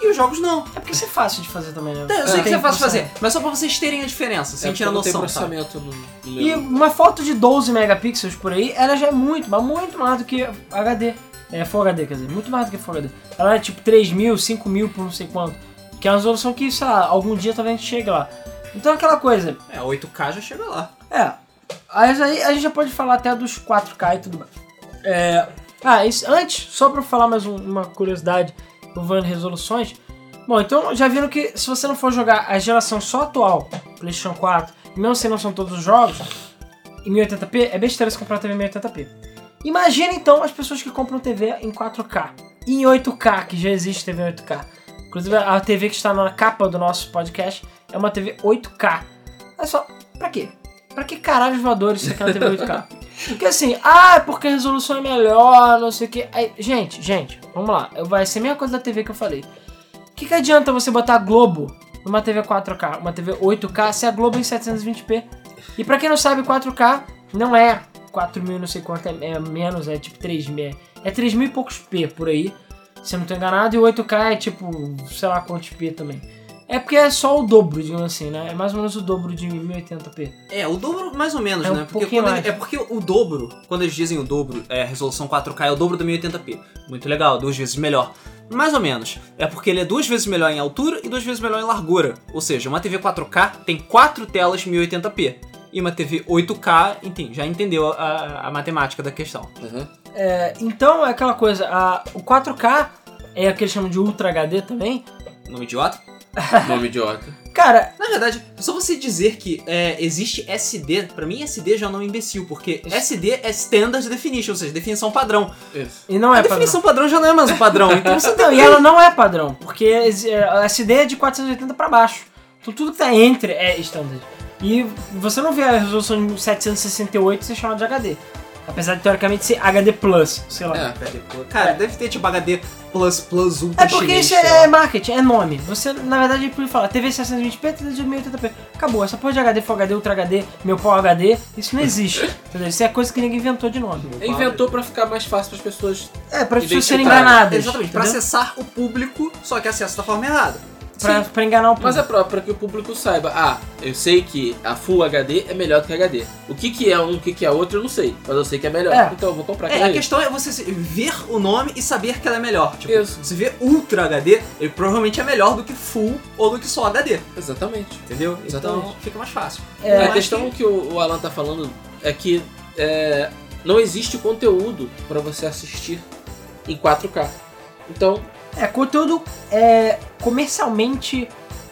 [SPEAKER 1] e os jogos não.
[SPEAKER 2] É porque isso é fácil de fazer também, né?
[SPEAKER 1] Então, eu sei
[SPEAKER 2] Não
[SPEAKER 1] que
[SPEAKER 2] tem
[SPEAKER 1] é fácil de
[SPEAKER 2] processamento.
[SPEAKER 1] fazer, mas só pra vocês terem a diferença,
[SPEAKER 3] É porque
[SPEAKER 1] sentir a
[SPEAKER 3] não tem
[SPEAKER 1] noção. tá? sabe?
[SPEAKER 3] processamento no, no
[SPEAKER 2] E
[SPEAKER 3] meu.
[SPEAKER 2] uma foto de 12 megapixels por aí, ela já é muito, mas muito maior do que HD. É Full HD, quer dizer, muito mais do que Full HD. Ela era tipo 3 mil, 5 mil por não sei quanto. Que é uma resolução que, sei lá, algum dia talvez a gente chegue lá. Então é aquela coisa,
[SPEAKER 1] É, 8K já chega lá.
[SPEAKER 2] é. Mas aí a gente já pode falar até dos 4K e tudo mais. É, ah, isso- antes, só pra falar mais um- uma curiosidade envolvendo resoluções. Bom, então já viram que se você não for jogar a geração só atual, PlayStation 4, e mesmo se não são todos os jogos, em 1080p, é besteira você comprar uma TV em 1080p. Imagina então as pessoas que compram TV em 4K e em 8K, que já existe TV em 8K. Inclusive a TV que está na capa do nosso podcast é uma TV 8K. Olha só, pra quê? Pra que caralho os voadores você quer uma TV 8K? Porque assim, ah, é porque a resolução é melhor, não sei o que. gente, gente, vamos lá. Eu- Vai ser a mesma coisa da TV que eu falei. O que, que adianta você botar a Globo numa TV 4K, uma TV 8K, se a Globo é em 720p? E pra quem não sabe, 4K não é 4 mil, não sei quanto, é, é menos, é tipo 3 mil. É 3 mil e poucos P por aí, se eu não tô enganado. E 8K é tipo, sei lá quantos P também. É porque é só o dobro, digamos assim, né? É mais ou menos o dobro de 1080p.
[SPEAKER 1] É, o dobro mais ou menos,
[SPEAKER 2] É um
[SPEAKER 1] né? Porque
[SPEAKER 2] pouquinho
[SPEAKER 1] quando
[SPEAKER 2] mais.
[SPEAKER 1] ele- é porque o dobro, quando eles dizem o dobro, é resolução 4K, é o dobro do 1080p. Muito legal, duas vezes melhor. Mais ou menos. É porque ele é duas vezes melhor em altura e duas vezes melhor em largura. Ou seja, uma TV 4K tem quatro telas 1080p. E uma TV 8K, enfim, já entendeu a, a matemática da questão.
[SPEAKER 3] Uhum.
[SPEAKER 2] É, então é aquela coisa, a- o 4K é o que eles chamam de Ultra HD também.
[SPEAKER 1] Não idiota?
[SPEAKER 3] Nome idiota.
[SPEAKER 2] Cara,
[SPEAKER 1] Na verdade, só você dizer que é, existe SD, pra mim SD já é um nome imbecil, porque SD é Standard Definition, ou seja, definição padrão.
[SPEAKER 3] Isso.
[SPEAKER 2] e não
[SPEAKER 1] a
[SPEAKER 2] é padrão.
[SPEAKER 1] definição padrão. já não é mais um padrão, então você
[SPEAKER 2] Não, e ela não é padrão, porque é, a SD é de 480 pra baixo. Então tudo que tá entre é standard. E você não vê a resolução de 768 ser chamada de HD. Apesar de teoricamente ser HD Plus, sei lá.
[SPEAKER 3] É.
[SPEAKER 1] Cara, deve ter tipo HD Plus Plus Ultra
[SPEAKER 2] É porque
[SPEAKER 1] chinês,
[SPEAKER 2] isso
[SPEAKER 1] sei lá.
[SPEAKER 2] é marketing, é nome. Você, na verdade, é podia falar TV 720p, TV 1080p. Acabou, essa porra de HD, Full HD, Ultra HD, meu pau HD, isso não existe. entendeu? Isso é coisa que ninguém inventou de nome.
[SPEAKER 3] Inventou pra ficar mais fácil pras pessoas.
[SPEAKER 2] É, pra as pessoas serem
[SPEAKER 3] Identificar.
[SPEAKER 2] enganadas.
[SPEAKER 1] Exatamente, pra
[SPEAKER 2] entendeu?
[SPEAKER 1] acessar o público, só que acessa da forma errada.
[SPEAKER 2] pra, pra enganar o
[SPEAKER 3] Mas
[SPEAKER 2] público.
[SPEAKER 3] é próprio pra que o público saiba. Ah, eu sei que a Full HD é melhor do que a HD. O que que é um, o que que é outro, eu não sei. Mas eu sei que é melhor.
[SPEAKER 2] É.
[SPEAKER 3] Então eu vou comprar
[SPEAKER 1] É,
[SPEAKER 3] aquela
[SPEAKER 1] a
[SPEAKER 3] ali.
[SPEAKER 1] questão é você se- ver o nome e saber que ela é melhor. Tipo,
[SPEAKER 3] Isso.
[SPEAKER 1] se vê Ultra HD, ele provavelmente é melhor do que Full ou do que só HD,
[SPEAKER 3] Exatamente.
[SPEAKER 1] entendeu? Então
[SPEAKER 3] Exatamente.
[SPEAKER 1] fica mais fácil.
[SPEAKER 2] É,
[SPEAKER 1] Eu
[SPEAKER 3] a
[SPEAKER 1] acho
[SPEAKER 3] questão que... o o Alan tá falando é que é, não existe conteúdo pra você assistir em 4K. Então,
[SPEAKER 2] É, conteúdo é, comercialmente,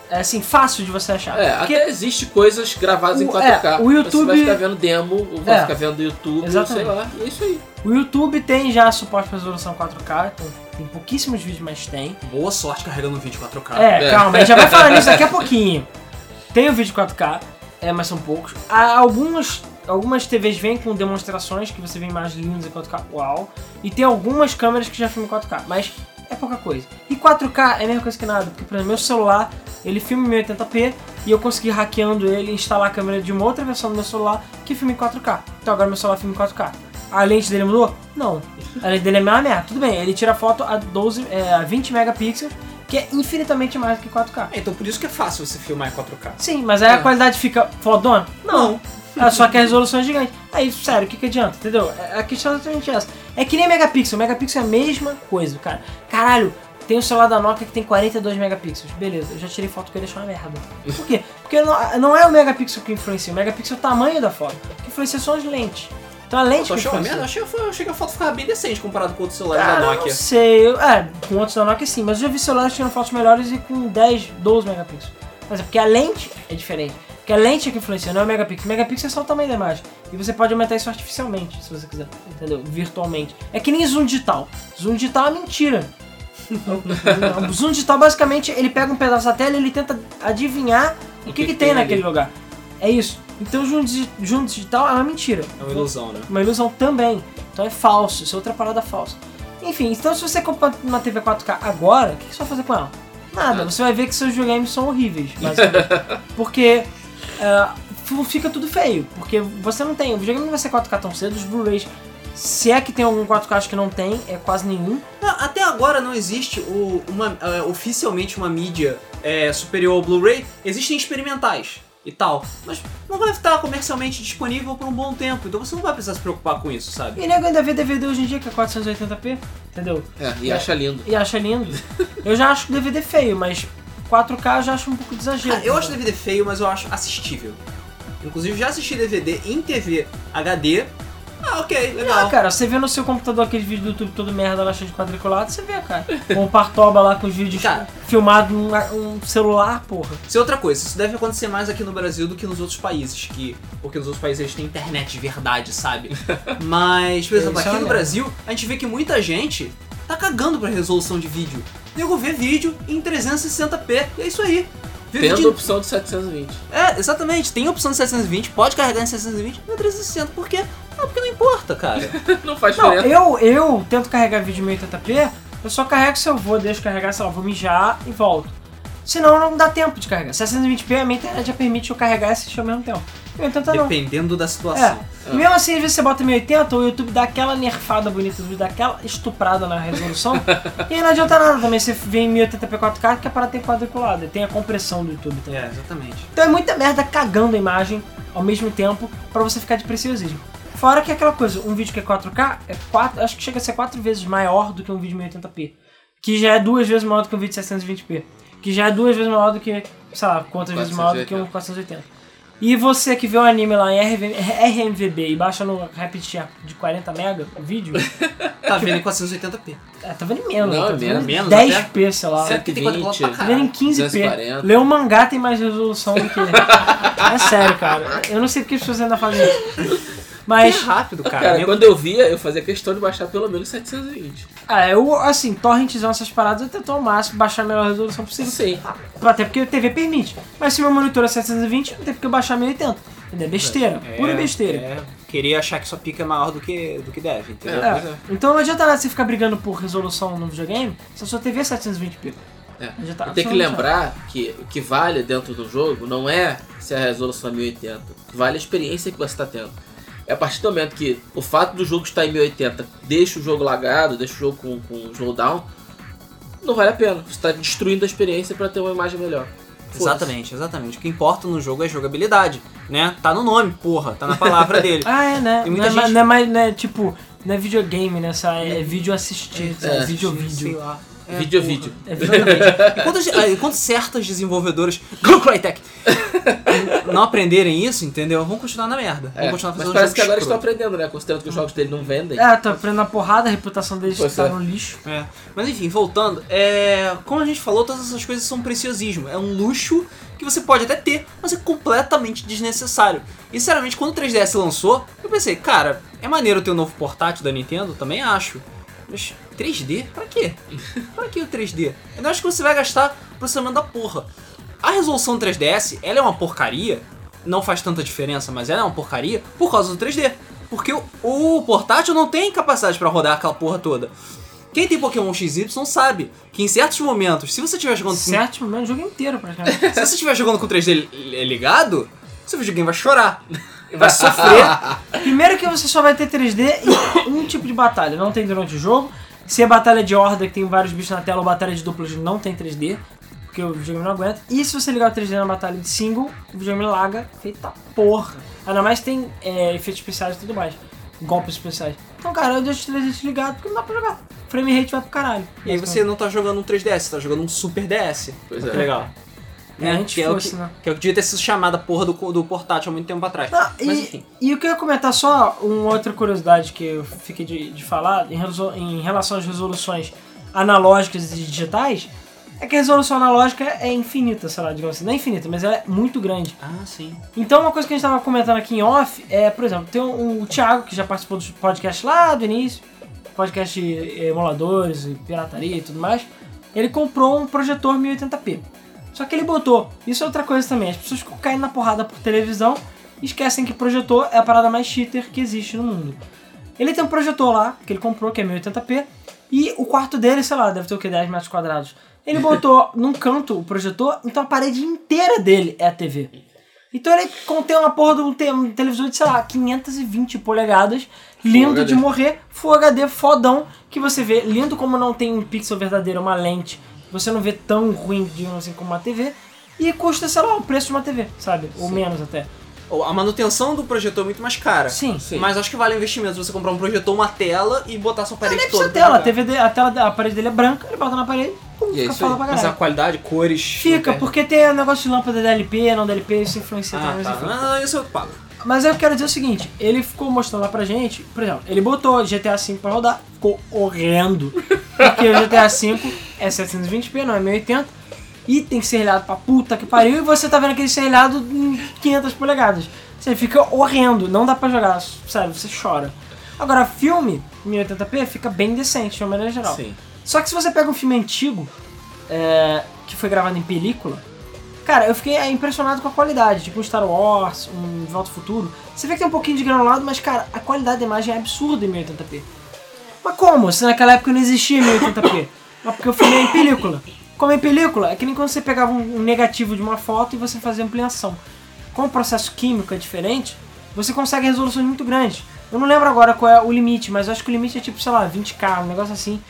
[SPEAKER 2] é, assim, fácil de você achar.
[SPEAKER 3] é,
[SPEAKER 2] Porque-
[SPEAKER 3] até existe coisas gravadas em
[SPEAKER 2] O-
[SPEAKER 3] 4K.
[SPEAKER 2] é, o YouTube-
[SPEAKER 3] Você vai ficar vendo demo, ou vai
[SPEAKER 2] É.
[SPEAKER 3] ficar vendo YouTube,
[SPEAKER 2] Exatamente.
[SPEAKER 3] sei lá. E é isso aí.
[SPEAKER 2] O YouTube tem já suporte para resolução 4K, então tem pouquíssimos vídeos, mas tem.
[SPEAKER 1] que Boa sorte carregando um vídeo 4K.
[SPEAKER 2] É,
[SPEAKER 3] É.
[SPEAKER 2] calma, a gente já vai falar nisso daqui a pouquinho. Tem o vídeo 4K, é, mas são poucos. Há algumas, algumas TVs vêm com demonstrações que você vê imagens lindas em 4K, uau. E tem algumas câmeras que já filmam em 4K, mas é pouca coisa. E 4K é a mesma coisa que nada, porque, por exemplo, meu celular, ele filma em 1080p e eu consegui, hackeando ele, instalar a câmera de uma outra versão do meu celular que filma em 4K. Então agora meu celular filma em 4K. A lente dele mudou? Não. A lente dele é a mesma merda. Tudo bem, ele tira foto a, 12, é, a 20 megapixels, que é infinitamente mais do que 4K.
[SPEAKER 1] É, então por isso que é fácil você filmar em 4K.
[SPEAKER 2] Sim, mas aí
[SPEAKER 3] É.
[SPEAKER 2] a qualidade fica fodona? Não. Ah, Só que a resolução é gigante. Aí, sério, o que, que adianta, entendeu? É- A questão é exatamente essa. É que nem megapixel. Megapixel é a mesma coisa, cara. Caralho, tem o celular da Nokia que tem 42 megapixels. Beleza, eu já tirei foto que eu ia deixar uma merda. Por quê? Porque não, não é o megapixel que influencia. O megapixel é o tamanho da foto. O que influencia são as lentes. Então a
[SPEAKER 1] Eu
[SPEAKER 2] lente
[SPEAKER 1] só
[SPEAKER 2] que
[SPEAKER 1] achei uma merda,
[SPEAKER 2] influencia.
[SPEAKER 1] achei, eu achei que a foto ficava bem decente comparado com outros celulares
[SPEAKER 2] Cara,
[SPEAKER 1] da
[SPEAKER 2] eu não
[SPEAKER 1] Nokia.
[SPEAKER 2] sei. Eu- é, com outros da Nokia sim, mas eu já vi celulares tirando fotos melhores e com 10, 12 megapixels. Mas é porque a lente é diferente. Porque a lente é que influencia, não é o megapixel. O megapixel é só o tamanho da imagem. E você pode aumentar isso artificialmente, se você quiser. Entendeu? Virtualmente. É que nem zoom digital. Zoom digital é uma mentira. o zoom digital, basicamente, ele pega um pedaço da tela e ele tenta adivinhar o que, que, tem,
[SPEAKER 3] ali?
[SPEAKER 2] naquele lugar. É isso. Então, zoom, digi- zoom digital é uma mentira
[SPEAKER 1] É uma ilusão, né?
[SPEAKER 2] uma ilusão também. Então é falso, isso é outra parada falsa. Enfim, então se você comprar uma TV 4K agora, o que que você vai fazer com ela? Nada, você vai ver que seus videogames são horríveis, basicamente. porque é, fu- fica tudo feio, porque você não tem, o videogame não vai ser 4K tão cedo, os Blu-rays, se é que tem algum 4K, acho que não tem, é quase nenhum.
[SPEAKER 1] Não, até agora não existe o- uma, é, oficialmente uma mídia é, superior ao Blu-ray. Existem experimentais. e tal. Mas não vai estar comercialmente disponível por um bom tempo, então você não vai precisar se preocupar com isso, sabe?
[SPEAKER 2] E nego ainda vê DVD hoje em dia que é 480p, entendeu?
[SPEAKER 3] É, e acha lindo.
[SPEAKER 2] E acha lindo. eu já acho DVD feio, mas 4K eu já acho um pouco de exagero.
[SPEAKER 1] Cara, Ah, eu acho DVD feio, mas eu acho assistível. Inclusive, já assisti DVD em TV HD. Ah, ok, legal.
[SPEAKER 2] Ah, cara, você vê no seu computador aqueles vídeos do YouTube todo merda lá cheio de quadriculado, você vê, cara. Ou o Partoba lá com os vídeos
[SPEAKER 1] Cara.
[SPEAKER 2] filmados num um celular, porra.
[SPEAKER 1] Isso é outra coisa, isso deve acontecer mais aqui no Brasil do que nos outros países, que porque nos outros países eles têm internet de verdade, sabe? Mas, por exemplo,
[SPEAKER 2] Isso é
[SPEAKER 1] aqui no
[SPEAKER 2] uma
[SPEAKER 1] Brasil, a gente vê que muita gente tá cagando pra resolução de vídeo. Nego vê vídeo em 360p, e é isso aí. Vê
[SPEAKER 3] Tendo a
[SPEAKER 1] vídeo
[SPEAKER 3] opção de 720.
[SPEAKER 1] de- É, exatamente, tem opção de 720, pode carregar em 720, não é 360, por quê? Ah, porque não importa, cara.
[SPEAKER 3] Não faz
[SPEAKER 2] Não,
[SPEAKER 3] diferença.
[SPEAKER 2] eu, eu tento carregar vídeo em 1080p, eu só carrego se eu vou, deixo carregar, sei lá, vou mijar e volto. Senão não dá tempo de carregar. 720p a minha internet já permite eu carregar e assistir ao mesmo tempo. 1080 não.
[SPEAKER 1] Dependendo da
[SPEAKER 2] É.
[SPEAKER 1] situação.
[SPEAKER 3] Ah.
[SPEAKER 2] Mesmo assim, às vezes você bota 1080, o YouTube dá aquela nerfada bonita, o vídeo dá aquela estuprada na resolução. e aí não adianta nada também. Você vem em 1080p 4K, que a parada tem quadriculada. Tem a compressão do YouTube também.
[SPEAKER 1] É, exatamente.
[SPEAKER 2] Então é muita merda cagando a imagem ao mesmo tempo pra você ficar de preciosismo. Fora que é aquela coisa, um vídeo que é 4K, é quatro, acho que chega a ser 4 vezes maior do que um vídeo 1080p. Que já é duas vezes maior do que um vídeo 720p. Que já é duas vezes maior do que, sei lá, quantas vezes maior do que um 480. E você que vê um anime lá em RV RMVB e baixa no Rapid Share de 40 mega o vídeo,
[SPEAKER 1] Tá vendo em 480p.
[SPEAKER 2] é, tá vendo em menos,
[SPEAKER 3] Não,
[SPEAKER 2] tá
[SPEAKER 3] é
[SPEAKER 2] vendo em
[SPEAKER 1] menos,
[SPEAKER 2] 10p, sei lá.
[SPEAKER 1] Cê- porque tem quadriculado pra
[SPEAKER 3] 120.
[SPEAKER 2] Tá vendo em 15p.
[SPEAKER 3] 240.
[SPEAKER 2] Ler um mangá tem mais resolução do que. é sério, cara. Eu não sei porque as pessoas ainda fazem isso.
[SPEAKER 1] É
[SPEAKER 2] Mas,
[SPEAKER 1] rápido, cara.
[SPEAKER 3] Cara,
[SPEAKER 1] Nego-
[SPEAKER 3] quando eu via, eu fazia questão de baixar pelo menos 720.
[SPEAKER 2] ah, eu, assim, torrentzão essas paradas, eu tento ao máximo baixar a melhor resolução possível.
[SPEAKER 3] Sim.
[SPEAKER 2] Até porque a TV permite. Mas se meu monitor é 720, não tem porque eu baixar 1080. Entendeu? É besteira. pura besteira.
[SPEAKER 1] É, queria achar que sua pica é maior do que, do que deve, entendeu?
[SPEAKER 2] É,
[SPEAKER 3] pois é.
[SPEAKER 2] Então não adianta nada você ficar brigando por resolução no videogame se a sua TV é 720p.
[SPEAKER 3] É.
[SPEAKER 2] Já tá
[SPEAKER 3] E tem que
[SPEAKER 2] absolutamente
[SPEAKER 3] lembrar que o que vale dentro do jogo não é se a resolução é 1080, vale a experiência que você está tendo. É a partir do momento que o fato do jogo estar em 1080 deixa o jogo lagado, deixa o jogo com, com slowdown, não vale a pena. Você está destruindo a experiência para ter uma imagem melhor. Foda-se.
[SPEAKER 1] Exatamente, exatamente. O que importa no jogo é jogabilidade, né? Tá no nome, porra, tá na palavra dele.
[SPEAKER 2] Ah, é, né?
[SPEAKER 1] Tem muita
[SPEAKER 2] não, é,
[SPEAKER 1] gente-
[SPEAKER 2] mais- não é mais, né, tipo, não é videogame, né? Só é, é vídeo assistir, é,
[SPEAKER 3] É,
[SPEAKER 2] vídeo
[SPEAKER 1] Sei
[SPEAKER 2] vídeo.
[SPEAKER 1] lá.
[SPEAKER 3] Vídeo,
[SPEAKER 1] porra.
[SPEAKER 3] vídeo.
[SPEAKER 2] É videogame.
[SPEAKER 1] Enquanto, ah, enquanto certas desenvolvedoras Go Crytek não aprenderem isso, entendeu? Vão continuar na merda. Vão
[SPEAKER 3] É,
[SPEAKER 1] continuar
[SPEAKER 3] Mas
[SPEAKER 1] fazendo
[SPEAKER 3] parece
[SPEAKER 1] jogo
[SPEAKER 3] que agora eles estão
[SPEAKER 1] escroto.
[SPEAKER 3] aprendendo, né? Considerando que os jogos dele não vendem.
[SPEAKER 2] ah, tô aprendendo a porrada, a reputação deles
[SPEAKER 3] Pois
[SPEAKER 2] tá
[SPEAKER 3] é.
[SPEAKER 2] no lixo.
[SPEAKER 1] É. Mas enfim, voltando, é... como a gente falou, todas essas coisas são preciosismo. É um luxo que você pode até ter, mas é completamente desnecessário. E sinceramente, quando o 3DS lançou, eu pensei, cara, é maneiro ter o novo portátil da Nintendo? Também acho. Mas 3D? Pra quê? Pra que o 3D? Eu acho que você vai gastar processamento da porra. A resolução do 3DS, ela é uma porcaria. Não faz tanta diferença, mas ela é uma porcaria por causa do 3D. Porque o, o portátil não tem capacidade pra rodar aquela porra toda. Quem tem Pokémon XY sabe que em certos momentos, se você estiver jogando com
[SPEAKER 2] Sétimo, mesmo, o jogo inteiro, praticamente.
[SPEAKER 1] se você estiver jogando com o 3D li- ligado, seu videogame vai chorar. Vai sofrer.
[SPEAKER 2] Primeiro que você só vai ter 3D em um tipo de batalha, não tem durante o jogo. Se é batalha de horda que tem vários bichos na tela ou batalha de duplas, não tem 3D, porque o videogame não aguenta. E se você ligar o 3D na batalha de single, o videogame laga, feita porra. Ainda mais tem é, efeitos especiais e tudo mais, golpes especiais. Então, cara, eu deixo o 3D ligado porque não dá pra jogar. Frame rate vai pro caralho.
[SPEAKER 1] e aí você não tá jogando um 3DS, você tá jogando um Super DS.
[SPEAKER 3] Pois é.
[SPEAKER 1] Que legal.
[SPEAKER 2] É, a gente
[SPEAKER 1] que, é o
[SPEAKER 2] fosse,
[SPEAKER 1] que,
[SPEAKER 2] né?
[SPEAKER 1] que é o que devia ter sido chamada porra do, co- do portátil há muito tempo atrás.
[SPEAKER 2] Não,
[SPEAKER 1] Mas
[SPEAKER 2] e,
[SPEAKER 1] enfim.
[SPEAKER 2] e o que eu ia comentar só, uma outra curiosidade que eu fiquei de, de falar em, resol- em relação às resoluções analógicas e digitais, é que a resolução analógica é infinita, sei lá, digamos assim. Não é infinita, mas ela é muito grande.
[SPEAKER 1] Ah, sim.
[SPEAKER 2] Então, uma coisa que a gente tava comentando aqui em off é, por exemplo, tem o, o Thiago, que já participou do podcast lá do início, podcast de emuladores, e pirataria e tudo mais. Ele comprou um projetor 1080p. Só que ele botou, isso é outra coisa também, as pessoas ficam caindo na porrada por televisão e esquecem que projetor é a parada mais cheater que existe no mundo. Ele tem um projetor lá, que ele comprou, que é 1080p, e o quarto dele, sei lá, deve ter o que, 10 metros quadrados. Ele botou num canto o projetor, então a parede inteira dele é a TV. Então ele contém uma porra de um, te- um televisor de, sei lá, 520 polegadas, lindo
[SPEAKER 3] HD.
[SPEAKER 2] de morrer, Full HD fodão, que você vê, lindo como não tem um pixel verdadeiro, uma lente, você não vê tão ruim, digamos um, assim, como uma TV. e custa, sei lá, o preço de uma TV, sabe? Ou
[SPEAKER 3] Sim.
[SPEAKER 2] menos até.
[SPEAKER 1] Ou A manutenção do projetor é muito mais cara.
[SPEAKER 2] Sim.
[SPEAKER 3] Sim.
[SPEAKER 1] Mas acho que vale o investimento você comprar um projetor, uma tela e botar sua
[SPEAKER 2] Mas
[SPEAKER 1] parede
[SPEAKER 2] Ah, nem
[SPEAKER 1] toda.
[SPEAKER 2] precisa tela, a,
[SPEAKER 1] pra jogar.
[SPEAKER 2] TV de- a tela, da- a parede dele é branca, ele bota na parede, pum,
[SPEAKER 3] E é
[SPEAKER 2] fica
[SPEAKER 3] isso aí.
[SPEAKER 2] foda pra
[SPEAKER 1] Mas a
[SPEAKER 2] caralho.
[SPEAKER 1] qualidade, cores.
[SPEAKER 2] Fica,
[SPEAKER 1] não tem.
[SPEAKER 2] porque tem negócio de lâmpada DLP, não DLP, isso influencia
[SPEAKER 1] Ah,
[SPEAKER 2] também, mas
[SPEAKER 1] tá.
[SPEAKER 2] enfim.
[SPEAKER 1] Não, isso eu pago.
[SPEAKER 2] Mas eu quero dizer o seguinte, ele ficou mostrando lá pra gente, por exemplo, ele botou GTA V pra rodar, ficou horrendo, porque o GTA V é 720p, não é 1080, e tem serrilhado pra puta que pariu, e você tá vendo aquele serrilhado em 500 polegadas. Você fica horrendo, não dá pra jogar, sabe, você chora. Agora, filme, 1080p, fica bem decente, de uma maneira geral.
[SPEAKER 3] Sim.
[SPEAKER 2] Só que se você pega um filme antigo, é, que foi gravado em película, cara, eu fiquei é, impressionado com a qualidade. Tipo um Star Wars, um De Volta ao Futuro. Você vê que tem um pouquinho de granulado, mas, cara, a qualidade da imagem é absurda em 1080p. Mas como? Se naquela época não existia 1080p. Mas porque eu filmei em película. Como em película, é que nem quando você pegava um um negativo de uma foto e você fazia ampliação. Como o processo químico é diferente, você consegue resoluções muito grandes. Eu não lembro agora qual é o limite, mas eu acho que o limite é tipo, sei lá, 20k, um negócio assim.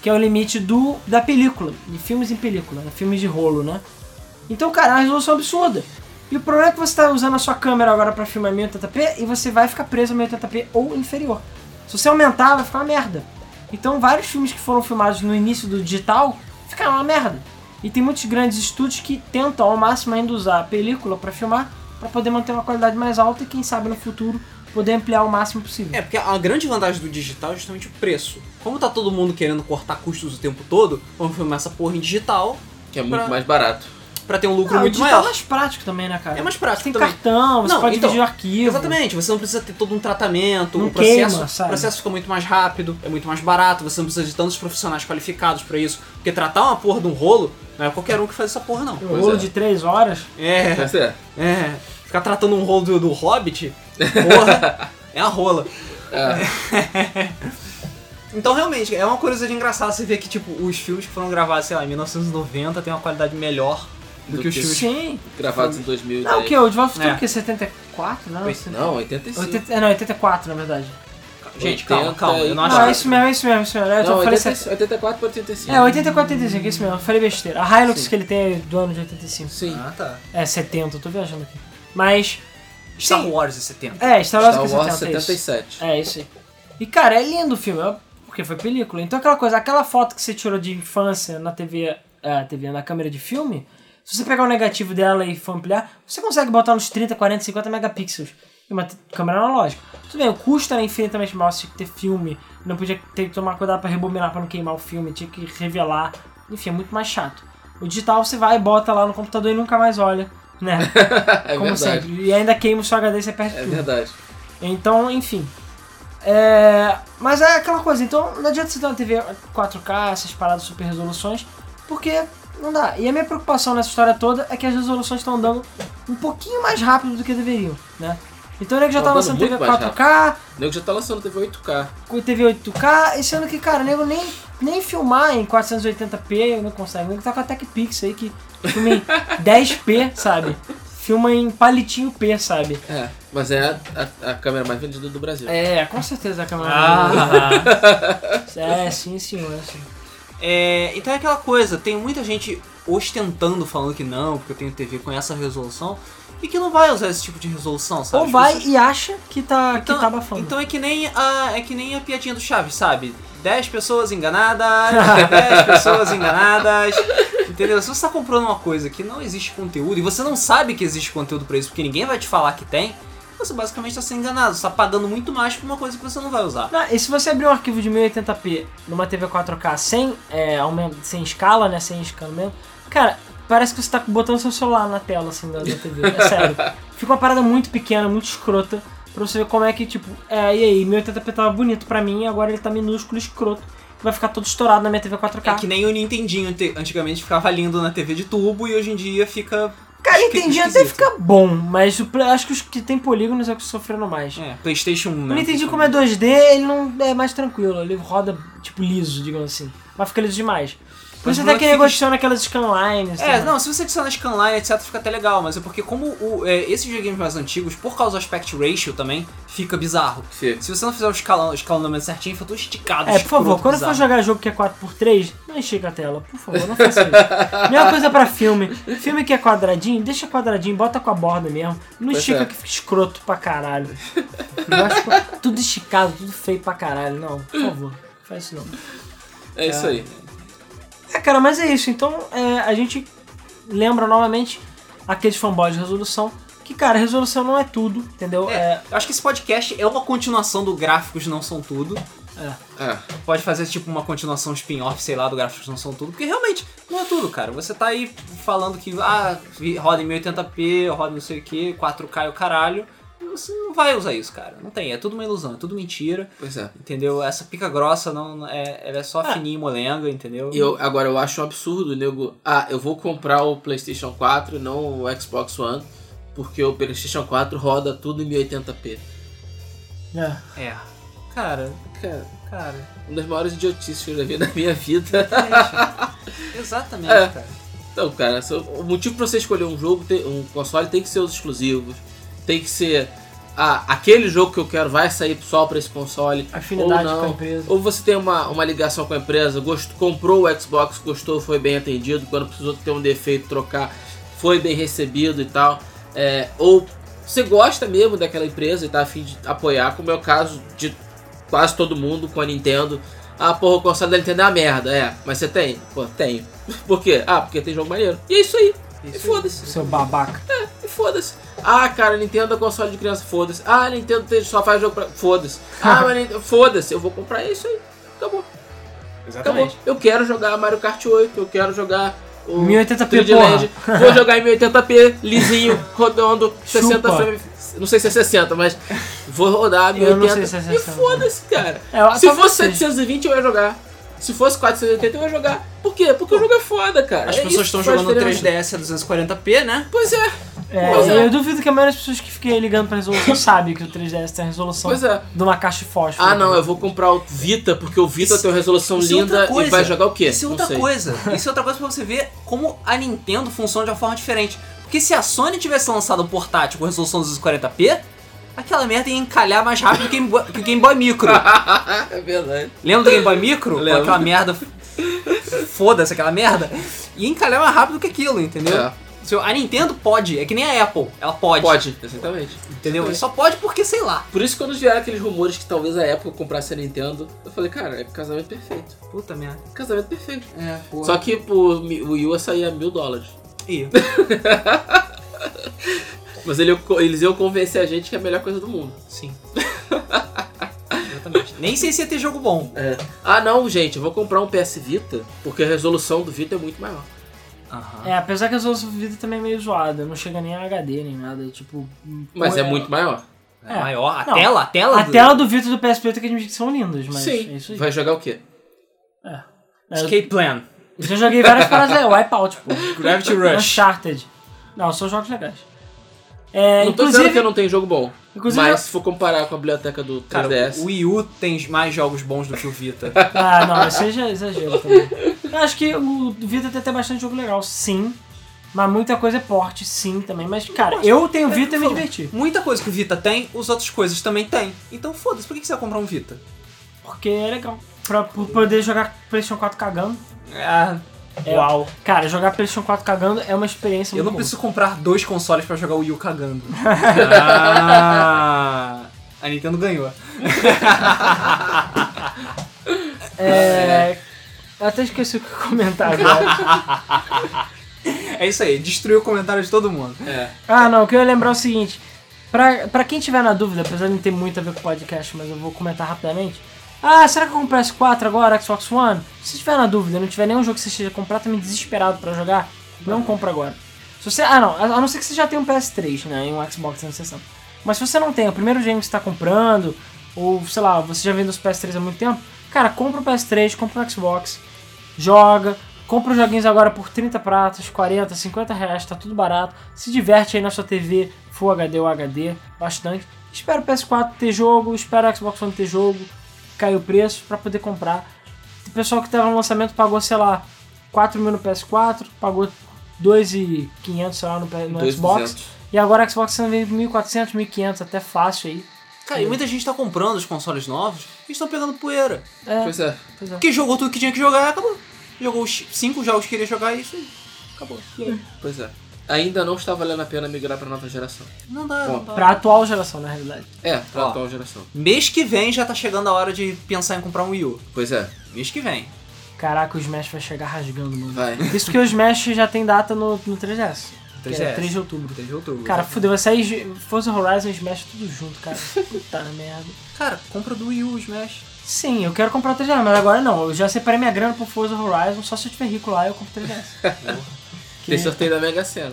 [SPEAKER 2] Que é o limite do da película, de filmes em película, né? filmes de rolo, né? Então, cara, é uma resolução absurda. E o problema é que você tá usando a sua câmera agora pra filmar 1080p e você vai ficar preso a 1080p ou inferior. Se você aumentar, vai ficar uma merda. Então, vários filmes que foram filmados no início do digital ficaram uma merda. E tem muitos grandes estúdios que tentam ao máximo ainda usar a película pra filmar, pra poder manter uma qualidade mais alta e quem sabe no futuro poder ampliar o máximo possível.
[SPEAKER 1] É, porque a grande vantagem do digital é justamente o preço. Como tá todo mundo querendo cortar custos o tempo todo, vamos filmar essa porra em digital
[SPEAKER 3] Que é muito
[SPEAKER 1] Pra-
[SPEAKER 3] mais barato.
[SPEAKER 1] pra ter um lucro
[SPEAKER 2] Ah, o
[SPEAKER 1] muito
[SPEAKER 2] digital é
[SPEAKER 1] maior.
[SPEAKER 2] mais prático também, né, cara?
[SPEAKER 1] É mais prático
[SPEAKER 2] Tem
[SPEAKER 1] também.
[SPEAKER 2] cartão, você
[SPEAKER 1] Não,
[SPEAKER 2] pode
[SPEAKER 1] então,
[SPEAKER 2] dividir o arquivo.
[SPEAKER 1] Exatamente, você não precisa ter todo um tratamento,
[SPEAKER 2] Não
[SPEAKER 1] o processo,
[SPEAKER 2] queima, sabe?
[SPEAKER 1] o processo fica muito mais rápido, é muito mais barato, você não precisa de tantos profissionais qualificados pra isso, porque tratar uma porra de um rolo não é qualquer um que faz essa porra não.
[SPEAKER 2] Um
[SPEAKER 3] Pois
[SPEAKER 2] rolo
[SPEAKER 3] é.
[SPEAKER 2] de 3 horas.
[SPEAKER 1] É,
[SPEAKER 3] Mas é.
[SPEAKER 1] é, ficar tratando um rolo do, do Hobbit, porra, é a rola.
[SPEAKER 3] É.
[SPEAKER 1] Então, realmente, é uma curiosidade engraçada você ver que, tipo, os filmes que foram gravados, sei lá, em 1990 têm uma qualidade melhor do,
[SPEAKER 3] Do
[SPEAKER 1] que os
[SPEAKER 3] que-
[SPEAKER 1] filmes
[SPEAKER 2] Sim.
[SPEAKER 3] Gravados em 2010.
[SPEAKER 2] Não, o que? O De Volta ao Futuro,
[SPEAKER 1] É.
[SPEAKER 2] o que? 74? Não,
[SPEAKER 1] Pois
[SPEAKER 2] 70.
[SPEAKER 3] Não, 85.
[SPEAKER 2] 80, é, não, 84, na verdade.
[SPEAKER 1] Gente,
[SPEAKER 3] 80
[SPEAKER 1] calma, calma, eu não
[SPEAKER 3] e-
[SPEAKER 1] acho
[SPEAKER 2] não,
[SPEAKER 1] que-
[SPEAKER 2] é isso mesmo, é isso mesmo, é isso mesmo. Eu tô-
[SPEAKER 3] Não,
[SPEAKER 2] falei
[SPEAKER 3] 80
[SPEAKER 2] certo.
[SPEAKER 3] 84 para 85.
[SPEAKER 2] É, 84, 85, é isso mesmo. Eu falei besteira. A Hilux
[SPEAKER 3] Sim.
[SPEAKER 2] que ele tem é do ano de 85.
[SPEAKER 3] Sim.
[SPEAKER 1] Ah, tá.
[SPEAKER 2] É, 70, eu tô viajando aqui. Mas.
[SPEAKER 1] Star
[SPEAKER 2] sim,
[SPEAKER 1] Wars de 70.
[SPEAKER 2] É, Star Wars,
[SPEAKER 3] Ah, Star
[SPEAKER 2] que é
[SPEAKER 3] Wars
[SPEAKER 2] 70, é isso.
[SPEAKER 3] 77.
[SPEAKER 2] É, isso aí. E, cara, é lindo o filme, ó, porque foi película. Então, aquela coisa, aquela foto que você tirou de infância na TV, ah, TV na câmera de filme, se você pegar o negativo dela e for ampliar, você consegue botar uns 30, 40, 50 megapixels em uma t- câmera analógica. Tudo bem, o custo era infinitamente maior, você tinha que ter filme, não podia ter que tomar cuidado pra rebobinar pra não queimar o filme, tinha que revelar. Enfim, é muito mais chato. O digital você vai, bota lá no computador e nunca mais olha, né?
[SPEAKER 3] É
[SPEAKER 2] Como
[SPEAKER 3] verdade.
[SPEAKER 2] sempre. E ainda queima o seu HD e você perde
[SPEAKER 3] É
[SPEAKER 2] tudo.
[SPEAKER 3] verdade.
[SPEAKER 2] Então, enfim. É, mas é aquela coisa, então não adianta você ter uma TV 4K, essas paradas super resoluções, porque não dá. E a minha preocupação nessa história toda é que as resoluções estão andando um pouquinho mais rápido do que deveriam, né? Então o nego já
[SPEAKER 3] Tão
[SPEAKER 2] tá lançando
[SPEAKER 3] andando
[SPEAKER 2] TV
[SPEAKER 3] muito mais
[SPEAKER 2] 4K,
[SPEAKER 3] O nego já tá lançando TV 8K.
[SPEAKER 2] com TV 8K, e sendo que, cara, o nego nem, nem filmar em 480p não consegue. O nego tá com a Tech Pix aí que filma em 10p, sabe? Filma em palitinho P, sabe?
[SPEAKER 3] É. Mas é a, a- a câmera mais vendida do Brasil.
[SPEAKER 2] É, com certeza a câmera.
[SPEAKER 1] Ah,
[SPEAKER 2] É, sim, senhor. Sim.
[SPEAKER 1] é, então é aquela coisa, tem muita gente ostentando falando que não, porque eu tenho TV com essa resolução, e que não vai usar esse tipo de resolução, sabe?
[SPEAKER 2] Ou vai
[SPEAKER 1] Você-
[SPEAKER 2] e acha que tá,
[SPEAKER 1] então,
[SPEAKER 2] que tá abafando.
[SPEAKER 1] então é que nem a é que nem a piadinha do Chaves, sabe? 10 pessoas enganadas, 10 pessoas enganadas. Entendeu? Se você tá comprando uma coisa que não existe conteúdo e você não sabe que existe conteúdo pra isso, porque ninguém vai te falar que tem, você basicamente tá sendo enganado, você tá pagando muito mais por uma coisa que você não vai usar.
[SPEAKER 2] Não, e se você abrir um arquivo de 1080p numa TV 4K sem, é, aumento, sem escala, né? Sem escaneamento, cara, parece que você tá botando seu celular na tela, assim, da, da TV. É sério. Fica uma parada muito pequena, muito escrota, pra você ver como é que, tipo, é, e aí, 1080p tava bonito pra mim, agora ele tá minúsculo, escroto, vai ficar todo estourado na minha TV 4K.
[SPEAKER 1] É que nem o Nintendinho ante- antigamente ficava lindo na TV de tubo e hoje em dia fica.
[SPEAKER 2] Cara,
[SPEAKER 1] esqui-
[SPEAKER 2] entendi até
[SPEAKER 1] esquisito.
[SPEAKER 2] fica bom, mas o pla- acho que os que tem polígonos é o que sofreram mais.
[SPEAKER 1] É, PlayStation 1,
[SPEAKER 2] Eu
[SPEAKER 1] né?
[SPEAKER 2] não entendi como é tipo, 2D, ele não é mais tranquilo, ele roda tipo liso, digamos assim. Mas fica liso demais. Por isso
[SPEAKER 1] Mas
[SPEAKER 2] até
[SPEAKER 1] o
[SPEAKER 2] que
[SPEAKER 1] moleque fica
[SPEAKER 2] negociou naquelas scanlines.
[SPEAKER 1] É,
[SPEAKER 2] tá?
[SPEAKER 1] não, se você adicionar scanline, etc, fica até legal, mas é porque como o- é, esses videogames mais antigos, por causa do aspect ratio também, fica bizarro.
[SPEAKER 3] Fica.
[SPEAKER 1] Se você não fizer o escalão, escalonamento certinho, fica tudo esticado.
[SPEAKER 2] É, por favor,
[SPEAKER 1] escroto,
[SPEAKER 2] quando
[SPEAKER 1] bizarro.
[SPEAKER 2] for jogar jogo que é 4x3, não enxerga a tela, por favor, não faça isso. Mesma coisa pra filme. Filme que é quadradinho, deixa quadradinho, bota com a borda mesmo. Não
[SPEAKER 3] Pois
[SPEAKER 2] estica
[SPEAKER 3] é.
[SPEAKER 2] que fica escroto pra caralho. Eu acho que tudo esticado, tudo feio pra caralho. Não, por favor, não faz isso não.
[SPEAKER 3] É isso aí.
[SPEAKER 2] É, cara, mas é isso. Então, é, a gente lembra novamente aqueles fanboys de resolução. Que, cara, resolução não é tudo, entendeu?
[SPEAKER 1] É, eu acho que esse podcast é uma continuação do Gráficos Não São Tudo.
[SPEAKER 2] É.
[SPEAKER 3] Ah,
[SPEAKER 1] Pode fazer tipo uma continuação spin-off, sei lá, do Gráficos Não São Tudo, porque realmente não é tudo, cara. Você tá aí falando que ah, vi- roda em 1080p, roda não sei o que, 4K e o caralho. Você não vai usar isso, cara. Não tem, é tudo uma ilusão, é tudo mentira.
[SPEAKER 3] pois é.
[SPEAKER 1] Entendeu? Essa pica grossa não não- é, ela é só
[SPEAKER 2] Ah.
[SPEAKER 1] fininha e molenga, entendeu?
[SPEAKER 3] E Eu, agora, eu acho um absurdo, nego. Ah, eu vou comprar o PlayStation 4 e não o Xbox One, porque o PlayStation 4 roda tudo em 1080p.
[SPEAKER 2] É.
[SPEAKER 1] É. Cara,
[SPEAKER 3] Cara,
[SPEAKER 1] cara.
[SPEAKER 3] é uma das maiores idiotices que eu já vi na minha vida.
[SPEAKER 1] deixa. Exatamente,
[SPEAKER 3] É.
[SPEAKER 1] cara.
[SPEAKER 3] Então, cara, se- o motivo pra você escolher um jogo, tem- um console, tem que ser os exclusivos. Tem que ser. Ah, aquele jogo que eu quero vai sair só pra esse console.
[SPEAKER 2] Afinidade
[SPEAKER 3] ou não.
[SPEAKER 2] com a empresa.
[SPEAKER 3] Ou você tem uma, uma ligação com a empresa, gost, comprou o Xbox, gostou, foi bem atendido, quando precisou ter um defeito, trocar, foi bem recebido e tal. É, ou você gosta mesmo daquela empresa e tá a fim de apoiar, como é o caso de quase todo mundo com a Nintendo. Ah, porra, o console da Nintendo é uma merda, é. Mas você tem? Pô, tenho. Por quê? Ah, porque tem jogo maneiro. E é isso aí. E
[SPEAKER 1] Isso
[SPEAKER 3] foda-se.
[SPEAKER 2] Seu babaca.
[SPEAKER 3] E foda-se. Ah, cara, Nintendo é console de criança, foda-se. Ah, Nintendo tem- só faz jogo pra. Foda-se. Ah, mas Nintendo- foda-se, eu vou comprar é isso aí. Acabou.
[SPEAKER 1] aí.
[SPEAKER 3] Acabou.
[SPEAKER 1] Exatamente.
[SPEAKER 3] Eu quero jogar Mario Kart 8, eu quero jogar o
[SPEAKER 2] 1080p,
[SPEAKER 3] 3D
[SPEAKER 2] porra.
[SPEAKER 3] Land. Vou jogar em 1080p, lisinho, rodando 60
[SPEAKER 2] Chupa.
[SPEAKER 3] frames. Não sei se é 60, mas vou rodar
[SPEAKER 2] Eu não sei
[SPEAKER 3] 1080.
[SPEAKER 2] se é
[SPEAKER 3] e
[SPEAKER 2] 60,
[SPEAKER 3] foda-se, cara.
[SPEAKER 2] É, eu-
[SPEAKER 3] se
[SPEAKER 2] talvez
[SPEAKER 3] fosse
[SPEAKER 2] seja.
[SPEAKER 3] 720 eu ia jogar. Se fosse 480 eu ia jogar. Por quê? Porque o jogo é foda, cara.
[SPEAKER 1] As
[SPEAKER 3] É isso
[SPEAKER 1] pessoas estão
[SPEAKER 3] que faz
[SPEAKER 1] jogando
[SPEAKER 3] diferença.
[SPEAKER 1] 3DS a 240p, né?
[SPEAKER 3] Pois é,
[SPEAKER 2] É,
[SPEAKER 3] Pois é.
[SPEAKER 2] Eu duvido que a maioria das pessoas que fiquem ligando pra resolução sabe que o 3DS tem a resolução
[SPEAKER 3] pois é.
[SPEAKER 2] de uma caixa de fósforo.
[SPEAKER 3] Ah, não, eu vou comprar o Vita porque o
[SPEAKER 1] um
[SPEAKER 3] Vita
[SPEAKER 1] Isso-
[SPEAKER 3] tem uma resolução
[SPEAKER 1] isso é
[SPEAKER 3] linda
[SPEAKER 1] outra coisa.
[SPEAKER 3] e vai jogar o quê?
[SPEAKER 1] Isso é
[SPEAKER 3] Não
[SPEAKER 1] outra
[SPEAKER 3] sei.
[SPEAKER 1] coisa. Isso é outra coisa pra você ver como a Nintendo funciona de uma forma diferente. Porque se a Sony tivesse lançado um portátil com resolução 240p, aquela merda ia encalhar mais rápido que o Game Boy, que o Game Boy Micro.
[SPEAKER 3] é verdade.
[SPEAKER 1] Lembra do Game Boy Micro? Com
[SPEAKER 3] Lembro.
[SPEAKER 1] aquela merda. Foda-se aquela merda. E encalhar mais rápido que aquilo, entendeu?
[SPEAKER 3] É.
[SPEAKER 1] Se eu- A Nintendo pode, é que nem a Apple. Ela pode.
[SPEAKER 3] Pode, exatamente.
[SPEAKER 1] Entendeu? Só pode porque, sei lá.
[SPEAKER 3] Por isso, quando vieram aqueles rumores que talvez a época comprasse a Nintendo, eu falei, cara, é casamento perfeito.
[SPEAKER 1] Puta merda.
[SPEAKER 3] Casamento perfeito.
[SPEAKER 1] É, porra.
[SPEAKER 3] Só que pô, o Wii U ia sair a mil dólares.
[SPEAKER 1] Ih,
[SPEAKER 3] Mas ele- eles iam convencer a gente que é a melhor coisa do mundo.
[SPEAKER 1] sim. Exatamente. Nem sei se ia ter jogo bom.
[SPEAKER 3] É. Ah, não, gente, eu vou comprar um PS Vita porque a resolução do Vita é muito maior.
[SPEAKER 1] Aham.
[SPEAKER 2] É, apesar que a resolução do Vita também é meio zoada, não chega nem a HD nem nada, é tipo...
[SPEAKER 3] Mas é
[SPEAKER 2] pô,
[SPEAKER 3] muito maior.
[SPEAKER 1] É Maior. A
[SPEAKER 2] Não.
[SPEAKER 1] tela, a tela.
[SPEAKER 2] A
[SPEAKER 1] do-
[SPEAKER 2] tela do Vita e do PSP tem é que admitir que são lindas, mas é
[SPEAKER 3] Sim.
[SPEAKER 2] isso aí.
[SPEAKER 3] Vai jogar o quê?
[SPEAKER 2] É,
[SPEAKER 1] Escape Plan.
[SPEAKER 2] eu já joguei várias paradas, é Wipeout, pô.
[SPEAKER 1] Gravity Rush.
[SPEAKER 2] Uncharted. Não, são jogos legais. É,
[SPEAKER 3] não tô
[SPEAKER 2] inclusive...
[SPEAKER 3] dizendo que eu não tenho jogo bom.
[SPEAKER 2] inclusive-
[SPEAKER 3] mas se for comparar com a biblioteca do 3DS...
[SPEAKER 1] Cara, o Wii U tem mais jogos bons do que o Vita.
[SPEAKER 2] Ah, não, mas seja exagero também. Eu acho que o Vita tem até bastante jogo legal, sim. Mas muita coisa é porte, sim, também. Mas, cara, eu tenho Vita e me diverti.
[SPEAKER 1] Muita coisa que o Vita tem, os outras coisas também tem. Então foda-se, por que que você vai comprar um Vita?
[SPEAKER 2] Porque é legal. Pra, pra poder jogar PlayStation 4 cagando.
[SPEAKER 1] Ah,
[SPEAKER 2] É,
[SPEAKER 1] uau.
[SPEAKER 2] Cara, jogar PlayStation 4 cagando é uma experiência
[SPEAKER 1] Eu
[SPEAKER 2] muito
[SPEAKER 1] não
[SPEAKER 2] boa.
[SPEAKER 1] preciso comprar dois consoles pra jogar o Wii U cagando. ah, a Nintendo ganhou.
[SPEAKER 2] É. Eu até esqueci o que eu ia comentar agora.
[SPEAKER 1] É isso aí, destruiu o comentário de todo mundo.
[SPEAKER 3] É.
[SPEAKER 2] ah, não, o que eu ia lembrar é o seguinte. Pra, pra quem tiver na dúvida, apesar de não ter muito a ver com o podcast, mas eu vou comentar rapidamente. Ah, será que eu compro PS4 agora, Xbox One? Se tiver na dúvida, não tiver nenhum jogo que você esteja completamente desesperado pra jogar, não compra agora. Se você, ah, não, a a não ser que você já tenha um PS3, né, e um Xbox 360. Mas se você não tem, o primeiro game que você tá comprando, ou sei lá, você já vendeu os PS3 há muito tempo, cara, compra o PS3, compra o Xbox, joga, compra os joguinhos agora por 30 pratas, 40, 50 reais, tá tudo barato, se diverte aí na sua TV, Full HD ou HD, bastante. Espera o PS4 ter jogo, espera o Xbox One ter jogo, caiu o preço pra poder comprar. O pessoal que tava no lançamento pagou, sei lá, 4 mil no PS4, pagou 2,500, sei lá, no, P- no Xbox.
[SPEAKER 3] 2.200.
[SPEAKER 2] E agora o Xbox vem por 1.400, 1.500, até fácil aí.
[SPEAKER 1] Cara, e muita gente tá comprando os consoles novos e estão pegando poeira.
[SPEAKER 2] É,
[SPEAKER 3] Pois é.
[SPEAKER 2] pois é.
[SPEAKER 1] Porque jogou tudo que tinha que jogar e acabou. Jogou os cinco jogos que queria jogar e isso aí. Acabou. E aí?
[SPEAKER 3] Pois é. Ainda não está valendo a pena migrar pra nova geração.
[SPEAKER 1] Não dá, não
[SPEAKER 3] Bom,
[SPEAKER 1] dá.
[SPEAKER 2] Pra atual geração, na realidade.
[SPEAKER 3] É, pra
[SPEAKER 1] Ó.
[SPEAKER 3] atual geração.
[SPEAKER 1] Mês que vem já tá chegando a hora de pensar em comprar um Wii U.
[SPEAKER 3] Pois é,
[SPEAKER 1] Mês que vem.
[SPEAKER 2] Caraca, o Smash vai chegar rasgando, mano.
[SPEAKER 3] vai.
[SPEAKER 2] Isso que o Smash já tem data no, no 3DS. que é
[SPEAKER 1] 3DS.
[SPEAKER 2] 3 de outubro.
[SPEAKER 1] 3 de outubro.
[SPEAKER 2] Cara, fudeu, vai sair G- Forza Horizon e Smash tudo junto, cara. Puta merda.
[SPEAKER 1] Cara, compra do Wii U, Smash.
[SPEAKER 2] Sim, eu quero comprar o 3DS, mas agora não. Eu já separei minha grana pro Forza Horizon, só se eu tiver rico lá eu compro o 3DS. Que-
[SPEAKER 3] Tem sorteio da Mega Sena.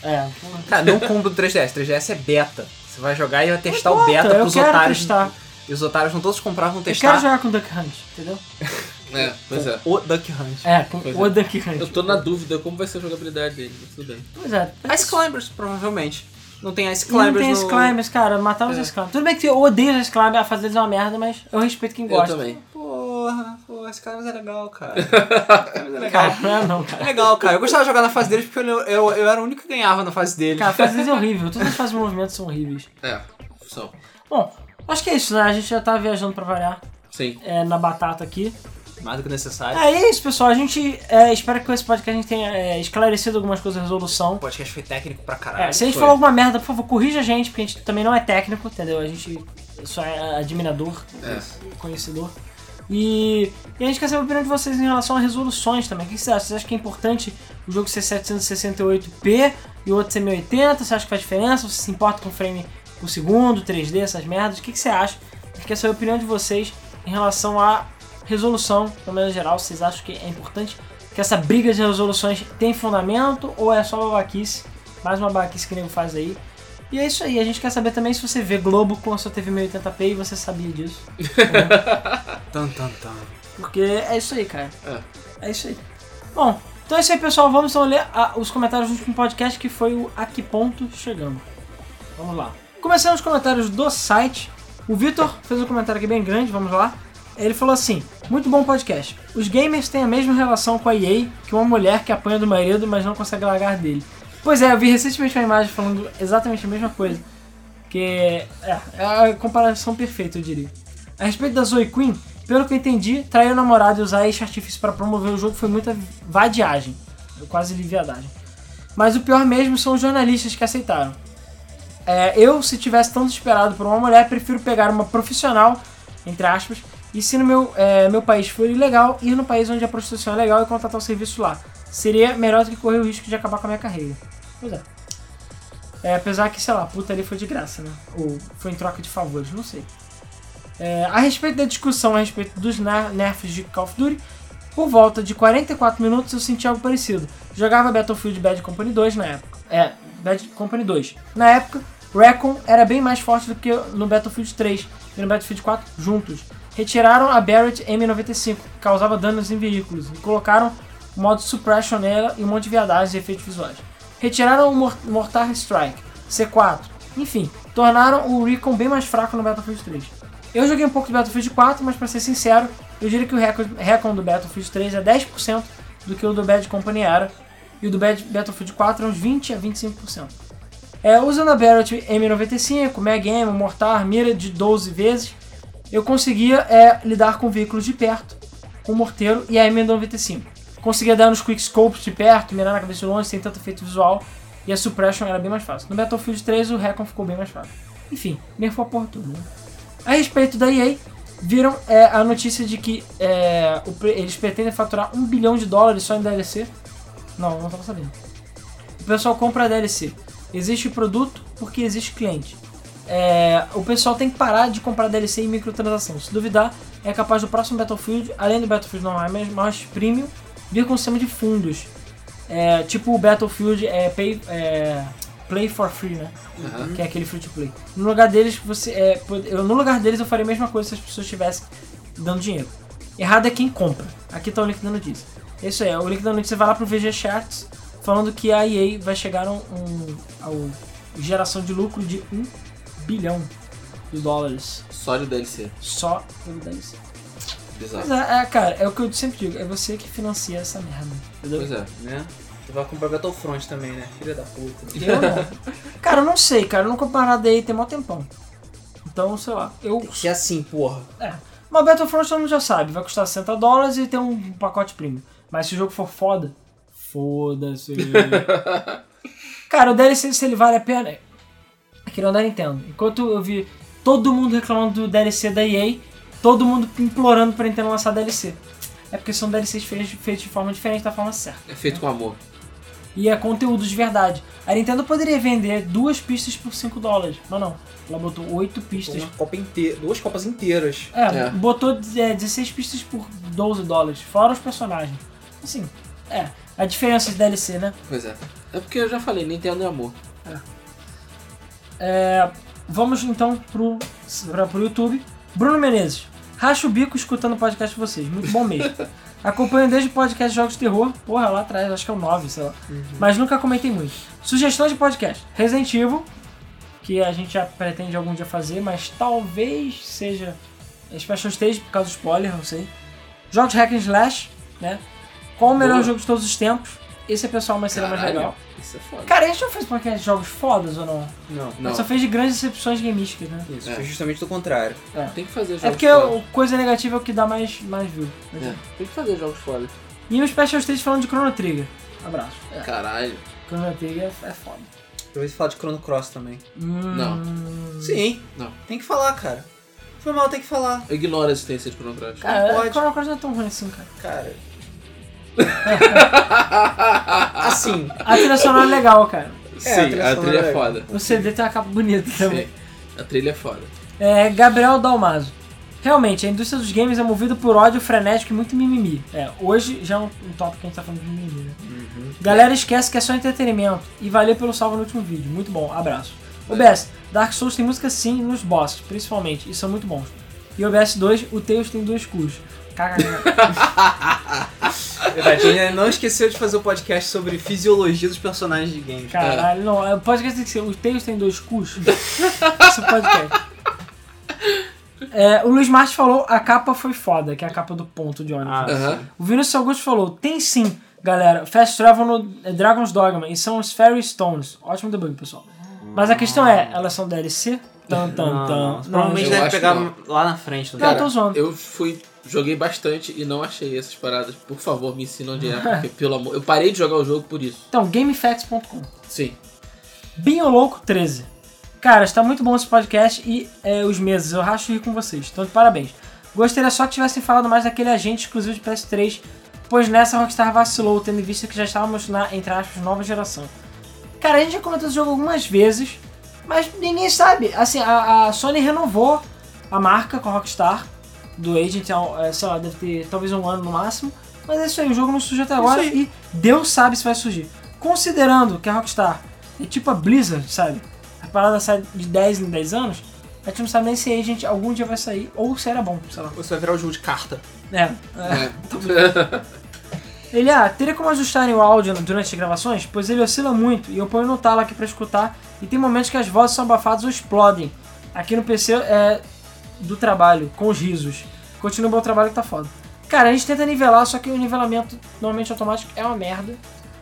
[SPEAKER 2] É, porra.
[SPEAKER 1] Cara, não compra do 3DS. 3DS é beta. Você vai jogar e vai
[SPEAKER 3] Tá
[SPEAKER 1] testar o
[SPEAKER 2] Não importa,
[SPEAKER 1] beta
[SPEAKER 2] eu
[SPEAKER 1] pros
[SPEAKER 2] quero
[SPEAKER 1] otários.
[SPEAKER 2] testar.
[SPEAKER 1] E os otários vão todos comprar, vão
[SPEAKER 2] Eu quero
[SPEAKER 1] testar
[SPEAKER 2] jogar com o Duck Hunt, entendeu?
[SPEAKER 3] É, pois é.
[SPEAKER 1] o Duck Hunt.
[SPEAKER 2] É, com
[SPEAKER 3] Pois
[SPEAKER 2] o
[SPEAKER 3] é.
[SPEAKER 2] Duck Hunt.
[SPEAKER 3] Eu tô na dúvida como vai ser a jogabilidade dele, mas tudo bem.
[SPEAKER 2] Pois é.
[SPEAKER 1] Ice Climbers, provavelmente. Não tem Ice
[SPEAKER 2] E Não
[SPEAKER 1] Climbers
[SPEAKER 2] tem
[SPEAKER 1] no...
[SPEAKER 2] Ice Climbers, cara. Matava os
[SPEAKER 3] É.
[SPEAKER 2] Ice Climbers. Tudo bem que eu odeio os Ice Climbers, a fase deles é uma merda, mas eu respeito quem gosta.
[SPEAKER 3] Eu também.
[SPEAKER 1] Porra, pô, Ice Climbers é legal, cara. Ice Climbers é legal.
[SPEAKER 2] Cara, não é não,
[SPEAKER 1] É
[SPEAKER 2] cara.
[SPEAKER 1] legal, cara. Eu gostava de jogar na fase deles porque eu, eu, eu era o único que ganhava na fase deles.
[SPEAKER 2] Cara, a fase deles é horrível. Todas as fases de movimento são horríveis.
[SPEAKER 3] É, são.
[SPEAKER 2] Bom, acho que é isso, né? A gente já tá viajando pra variar
[SPEAKER 3] Sim.
[SPEAKER 2] é, na batata aqui.
[SPEAKER 1] Mais do que necessário.
[SPEAKER 2] É isso, pessoal. A gente é, espera que com esse podcast a gente tenha é, esclarecido algumas coisas da resolução.
[SPEAKER 1] O podcast foi técnico pra caralho.
[SPEAKER 2] É, se a gente
[SPEAKER 3] foi.
[SPEAKER 2] falou alguma merda, por favor, corrija a gente, porque a gente também não é técnico, entendeu? A gente só é admirador,
[SPEAKER 3] É.
[SPEAKER 2] conhecedor. E, e a gente quer saber a opinião de vocês em relação a resoluções também. O que vocês acham? Vocês acham que é importante o jogo ser 768p e o outro ser 1080? Você acha que faz diferença? Você se importa com frame por segundo, 3D, essas merdas? O que, que você acha? A gente quer saber a opinião de vocês em relação à resolução, pelo menos geral. Vocês acham que é importante que essa briga de resoluções tem fundamento ou é só babaquice? Mais uma babaquice que o nego faz aí. E é isso aí, a gente quer saber também se você vê Globo com a sua TV 1080p e você sabia disso.
[SPEAKER 1] Tan, tan, tan.
[SPEAKER 2] Porque é isso aí, cara. É isso aí. Bom, então é isso aí, pessoal. Vamos então ler ah, os comentários do último podcast, que foi o A Que Ponto Chegamos. Vamos lá. Começando os comentários do site. O Vitor fez um comentário aqui bem grande, vamos lá. Ele falou assim, muito bom podcast. Os gamers têm a mesma relação com a EA que uma mulher que apanha do marido, mas não consegue largar dele. Pois é, eu vi recentemente uma imagem falando exatamente a mesma coisa. Que é, é a comparação perfeita, eu diria. A respeito da Zoe Queen, pelo que eu entendi, trair o namorado e usar este artifício para promover o jogo foi muita vadiagem. Eu quase li viadagem. Mas o pior mesmo são os jornalistas que aceitaram. É, eu, se tivesse tanto esperado por uma mulher, prefiro pegar uma profissional, entre aspas, e se no meu, é, meu país for ilegal, ir no país onde a prostituição é legal e contratar o serviço lá. Seria melhor do que correr o risco de acabar com a minha carreira. Pois é. É, apesar que, sei lá, puta ali foi de graça, né? Ou foi em troca de favores, não sei. É, a respeito da discussão a respeito dos ner- nerfs de Call of Duty, por volta de 44 minutos eu senti algo parecido. Jogava Battlefield Bad Company 2 na época. É, Bad Company 2. Na época, Recon era bem mais forte do que no Battlefield 3 e no Battlefield 4 juntos. Retiraram a Barrett M95, que causava danos em veículos, e colocaram o modo Suppression nela e um monte de viadagens e efeitos visuais. Retiraram o Mor- Mortar Strike, C4, enfim, tornaram o Recon bem mais fraco no Battlefield 3. Eu joguei um pouco de Battlefield 4, mas pra ser sincero, eu diria que o recorde- recon do Battlefield 3 é 10% do que o do Bad Company era, e o do Bad Battlefield 4 é uns 20 a 25%. É, usando a Barrett M95, Mag M, Mortar, mira de 12 vezes, eu conseguia é, lidar com veículos de perto, com o morteiro e a M95. Conseguia dar nos quickscopes de perto, mirar na cabeça de longe, sem tanto efeito visual, e a suppression era bem mais fácil. No Battlefield 3 o recon ficou bem mais fácil. Enfim, nem foi oportuno, né? A respeito da EA, viram é, a notícia de que é, o pre- eles pretendem faturar um bilhão de dólares só em DLC? Não, não tava sabendo. O pessoal compra a DLC. Existe produto porque existe cliente. É, o pessoal tem que parar de comprar DLC e microtransação. Se duvidar, é capaz do próximo Battlefield, além do Battlefield normal, mas mais premium, vir com um sistema de fundos. É, tipo o Battlefield é, pay- é, Play for Free, né?
[SPEAKER 3] Aham.
[SPEAKER 2] que é aquele free to play. No lugar deles, você é, pod- eu, no lugar deles eu faria a mesma coisa se as pessoas estivessem dando dinheiro. Errado é quem compra. Aqui tá o link da notícia. É Isso aí, o link da notícia vai lá pro VG Charts falando que a EA vai chegar a um, um, ao geração de lucro de 1 bilhão de dólares
[SPEAKER 3] Só de DLC.
[SPEAKER 2] só pelo DLC.
[SPEAKER 3] Exato.
[SPEAKER 2] Mas é, é, cara, é o que eu sempre digo, é você que financia essa merda. Entendeu?
[SPEAKER 3] Pois é.
[SPEAKER 1] Né? Tu vai comprar Battlefront também, né? Filha da puta.
[SPEAKER 2] Eu não. Cara, eu não sei, cara. Eu não compro nada aí tem mó tempão. Então, sei lá. Eu.
[SPEAKER 1] Tem que ser assim, porra.
[SPEAKER 2] É. Mas Battlefront todo mundo já sabe. Vai custar 60 dólares e tem um pacote premium. Mas se o jogo for foda, foda-se. cara, o DLC, se ele vale a pena, é que não da Nintendo. Enquanto eu vi todo mundo reclamando do DLC da EA, todo mundo implorando pra Nintendo lançar DLC. É porque são DLCs feitos feitos de forma diferente, da forma certa.
[SPEAKER 3] É feito com amor.
[SPEAKER 2] E é conteúdo de verdade. A Nintendo poderia vender duas pistas por 5 dólares, mas não. Ela botou 8 pistas.
[SPEAKER 1] Uma copa inteira, duas copas inteiras.
[SPEAKER 2] É,
[SPEAKER 3] É.
[SPEAKER 2] botou é, 16 pistas por 12 dólares, fora os personagens. Assim, é. A diferença de DLC, né?
[SPEAKER 3] Pois é. É porque eu já falei, Nintendo é amor.
[SPEAKER 2] É, vamos então pro, pra, pro YouTube. Bruno Menezes, racha o bico escutando o podcast de vocês. Muito bom mesmo. Acompanho desde o podcast Jogos de Terror, porra, lá atrás, acho que é o 9, sei lá.
[SPEAKER 3] Uhum.
[SPEAKER 2] Mas nunca comentei muito. Sugestões de podcast: Resident Evil, que a gente já pretende algum dia fazer, mas talvez seja Special Stage por causa do spoiler, não sei. Jogos Hack and Slash, né? Qual o melhor
[SPEAKER 3] Boa.
[SPEAKER 2] jogo de todos os tempos? Esse é pessoal, mas seria mais
[SPEAKER 3] Caralho,
[SPEAKER 2] legal.
[SPEAKER 3] Isso é foda.
[SPEAKER 2] Cara, a gente já fez podcast de jogos fodas ou não?
[SPEAKER 1] Não.
[SPEAKER 3] Não,
[SPEAKER 2] Só fez de grandes decepções gamísticas, né?
[SPEAKER 1] Isso,
[SPEAKER 3] É.
[SPEAKER 1] foi justamente do contrário.
[SPEAKER 3] tem que fazer jogos
[SPEAKER 2] É porque
[SPEAKER 3] foda.
[SPEAKER 2] o coisa negativa é o que dá mais, mais view.
[SPEAKER 3] É, tem que fazer jogos foda.
[SPEAKER 2] E um Special Stage falando de Chrono Trigger. Abraço. É,
[SPEAKER 3] Caralho.
[SPEAKER 2] Chrono Trigger é é foda.
[SPEAKER 1] Eu ouvi falar de Chrono Cross também.
[SPEAKER 2] Hum,
[SPEAKER 1] Sim.
[SPEAKER 3] Não.
[SPEAKER 1] Tem que falar, cara. Foi mal, tem que falar.
[SPEAKER 3] Eu ignoro a existência de Chrono Cross.
[SPEAKER 2] Cara,
[SPEAKER 1] Não pode.
[SPEAKER 2] Chrono Cross não é tão ruim assim, cara.
[SPEAKER 1] Cara. assim.
[SPEAKER 2] A trilha sonora é legal, cara.
[SPEAKER 1] a
[SPEAKER 3] Sim, a
[SPEAKER 1] trilha
[SPEAKER 3] trilha,
[SPEAKER 1] sonora é
[SPEAKER 3] é foda.
[SPEAKER 2] O CD tem uma capa bonita também.
[SPEAKER 3] Sim, a trilha é foda.
[SPEAKER 2] É, Gabriel Dalmaso. Realmente, a indústria dos games é movida por ódio frenético e muito mimimi. É, hoje já é um, um tópico que a gente tá falando de mimimi, né? Galera esquece que é só entretenimento. E valeu pelo salvo no último vídeo. Muito bom, abraço. OBS, Dark Souls tem música sim nos bosses, principalmente, e são muito bons. E OBS 2, o Tails tem dois cus. KKK.
[SPEAKER 1] Verdade, ele não esqueceu de fazer o podcast sobre fisiologia dos personagens de games.
[SPEAKER 2] Caralho, não, é, o podcast tem que ser, o Tails tem dois cus. Esse é o podcast. É, o Luiz Marte falou, a capa foi foda, que é a capa do ponto de ônibus.
[SPEAKER 1] Ah,
[SPEAKER 3] Aham.
[SPEAKER 1] sim.
[SPEAKER 2] O Vinícius Augusto falou: tem sim, galera. Fast Travel no é, Dragon's Dogma e são os Fairy Stones. Ótimo debug, pessoal. Mas a questão é: elas são DLC? Tan, tan,
[SPEAKER 1] Não,
[SPEAKER 2] tan.
[SPEAKER 1] não, Ah, Provavelmente é-
[SPEAKER 3] eu
[SPEAKER 1] deve
[SPEAKER 3] acho
[SPEAKER 1] pegar
[SPEAKER 3] não.
[SPEAKER 1] lá na frente. do
[SPEAKER 2] então, Não,
[SPEAKER 1] cara.
[SPEAKER 2] tô zoando.
[SPEAKER 3] Eu fui, joguei bastante e não achei essas paradas. Por favor, me ensina onde é, porque pelo amor. Eu parei de jogar o jogo por isso.
[SPEAKER 2] Então, gamefacts.com.
[SPEAKER 3] Sim.
[SPEAKER 2] Binho Louco 13. Cara, está muito bom esse podcast e é, os meses. Eu racho rir com vocês. Então, parabéns. Gostaria só que tivessem falado mais daquele agente exclusivo de PS3, pois nessa a Rockstar vacilou, tendo em vista que já estávamos na, entre aspas, nova geração. Cara, a gente já comentou esse jogo algumas vezes, mas ninguém sabe. Assim, a, a Sony renovou a marca com a Rockstar do Agent, é, sei lá, deve ter talvez um ano no máximo. Mas é isso aí, o jogo não surgiu até agora
[SPEAKER 1] aí.
[SPEAKER 2] e Deus sabe se vai surgir. Considerando que a Rockstar é tipo a Blizzard, sabe? A parada sai de 10 em 10 anos, a gente não sabe nem se a Agent algum dia vai sair ou se era bom, sei lá.
[SPEAKER 1] Você vai virar o jogo de carta.
[SPEAKER 2] É, é.
[SPEAKER 3] É.
[SPEAKER 2] Ele, ah, teria como ajustarem o áudio durante as gravações? Pois ele oscila muito e eu ponho no talo aqui pra escutar e tem momentos que as vozes são abafadas ou explodem. Aqui no PC é do trabalho, com os risos. Continua o bom trabalho que tá foda. Cara, a gente tenta nivelar, só que o nivelamento normalmente automático é uma merda.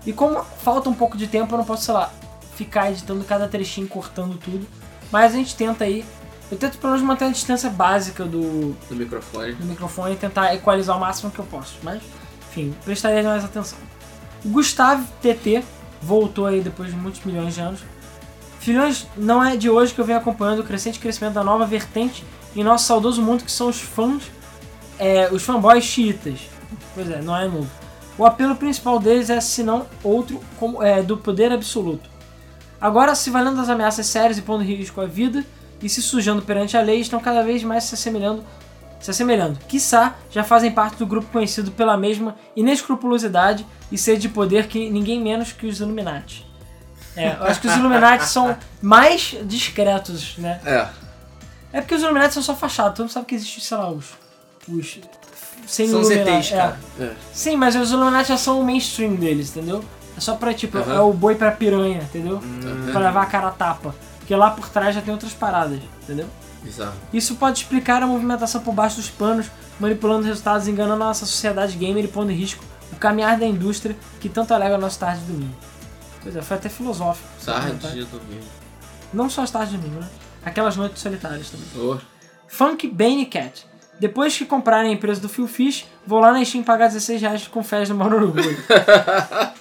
[SPEAKER 2] E como falta um pouco de tempo, eu não posso, sei lá, ficar editando cada trechinho, cortando tudo. Mas a gente tenta aí. Eu tento pelo menos manter a distância básica do,
[SPEAKER 3] No microfone.
[SPEAKER 2] no microfone e tentar equalizar o máximo que eu posso. Mas, enfim, prestaria mais atenção. O Gustavo TT voltou aí depois de muitos milhões de anos. Filhões, não é de hoje que eu venho acompanhando o crescente crescimento da nova vertente em nosso saudoso mundo, que são os fãs, é, os fanboys chiitas. Pois é, não é novo. O apelo principal deles é, se não outro, como- é, do poder absoluto. Agora, se valendo das ameaças sérias e pondo em risco a vida, e se sujando perante a lei, estão cada vez mais se assemelhando se assemelhando. Quiçá já fazem parte do grupo conhecido pela mesma inescrupulosidade e sede de poder que ninguém menos que os Illuminati. É, eu acho que os Illuminati são mais discretos, né?
[SPEAKER 3] É.
[SPEAKER 2] É porque os Illuminati são só fachada, todo mundo sabe que existe, sei lá, os. os sem
[SPEAKER 1] São
[SPEAKER 2] Illuminati,
[SPEAKER 1] ZTs,
[SPEAKER 2] é.
[SPEAKER 1] cara.
[SPEAKER 3] É.
[SPEAKER 2] Sim, mas os Illuminati já são o mainstream deles, entendeu? É só pra, tipo,
[SPEAKER 3] Aham.
[SPEAKER 2] é o boi pra piranha, entendeu?
[SPEAKER 1] Hum.
[SPEAKER 3] Uhum.
[SPEAKER 2] Pra levar a cara a tapa. Porque lá por trás já tem outras paradas, entendeu?
[SPEAKER 3] Bizarro.
[SPEAKER 2] Isso pode explicar a movimentação por baixo dos panos manipulando resultados, enganando a nossa sociedade gamer e pondo em risco o caminhar da indústria que tanto alega nossa tarde de domingo. Pois é, foi até filosófico.
[SPEAKER 3] Sardia domingo.
[SPEAKER 2] Não só as tardes de domingo, né? Aquelas noites solitárias também.
[SPEAKER 3] Oh.
[SPEAKER 2] Funk Bane Cat. Depois que comprarem a empresa do Phil Fish, vou lá na Steam pagar 16 reais com fez no Mauro Orgulho.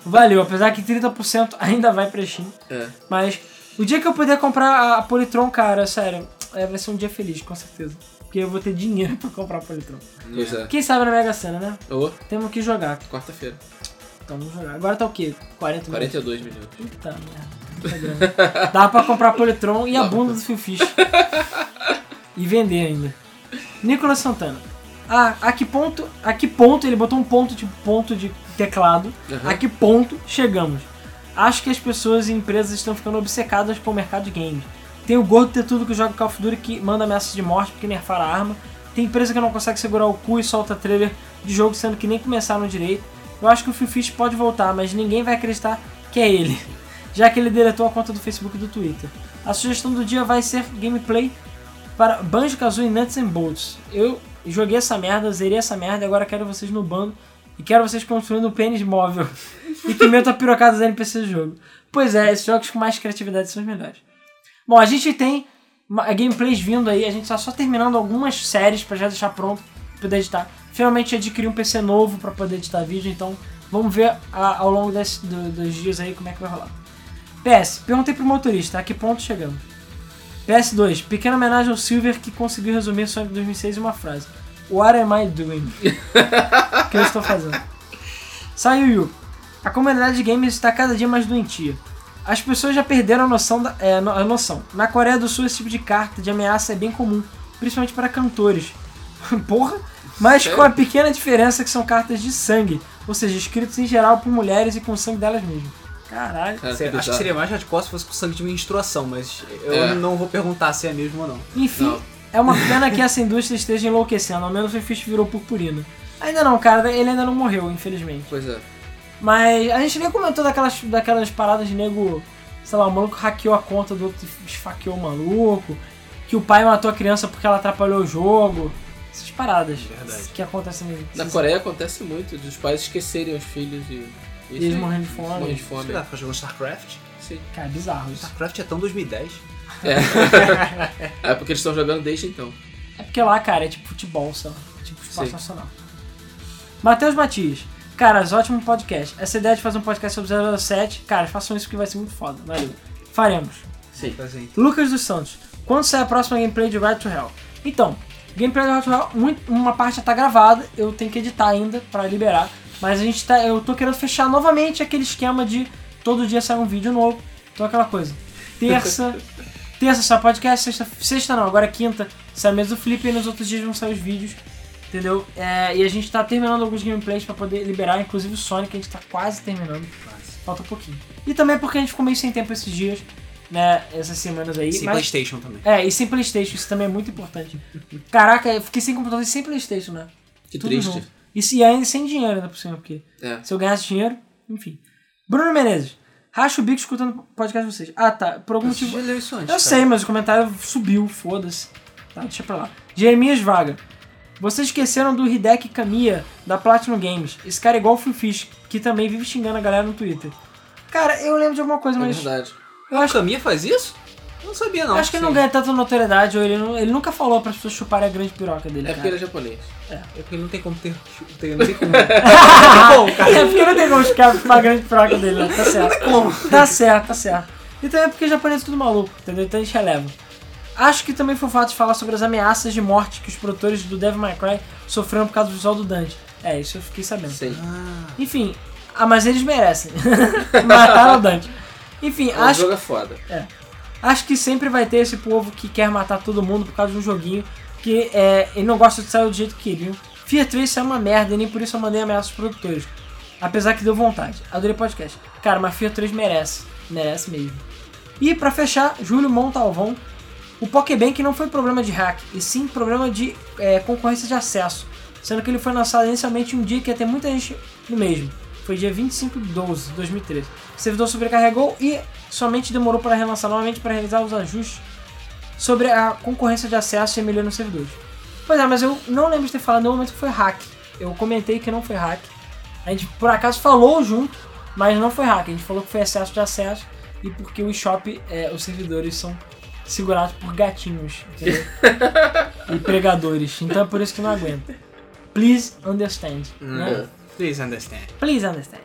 [SPEAKER 2] Valeu, apesar que 30% ainda vai pra Steam.
[SPEAKER 3] É.
[SPEAKER 2] Mas o dia que eu puder comprar a Politron, cara, sério, é, vai ser um dia feliz, com certeza. Porque eu vou ter dinheiro pra comprar a Politron.
[SPEAKER 3] Pois é.
[SPEAKER 2] Quem sabe na Mega Sena, né?
[SPEAKER 3] Ô,
[SPEAKER 2] Temos que jogar.
[SPEAKER 3] quarta-feira.
[SPEAKER 2] Então vamos jogar. Agora tá o quê? 40 minutos?
[SPEAKER 3] 42 minutos.
[SPEAKER 2] Puta merda. né? muita grana. Dá pra comprar Politron e a bunda do Phil Fish. E vender ainda. Nicolas Santana. Ah, a que ponto. A que ponto? Ele botou um ponto tipo ponto de teclado.
[SPEAKER 3] Uhum.
[SPEAKER 2] A que ponto chegamos? Acho que as pessoas e empresas estão ficando obcecadas com o mercado de games. Tem o gordo ter tudo que joga Call of Duty que manda ameaças de morte porque nerfar a arma. Tem empresa que não consegue segurar o cu e solta trailer de jogo sendo que nem começaram direito. Eu acho que o Fifish pode voltar, mas ninguém vai acreditar que é ele, já que ele deletou a conta do Facebook e do Twitter. A sugestão do dia vai ser gameplay para Banjo Kazooie Nuts and Bolts. Eu joguei essa merda, zerei essa merda e agora quero vocês no bando e quero vocês construindo um pênis móvel e que meta pirocadas NPC do jogo. Pois é, esses jogos com mais criatividade são os melhores. Bom, a gente tem ma- gameplays vindo aí, a gente tá só terminando algumas séries pra já deixar pronto pra poder editar. Finalmente adquiri um PC novo pra poder editar vídeo, então vamos ver a- ao longo desse- do- dos dias aí como é que vai rolar. PS, perguntei pro motorista a que ponto chegamos. PS2, pequena homenagem ao Silver que conseguiu resumir Sonic 2006 em uma frase. What am I doing? O que eu estou fazendo? Saiu Yu. A comunidade de games está cada dia mais doentia. As pessoas já perderam a noção, da, é, no- a noção. Na Coreia do Sul, esse tipo de carta de ameaça é bem comum, principalmente para cantores. Porra! Mas com a pequena diferença que são cartas de sangue, ou seja, escritos em geral por mulheres e com sangue delas mesmas. Caralho.
[SPEAKER 3] Cara,
[SPEAKER 1] Sei,
[SPEAKER 3] que
[SPEAKER 1] acho que
[SPEAKER 3] bizarro.
[SPEAKER 1] seria mais hardcore se fosse com sangue de menstruação, mas eu
[SPEAKER 3] É.
[SPEAKER 1] não vou perguntar se é mesmo ou não.
[SPEAKER 2] Enfim,
[SPEAKER 3] Não.
[SPEAKER 2] é uma pena que essa indústria esteja enlouquecendo, ao menos o Fish virou purpurina. Ainda não, cara, ele ainda não morreu, infelizmente.
[SPEAKER 3] Pois é.
[SPEAKER 2] Mas a gente nem comentou daquelas, daquelas paradas de nego, sei lá, o maluco hackeou a conta do outro e esfaqueou o maluco, que o pai matou a criança porque ela atrapalhou o jogo. Essas paradas
[SPEAKER 1] Verdade.
[SPEAKER 2] que acontecem no-
[SPEAKER 3] Na Coreia acontece muito de os pais esquecerem os filhos e. e
[SPEAKER 2] Eles morrendo de fome.
[SPEAKER 3] Morrendo de
[SPEAKER 1] Sei
[SPEAKER 3] fome.
[SPEAKER 1] lá, ficar jogando StarCraft.
[SPEAKER 3] Sim.
[SPEAKER 2] Cara, é bizarro isso.
[SPEAKER 1] StarCraft é tão 2010.
[SPEAKER 3] É. é porque eles estão jogando desde então.
[SPEAKER 2] É porque lá, cara, é tipo futebol, sei lá. Tipo futebol
[SPEAKER 3] Sim.
[SPEAKER 2] nacional. Matheus Matias. Caras, ótimo podcast. Essa ideia de fazer um podcast sobre 007, cara, façam isso que vai ser muito foda. Valeu. Faremos.
[SPEAKER 3] Sim.
[SPEAKER 1] Assim,
[SPEAKER 2] Lucas dos Santos. Quando sai a próxima gameplay de Right to Hell? Então, gameplay de Right to Hell, muito- uma parte já tá gravada, eu tenho que editar ainda pra liberar. Mas a gente tá, eu tô querendo fechar novamente aquele esquema de todo dia sair um vídeo novo. Então aquela coisa. Terça, terça sai podcast, sexta, sexta não, agora é quinta, sai a mesa do Flip e nos outros dias vão sair os vídeos. Entendeu? É, e a gente tá terminando alguns gameplays pra poder liberar, inclusive o Sonic, a gente tá quase terminando. Falta um pouquinho. E também porque a gente ficou meio sem tempo esses dias, né? Essas semanas aí.
[SPEAKER 1] sem
[SPEAKER 2] mas-
[SPEAKER 1] PlayStation também.
[SPEAKER 2] é, e sem Playstation, isso também é muito importante. Caraca, eu fiquei sem computador e sem Playstation, né?
[SPEAKER 3] Que
[SPEAKER 2] Tudo
[SPEAKER 3] triste.
[SPEAKER 2] junto. E, se- e ainda sem dinheiro ainda por cima, porque
[SPEAKER 3] É.
[SPEAKER 2] se eu ganhasse dinheiro, enfim. Bruno Menezes, racha o bico escutando o podcast de vocês. Ah, tá. Por algum motivo.
[SPEAKER 1] já leu isso antes.
[SPEAKER 2] Eu sei, mas o comentário subiu, foda-se. Tá, deixa pra lá. Jeremias Vaga. Vocês esqueceram do Hideki Kamiya, da Platinum Games. Esse cara é igual o Phil Fish, que também vive xingando a galera no Twitter. Cara, eu lembro de alguma coisa,
[SPEAKER 3] É
[SPEAKER 2] mas
[SPEAKER 3] verdade.
[SPEAKER 1] Eu acho que a minha faz isso? Eu não sabia, não.
[SPEAKER 2] acho que ele não
[SPEAKER 1] Sim.
[SPEAKER 2] ganha tanta notoriedade, ou ele, nu- ele nunca falou para pessoas chuparem a grande piroca dele.
[SPEAKER 3] É porque
[SPEAKER 2] cara.
[SPEAKER 3] ele é japonês.
[SPEAKER 1] É porque não tem como ter. tem- Não tem como. Tá bom, cara.
[SPEAKER 2] É porque não tem como chupar a grande piroca dele, né? tá certo. Tá certo, tá certo. E também porque japonês é tudo maluco, entendeu? Então a gente releva. Acho que também foi o fato de falar sobre as ameaças de morte que os produtores do Devil May Cry sofreram por causa do visual do Dante. É, isso eu fiquei sabendo.
[SPEAKER 3] Sim.
[SPEAKER 1] Ah,
[SPEAKER 2] Enfim, ah, mas eles merecem. Mataram o Dante. Enfim,
[SPEAKER 3] O
[SPEAKER 2] acho
[SPEAKER 3] jogo é foda.
[SPEAKER 2] Acho que sempre vai ter esse povo que quer matar todo mundo por causa de um joguinho que é, ele não gosta de sair do jeito que queriam. Fear 3 é uma merda e nem por isso eu mandei ameaça aos produtores. Apesar que deu vontade. Adorei podcast. Cara, mas Fear 3 merece. Merece mesmo. E pra fechar, Júlio Montalvão. O Pokébank não foi problema de hack, e sim problema de é, concorrência de acesso. Sendo que ele foi lançado inicialmente em um dia que ia ter muita gente no mesmo. Foi dia 25 de 12 de 2013. O servidor sobrecarregou e somente demorou para relançar novamente para realizar os ajustes sobre a concorrência de acesso e melhoria nos servidores. Pois é, mas eu não lembro de ter falado no momento que foi hack. Eu comentei que não foi hack. A gente por acaso falou junto, mas não foi hack. A gente falou que foi excesso de acesso e porque o eShop, é, os servidores são segurados por gatinhos entendeu? e pregadores. Então é por isso que não aguenta. Please understand. Né?
[SPEAKER 1] Please understand.
[SPEAKER 2] Please understand.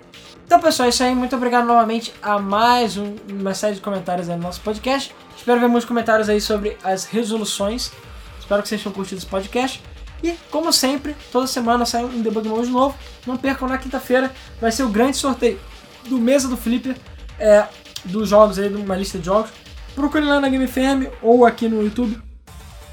[SPEAKER 2] Então, pessoal, é isso aí. Muito obrigado novamente a mais um- uma série de comentários aí no nosso podcast. Espero ver muitos comentários aí sobre as resoluções. Espero que vocês tenham curtido esse podcast. E, como sempre, toda semana sai um debug mode novo. Não percam, na quinta-feira vai ser o grande sorteio do Mesa do Flipper, é, dos jogos aí, de uma lista de jogos. Procure lá na Game FM ou aqui no YouTube,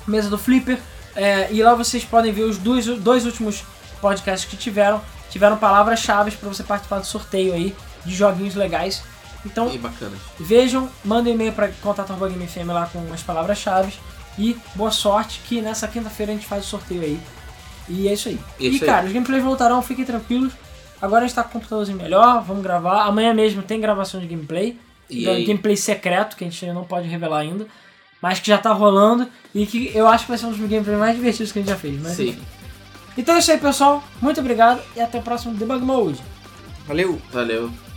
[SPEAKER 2] Mesa do Flipper. É, e lá vocês podem ver os dois, dois últimos podcasts que tiveram. Tiveram palavras-chave para você participar do sorteio aí de joguinhos legais. Então,
[SPEAKER 3] E bacana.
[SPEAKER 2] Vejam, mandem um e-mail para contato.gamefm lá com as palavras-chave. E boa sorte que nessa quinta-feira a gente faz o sorteio aí. E é isso aí.
[SPEAKER 3] Isso
[SPEAKER 2] e
[SPEAKER 3] aí.
[SPEAKER 2] cara, os gameplays voltarão, fiquem tranquilos. Agora a gente tá com o computadorzinho melhor, vamos gravar. Amanhã mesmo tem gravação de gameplay.
[SPEAKER 3] E
[SPEAKER 2] Então,
[SPEAKER 3] aí?
[SPEAKER 2] gameplay secreto, que a gente não pode revelar ainda. Mas que já tá rolando e que eu acho que vai ser um dos gameplays mais divertidos que a gente já fez. né? Mas...
[SPEAKER 3] Sim.
[SPEAKER 2] Então é isso aí, pessoal. Muito obrigado e até o próximo Debug Mode.
[SPEAKER 1] Valeu!
[SPEAKER 3] Valeu.